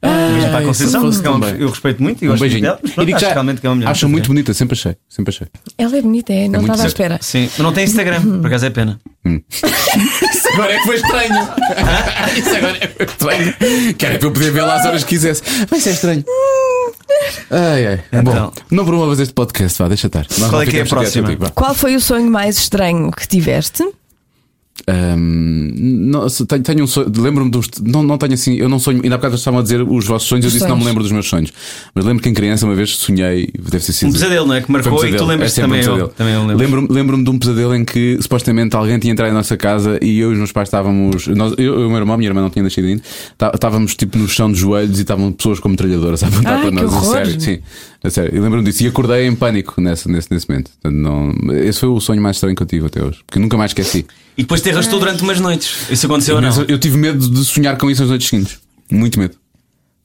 Mas para a Ai, Conceição, se fosse que é uma- também. eu respeito muito e Um gosto muito beijinho. dela. mas E pronto, digo acho já, realmente que é uma mulher. acho muito bonita, sempre achei, sempre achei. Ela é bonita, é, não muito estava à certo. espera. Sim, mas não tem Uhum. Instagram, por acaso é pena. Isso agora é que foi estranho. Isso agora é que foi estranho. é Que era para eu poder vê-la às horas que quisesse. Mas isso é estranho. Ai, ai. Bom, Então. não promovas este podcast, vá, deixa estar. Nós Qual não é que é a ficamos chateados próxima? contigo, vá. Qual foi o sonho mais estranho que tiveste? Ahm, não, se- tenho, tenho um sonho, lembro-me dos. Não, não tenho assim, eu não sonho. Ainda há bocado estavam a dizer os vossos sonhos, eu Os disse não me sonhos. lembro dos meus sonhos. Mas lembro que em criança uma vez sonhei, deve ter sido. Um pesadelo, não é? Que marcou Foi e tu pesadelo, lembras-te sempre um também eu. pesadelo. Também eu lembro. Lembro-me lembro-me de um pesadelo em que supostamente alguém tinha entrado em nossa casa e eu e os meus pais estávamos. Nós, eu, eu, o meu irmão, a minha irmã não tinha nascido ainda. tá- Estávamos tipo no chão de joelhos e estavam pessoas com metralhadoras a apontar Ai, para que nós. a horror. sério, sim. A sério. Eu lembro-me disso e acordei em pânico nesse, nesse, nesse momento. Portanto, não- esse foi o sonho mais estranho que eu tive até hoje, porque nunca mais esqueci. E depois te arrastou durante umas noites. Isso aconteceu ou não? Mas eu, eu tive medo de sonhar com isso nas noites seguintes. Muito medo.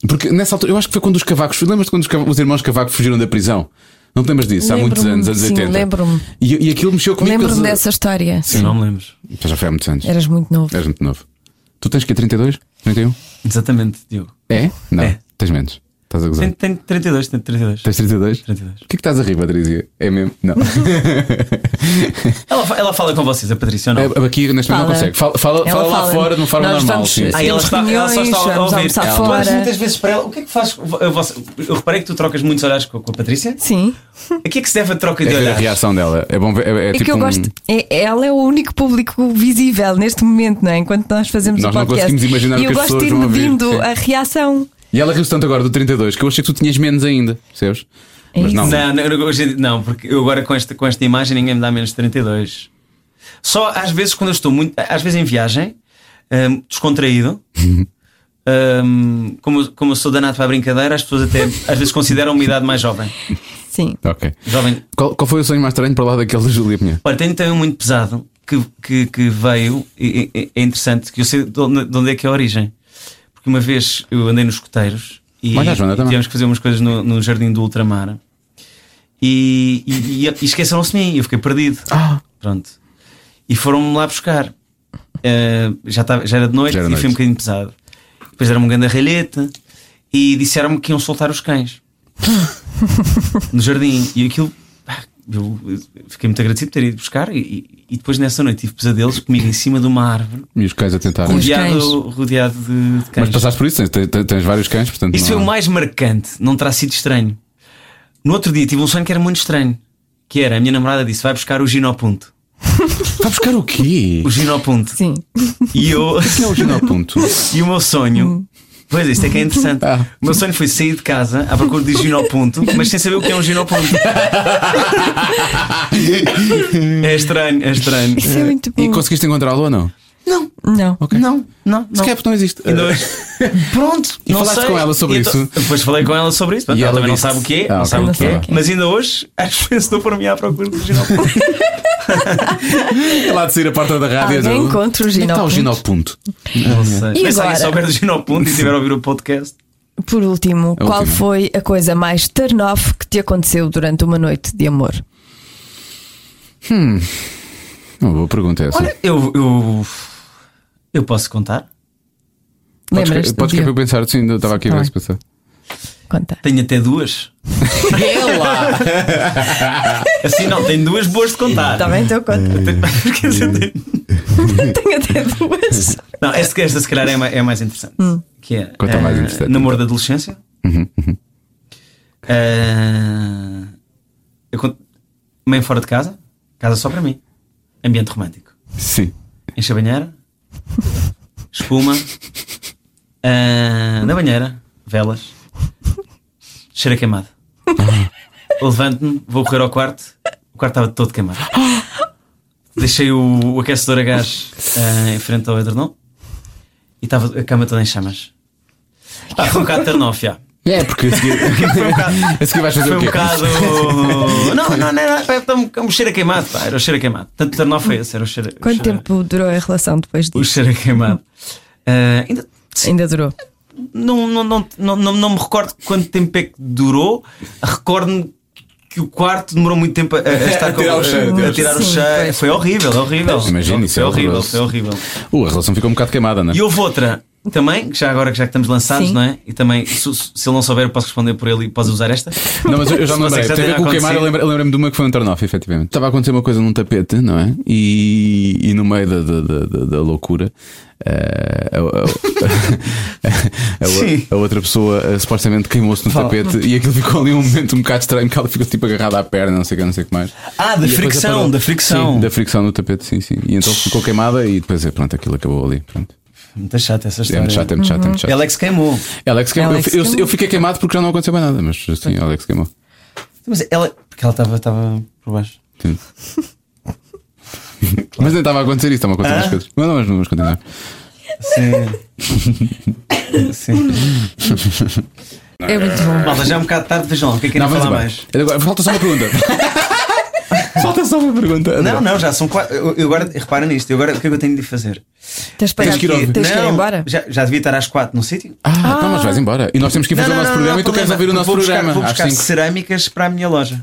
Porque nessa altura, eu acho que foi quando os cavacos. Lembras-te quando os, cava- os irmãos cavaco fugiram da prisão? Não te lembras disso? Há muitos Lembro-me, anos, anos sim, 80. lembro-me. E, e aquilo mexeu comigo. Lembro-me porque- dessa história. Eu não me lembro. Já foi há muitos anos. Eras muito novo. Eras muito novo. Tu tens que é 32? 31? Exatamente, Diogo. É? Não. É. Tens menos. Estás a gozar. Tenho, tenho 32, tenho 32. Tens 32? 32. O que é que estás a rir, Patrícia? É mesmo? Não. Ela, fa- ela fala com vocês, a Patrícia, ou não? É, Aqui neste momento não Fala. consegue. Fala, fala, Ela fala lá fala. fora de uma forma Nós normal. estamos- sim, sim. Ah, ela, temos está, ela só reuniões, está a vamos ouvir. almoçar Tu olhas fora. muitas vezes para ela. O que é que fazes? Eu, eu reparei que tu trocas muitos olhares com, com a Patrícia. Sim. O que é que se deve a troca de É a olhares? reação dela. É bom ver. É, é É tipo que eu um- gosto. é- ela é o único público visível neste momento, não é? Enquanto nós fazemos o Nós não podcast. conseguimos imaginar e o que eu as gosto de pessoas ir vão ouvir, medindo sim. a reação. E ela riu-se tanto agora do 32 que eu achei que tu tinhas menos ainda, percebes? É Mas isso. não. Não, não, não, hoje- não, porque eu agora com esta, com esta imagem ninguém me dá menos de 32. Só às vezes quando eu estou muito. Às vezes em viagem, hum, descontraído. hum, como, como eu sou danado para a brincadeira, as pessoas até às vezes consideram-me uma idade mais jovem. Sim. Ok. Jovem, Qual, qual foi o sonho mais estranho para lá daquele da Júlia Pinheiro? Olha, tenho também um muito pesado que, que, que veio, e- e- é interessante, que eu sei de onde, de onde é que é a origem. Porque uma vez eu andei nos escoteiros e, Olha, a Joana e também. tivemos que fazer umas coisas no, no jardim do Ultramar e, e, e- e esqueceram-se de mim, eu fiquei perdido. Pronto. E foram-me lá buscar. Eh, já, estava- já era de noite Já era e noite. foi um bocadinho pesado. Depois era uma grande ralheta e disseram-me que iam soltar os cães no jardim. E aquilo, pá, eu fiquei muito agradecido por ter ido buscar. E, e- e depois nessa noite tive pesadelos comigo em cima de uma árvore, E os cães a tentar. Com os rodeado, rodeado de, de Mas cães. passaste por isso, tens, tens- tens vários cães, portanto. Isso não- foi o mais marcante, não terá sido estranho. No outro dia tive um sonho que era muito estranho. Que era, a minha namorada disse: vai buscar o ginopunto. Vai buscar o quê? O ginopunto. Sim. E eu. O que é o ginopunto? E o meu Hum. sonho. Pois é, isto é que é interessante. Ah. O meu sonho foi sair de casa à procura de ginoponto, mas sem saber o que é um ginoponto. é estranho, é estranho. Isso é muito bom. e conseguiste encontrá-lo ou não? Não. Ok. Não, não, Se não. é. calhar porque não existe. E dois. Pronto, E não falaste sei. com ela sobre Então- isso? Depois falei com ela sobre isso. Portanto, E ela, ela também disse- não sabe o que é, Ah, não ok, sabe o não que sei é. o que é. Mas ainda hoje, às vezes, dou por mim à procura do ginoponto. É lá de sair a porta da rádio. Alguém não? encontra o Onde é que está o ginopunto. Não sei. E Mas se alguém agora? souber do ginoponto e estiver a ouvir o podcast, Por último, A qual última. foi a coisa mais turn-off que te aconteceu durante uma noite de amor? Uma boa pergunta essa. olha, eu, eu, eu posso contar. podes Lembras? podes ficar para pensar, sim, eu estava aqui a ver se pensar. Conta. Tenho até duas. Ela! Assim não, tenho duas boas de contar. Está bem, então conta. Tenho- Quer dizer, tenho- Tenho até duas. Não, esta, esta se calhar é, ma- é mais interessante. Que é Conta eh, mais interessante, Uhum, Namoro da adolescência. Eh, eu conto, meio fora de casa, casa só para mim. Ambiente romântico. Sim. Enche a banheira, espuma, eh, na banheira, velas, cheiro a queimado. Eu Levanto-me, vou correr ao quarto, o quarto estava todo queimado. Deixei o, o aquecedor a gás eh, em frente ao edredom e estava a cama toda em chamas. Ah, foi um bocado ternófia. É, porque a seguir, a seguir vais fazer o um Foi um quê? bocado. não, não, não, não, era- era um- um cheiro a queimado, pá, era o cheiro a queimado. Tanto turn off foi esse, era o cheiro, o Quanto cheiro- tempo durou a relação depois O disso? cheiro a queimado. Ah, ainda, Ainda durou. não, não, não, não, não, não me recordo quanto tempo é que durou, recordo-me que o quarto demorou muito tempo a, a estar com- tirar o cheiro, a tirar o tirar o cheiro. Sim, cheiro. pois. Foi horrível, horrível. Imagina, isso foi é horrível, horroroso. foi horrível. Uh, a relação ficou um bocado queimada, né? E houve outra também, que já agora que já que estamos lançados, Sim. não é? E também, se, se ele não souber, eu posso responder por ele e podes usar esta. Não, mas eu, eu já não Se lembrei. vocês Tem a ver terem com o queimar, eu acontecido. lembrei- eu lembrei-me de uma que foi um turn-off, efetivamente. Estava a acontecer uma coisa num tapete, não é? E, e no meio da, da, da- da- da loucura, eh, a, a- a- a- Sim. a outra pessoa eh, supostamente queimou-se no tapete e aquilo ficou ali um momento um bocado estranho, que ela ficou tipo agarrada à perna, não sei o que, não sei o que mais. E Ah, da a coisa fricção, parou. da fricção. Sim, da fricção no tapete, sim, sim. E então ficou queimada e depois, eh, pronto, aquilo acabou ali. Pronto. Muito chato É essa história. muito chato, é muito chato, é muito chato. Alex queimou. Alex queimou. Alex eu, eu- queimou. eu fiquei queimado porque já não aconteceu mais nada, mas sim, Alex queimou. Mas ela, porque ela estava estava por baixo. Sim. Mas nem estava a acontecer isso, estava a acontecer Ah? umas coisas. Mas não, mas vamos continuar. Sim. Sim. É muito bom. Malta, já é um bocado tarde, vejam lá, o que é que Não, querem vamos falar embora. mais? Agora, falta só uma pergunta. falta só uma pergunta. Não, não, já são quatro. Eu, eu agora, repara nisto, eu agora o que é que eu tenho de fazer? Tens de parar. Tens que ir ao- Tens que ir Não, embora? Já, já devia estar às quatro no sítio? Ah, então, mas vais embora. E nós temos que ir fazer o nosso programa há e tu queres problema. ouvir o nosso vou buscar, programa. Vou às buscar 5. cerâmicas para a minha loja.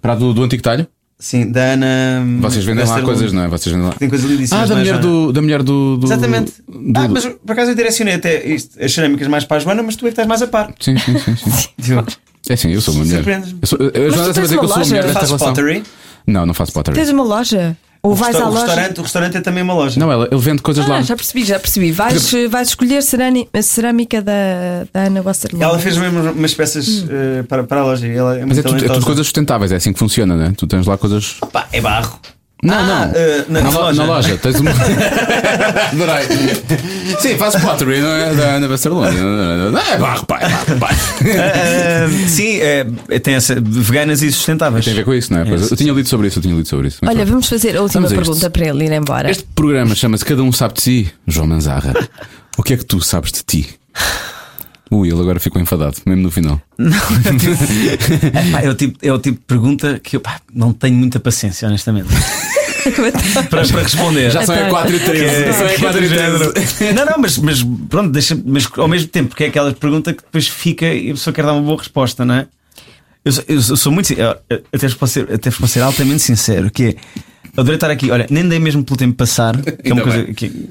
Para a do, do antigo talho? Sim, da Ana. Vocês vendem lá Westerlund. coisas, não é? Vocês vendem lá. Tem coisas lindíssimas. Ah, da não é, mulher, Joana? do, da mulher do, do- Exatamente. do- Ah, mas por acaso eu direcionei até isto, as cerâmicas mais para a Joana, mas tu é que estás mais a par. Sim, sim, sim. sim. Viu? É sim, eu sou uma mulher. Surpreendes-me. Eu sou, eu, a tu Joana tens sabe dizer uma que eu sou a loja? mulher desta Fazes relação. pottery. Não, não faço pottery. Tens uma loja? Ou vais Resta- à o, loja? restaurante, o restaurante é também uma loja. Não, ela, ele vende coisas Ah, lá. já percebi, já percebi. Vais, eh, vais escolher cerani- a cerâmica da, da Ana Westerlund. Ela fez mesmo umas peças eh, para, para a loja. e Ela é Mas muito é tudo, é tudo talentosa. coisas sustentáveis, é assim que funciona, né? Tu tens lá coisas. Pá, é barro. Não, Ah, não. eh, na- na, na lo- loja. na loja. Tens uma. Adorei. Sim, faz pottery, não é? Da Ana Barcelona. Não é barro, pá, é barro, pá. sim, é, tem essa, veganas e sustentáveis. Tem a ver com isso, não é? Pois, sim, eu tinha lido sobre isso, eu tinha lido sobre isso. Muito Olha, bem. vamos fazer a última Vamos a isto. pergunta para ele ir embora. Este programa chama-se Cada Um Sabe de Si, João Manzarra. o que é que tu sabes de ti? Ui, ele agora ficou enfadado, mesmo no final. Pá, é, o tipo, é o tipo de pergunta que eu pá, não tenho muita paciência, honestamente, para, para responder. Já são é Adoro. 4 e Que 13. é- Já são é que é 4 do e 13. género. Não, não, mas, mas pronto, deixa, mas ao mesmo tempo, porque é aquela pergunta que depois fica e a pessoa quer dar uma boa resposta, não é? Eu sou, eu sou- sou muito. sin- eu- eu- Até vos posso ser, até vos posso ser altamente sincero, que é. Eu adorei estar aqui, olha, nem dei mesmo pelo tempo passar, que é Ainda uma coisa bem. que.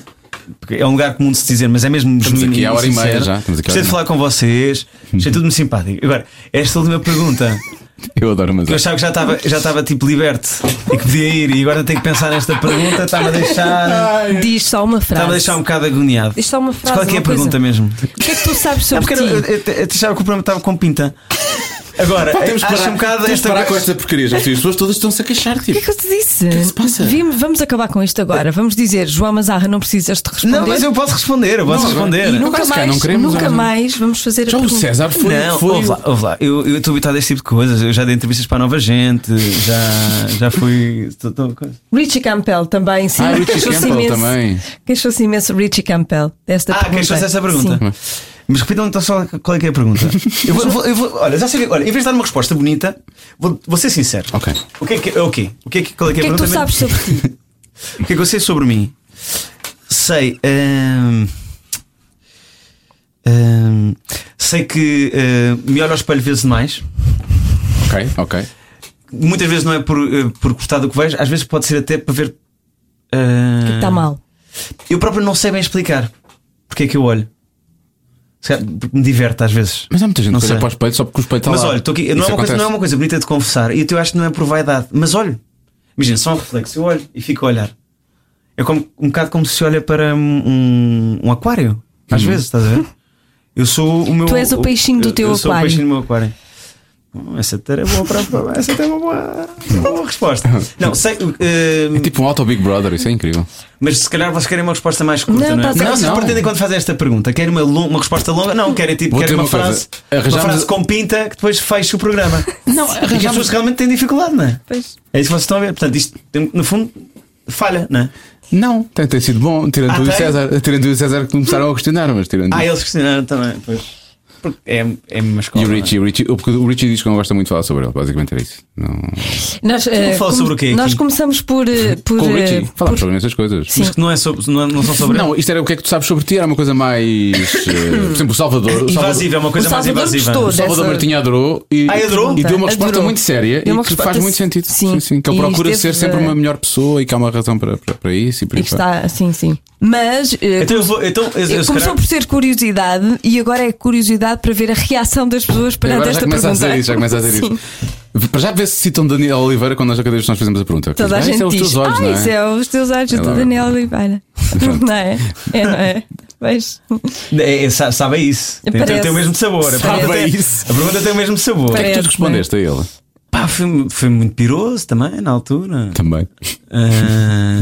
porque É um lugar comum de se dizer, mas é mesmo Estamos genuíno aqui há hora e meia sincero. já, estamos aqui há hora Gostei e de meia. falar com vocês, achei tudo muito simpático. Agora, esta última pergunta Eu adoro que eu Manzarra. achava que já estava já estava, tipo liberte e que podia ir, e agora tenho que pensar nesta pergunta, está-me a deixar. Diz só uma frase. é- Estava a deixar um bocado agoniado. Diz só uma frase, Qual é, que é a uma coisa. pergunta mesmo? O que é que tu sabes Não, sobre porque ti? eu, eu, eu, eu achava que o programa estava com pinta. Agora, Temos que acho parar- um bocado temos que esta. parar com esta porcaria. Já sei, as pessoas todas estão-se a queixar, O que tipo. é que eu te disse? que se passa? Vimos- vamos acabar com isto agora. Vamos dizer, João Mazarra, não precisas de responder. Não, mas eu posso responder, eu posso Não, responder. E não- nunca Agora se calhar mais, Então não queremos, nunca agora não- mais vamos fazer Já a o pergunta. César foi. Não, foi... ouve lá, ouve lá. Eu eu estou habituado a este tipo de coisas. Eu já dei entrevistas para a nova gente, já, já fui. tô- tô- Richie Campbell também, sim. Ah, Richie Queixou-se Campbell imenso. também. Queixou-se imenso Richie Campbell desta Ah, pergunta. queixou-se dessa pergunta. é Sim. Mas repitam então só qual é que é a pergunta. Eu vou, eu vou- eu vou- olha, já sei, olha, em vez de dar uma resposta bonita, vou, vou ser sincero. Ok. O que é que, o quê? O que é que, qual é O que é que a é que pergunta? tu mesmo? sabes sobre ti? O que é que eu sei sobre mim? Sei. hum, hum, sei que hum, me olho ao espelho vezes demais. Ok, ok. Muitas vezes não é por, eh, por gostar do que vejo, às vezes pode ser até para ver. hum, Ah. Está é tá mal. Eu próprio não sei bem explicar porque é que eu olho. Se calhar, porque me diverte às vezes. Mas há muita gente Não que olha sei. para o espelho só porque o espelho está Mas tá lá. olha, estou aqui. Não é, Isso uma coisa, não é acontece. uma coisa bonita de confessar. E eu te- eu acho que não é por vaidade. Mas olho. Imagina, só um reflexo. Eu olho e fico a olhar. É como, um bocado como se olha para um, um aquário. Às Uhum. vezes, estás a ver? Eu sou o meu. Tu és o peixinho do eu- teu eu sou o aquário. peixinho do meu aquário. Hum, Essa até era boa para Essa até é uma boa, uma boa resposta. Não, sei. eh, É tipo um auto Big Brother, isso é incrível. mas se calhar vocês querem uma resposta mais curta, Não, não, tá é? O que é que certo. vocês Não, não. pretendem quando fazem esta pergunta? Querem uma, lo- uma resposta longa? Não, querem tipo, Vou querem ter uma, uma coisa. frase, uma Arranjamos- frase com pinta que depois feche o programa. Não, e que as pessoas realmente têm dificuldade, não é? Pois. É isso que vocês estão a ver. Portanto, isto tem- no fundo falha, não é? Não, tem, tem sido bom, tirando Ah, tu e o tem? César, tirando tu e o César que começaram a questionar, mas tirando. Ah, eles questionaram Ah, também. Pois. porque é, é uma escola. E o não é? Richie, o Richie, porque o Richie diz que não gosta muito de falar sobre ele, basicamente era isso. Não... Nós, eh, falar sobre o quê Nós aqui? começamos por. eh, por Com o Richie, eh, falámos por- sobre essas coisas. Sim. Mas que não, é sobre, não, é- não são sobre Não, isto era o que é que tu sabes sobre ti, era uma coisa mais. eh, por exemplo, o Salvador. o Salvador, Invasiva, é uma coisa o mais Salvador invasiva. gostou. o Salvador Dessa- Martinha adorou e, Ah, adorou? e deu uma Adorou. resposta muito séria Deu e uma que faz resposta- muito sentido. sim. sim, que ele E procura ser esteve, sempre eh, uma melhor pessoa e que há uma razão para, para, para isso e por E aí que fora. está assim, sim. Mas. eh, Então eu vou. Então, eu, eu, se Começou calhar- por ser curiosidade e agora é curiosidade para ver a reação das pessoas E perante agora já esta começa pergunta. a dizer isso, já começa a dizer Sim. isso. Para já ver se citam Daniel Oliveira quando nós, cada vez que nós fizemos a pergunta. Toda a Ah, isso gente é os diz, teus olhos, ah, não é? isso é os teus olhos, eu Ela- estou Daniel Oliveira. não é? É, não é? Mas, É, é, sa- sabe a isso. Tem, tem, Parece. tem o mesmo sabor. A Sabe pergunta a tem- isso. A pergunta tem o mesmo sabor. Parece. Tu te respondeste né? a ele Pá, foi, foi muito piroso também na altura. também. Ah,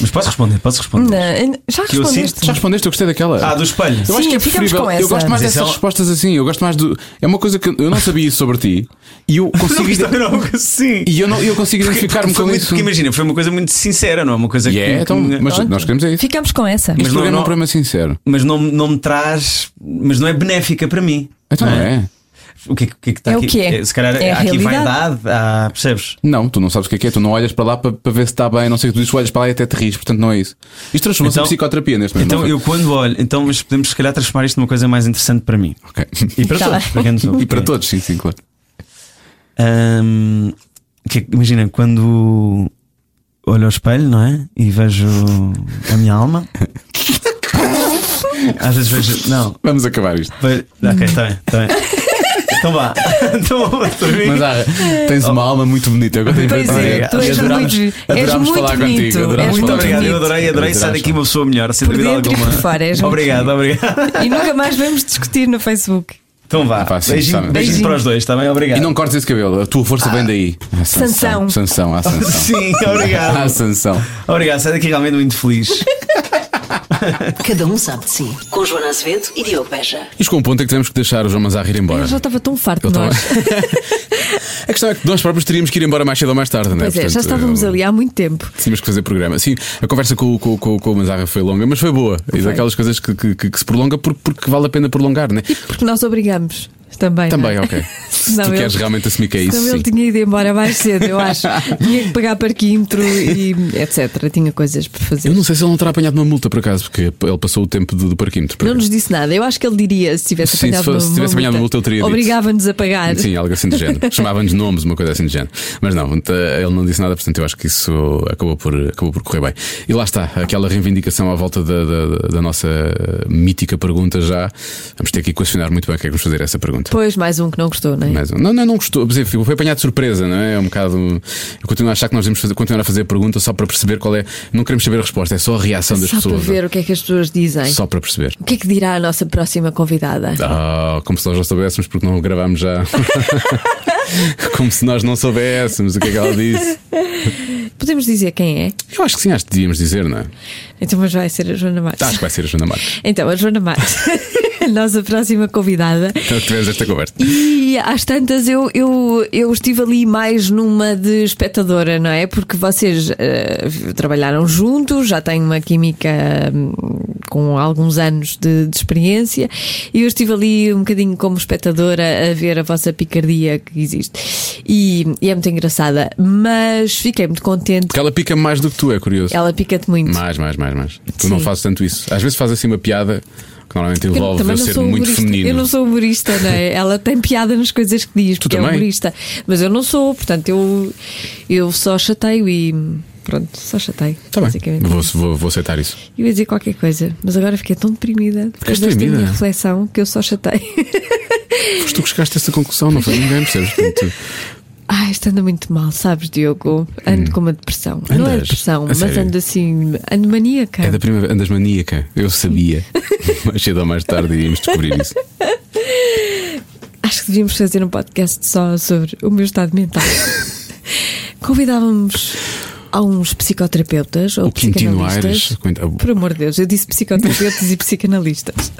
mas posso responder, posso responder. não, ainda- já Que eu respondeste. sinto- Já respondeste, eu gostei daquela. Ah, do espelho. Eu acho Sim, que é ficamos preferível. com Eu essa. gosto mais Mas dessas ela- respostas assim. Eu gosto mais do. É uma coisa que eu não sabia sobre ti e eu Não, consigo. isto também não é algo assim. E eu, não, eu consigo Porque- identificar-me porque foi com muito- isso. Porque imagina, foi uma coisa muito sincera, não é uma coisa E é, que. então, que- mas nós queremos é isso. Ficamos com essa. Este não- programa é um não- programa sincero. mas não, não me traz. Mas não é benéfica para mim. Então não não é. O que é que, o que, é que está É o aqui? que é. Se calhar É a há aqui realidade. vaidade, há, percebes? Não, tu não sabes o que é que é, tu não olhas para lá para, para ver se está bem, não sei o que tu dizes, tu olhas para lá e até te rires, portanto não é isso. Isto transformou-se Então- em psicoterapia neste momento. Então não eu quando olho, então mas podemos se calhar transformar isto numa coisa mais interessante para mim. foi? Ok. E para Tá todos. bem. Para quem nos ouve. E para todos, sim, sim, claro. Ahm, que- imagina, quando olho ao espelho, não é? E vejo a minha alma. Às vezes vejo. Não. Vamos acabar isto. ve- Ok, está bem, está bem. Então vá. Então vá para mim. Mas ah, tens Oh. uma alma muito bonita. Agora tenho Pois para te é, dizer. tu és Adorámos- muito- és adorámos muito falar bonito, és contigo. adorámos falar Muito muito obrigado, eu bonito. adorei, adorei. Sai daqui uma pessoa melhor, sem Por dúvida dentro e alguma. por fora, é és muito Obrigado, bonito. obrigado. E nunca mais vamos discutir no Facebook. Então vá. Ah, pá, sim, beijinho, sabe. beijinho Beijinho. para os dois, está bem? Obrigado. E não cortes esse cabelo, a tua força vem daí. Ah, Sansão. Sansão, ah, Sansão. Sim, Ah, obrigado. Sansão. Obrigado, sai daqui realmente muito feliz. Cada um sabe de si. Com Joana Azevedo e Diogo Beja. Isto com um ponto é que temos que deixar o João Mazar ir embora. Eu já estava tão farto Ele de estava- nós. a questão é que nós próprios teríamos que ir embora mais cedo ou mais tarde, não é? Pois é, já Portanto, estávamos eu- ali há muito tempo. Tínhamos que fazer programa. Sim, a conversa com, o- com, o- com, o- com o Manzarra foi longa, mas foi boa. E daquelas coisas que, que, que- que se prolonga porque, porque vale a pena prolongar, né? Porque nós obrigamos também. Também, não é? ok. Se Senão tu ele- queres realmente assumir que é isso, Então sim. ele tinha ido embora mais cedo, eu acho. tinha que pagar parquímetro e etc. Tinha coisas para fazer. Eu não sei se ele não terá apanhado uma multa por acaso, porque ele passou o tempo do, do parquímetro. por Não acaso. nos disse nada. Eu acho que ele diria se tivesse Sim, se apanhado fosse- se tivesse apanhado uma multa, eu teria dito. Obrigava-nos a pagar. Sim, algo assim do género. Chamava-nos nomes, uma coisa assim do género. Mas não, t- ele não disse nada, portanto eu acho que isso acabou por, acabou por correr bem. E lá está, aquela reivindicação à volta da, da- da nossa mítica pergunta já. Vamos ter que equacionar muito bem o que é que vamos fazer a essa pergunta. Pois, mais um que não gostou, não é? Mais um. Não, não, não gostou. Quer dizer, Foi apanhado de surpresa, não é? É um bocado. Eu continuo a achar que nós devemos fazer, continuar a fazer a pergunta só para perceber qual é. Não queremos saber a resposta, é só a reação das Só para pessoas. ver o que é que as pessoas dizem. Só para perceber. O que é que dirá a nossa próxima convidada? Ah, como se nós não soubéssemos, porque não o gravámos já. como se nós não soubéssemos o que é que ela disse. Podemos dizer quem é? Eu acho que sim, acho que devíamos dizer, não é? Então, mas vai ser a Joana Matos. Acho que vai ser a Joana Marques. Então, a Joana Matos, a nossa próxima convidada. Então tivemos esta conversa. E às tantas eu, eu, eu estive ali mais numa de espectadora, não é? Porque vocês eh, trabalharam juntos, já têm uma química hum, com alguns anos de, de experiência e eu estive ali um bocadinho como espectadora a ver a vossa picardia que existe. E, e é muito engraçada, mas fiquei muito contente. Porque ela pica mais do que tu, é curioso. Ela pica-te muito. Mais, mais, mais, mais. Tu Sim. não fazes tanto isso. Às vezes faz assim uma piada que normalmente Porque eu envolve eu não ser sou muito humorista. feminino. Eu não sou humorista, não é? Ela tem piada nas coisas que diz, porque é também? humorista. Mas eu não sou, portanto, eu, eu só chateio e. Pronto, só chateio. Tá bem. basicamente. Vou, vou, vou aceitar isso. Eu ia dizer qualquer coisa, mas agora fiquei tão deprimida depois Ficaste desta deprimida? minha reflexão que eu só chatei. Foste tu que chegaste a essa conclusão, não foi ninguém, percebes? Portanto, Ai, isto anda muito mal, sabes, Diogo? Ando com uma depressão. Não é Hum. Andas? depressão, A mas sério? ando assim, ando maníaca. é da primeira andas maníaca, eu sabia. Mais cedo ou mais tarde iríamos descobrir isso. Acho que devíamos fazer um podcast só sobre o meu estado mental. Convidávamos a uns psicoterapeutas ou O Quintino Aires. psicanalistas. Quinta- Por amor de Deus, eu disse psicoterapeutas e psicanalistas.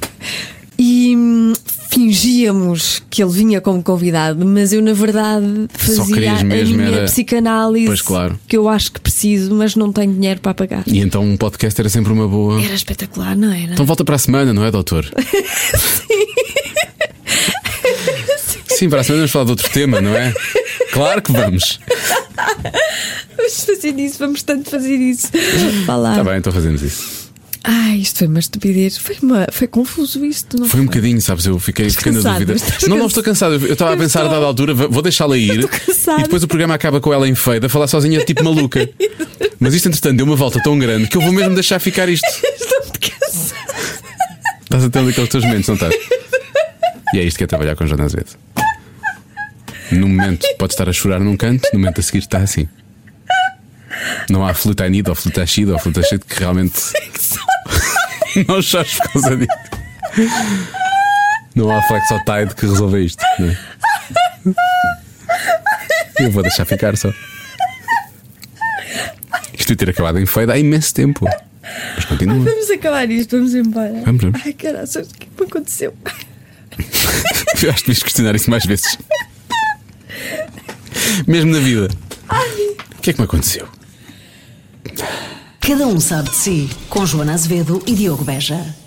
E hum, fingíamos que ele vinha como convidado, mas eu, na verdade, fazia querias a mesmo minha era- psicanálise Pois, claro. que eu acho que preciso, mas não tenho dinheiro para pagar. E então um podcast era sempre uma boa. Era espetacular, não era? Então volta para a semana, não é, doutor? sim, para a semana vamos falar de outro tema, não é? Claro que vamos. Vamos fazer isso, vamos tanto fazer isso. Vá lá. Está bem, então fazemos isso. Ai, isto foi uma estupidez. Foi, uma, foi confuso isto, não Foi um bocadinho, sabes? Eu fiquei, Estás fiquei na cansado, dúvida. estás Não, não cansado. estou cansado. Eu estava a Eu pensar a estou. dada altura, vou deixá-la ir. estou cansada. E depois o programa acaba com ela em feio, a falar sozinha, tipo maluca. Mas isto, entretanto, deu uma volta tão grande que eu vou mesmo deixar ficar isto. Estou muito cansada. Estás a ter um daqueles teus momentos, não estás? E é isto que é trabalhar com o Jonas Azevedo. No momento pode estar a chorar num canto, no momento a seguir está assim. Não há fluta anida ou fluta chida ou fluta chida que realmente. não chores por causa disso. Não há flexotide que resolva isto. não é? Eu vou deixar ficar só. Isto de ter acabado em feio dá imenso tempo. Mas continua. Vamos acabar isto, vamos embora. Vamos, vamos. Ai, caraças, o que é que me aconteceu? Eu acho que devias questionar isso mais vezes. Mesmo na vida. O que é que me aconteceu? Cada um sabe de si, com Joana Azevedo e Diogo Beja.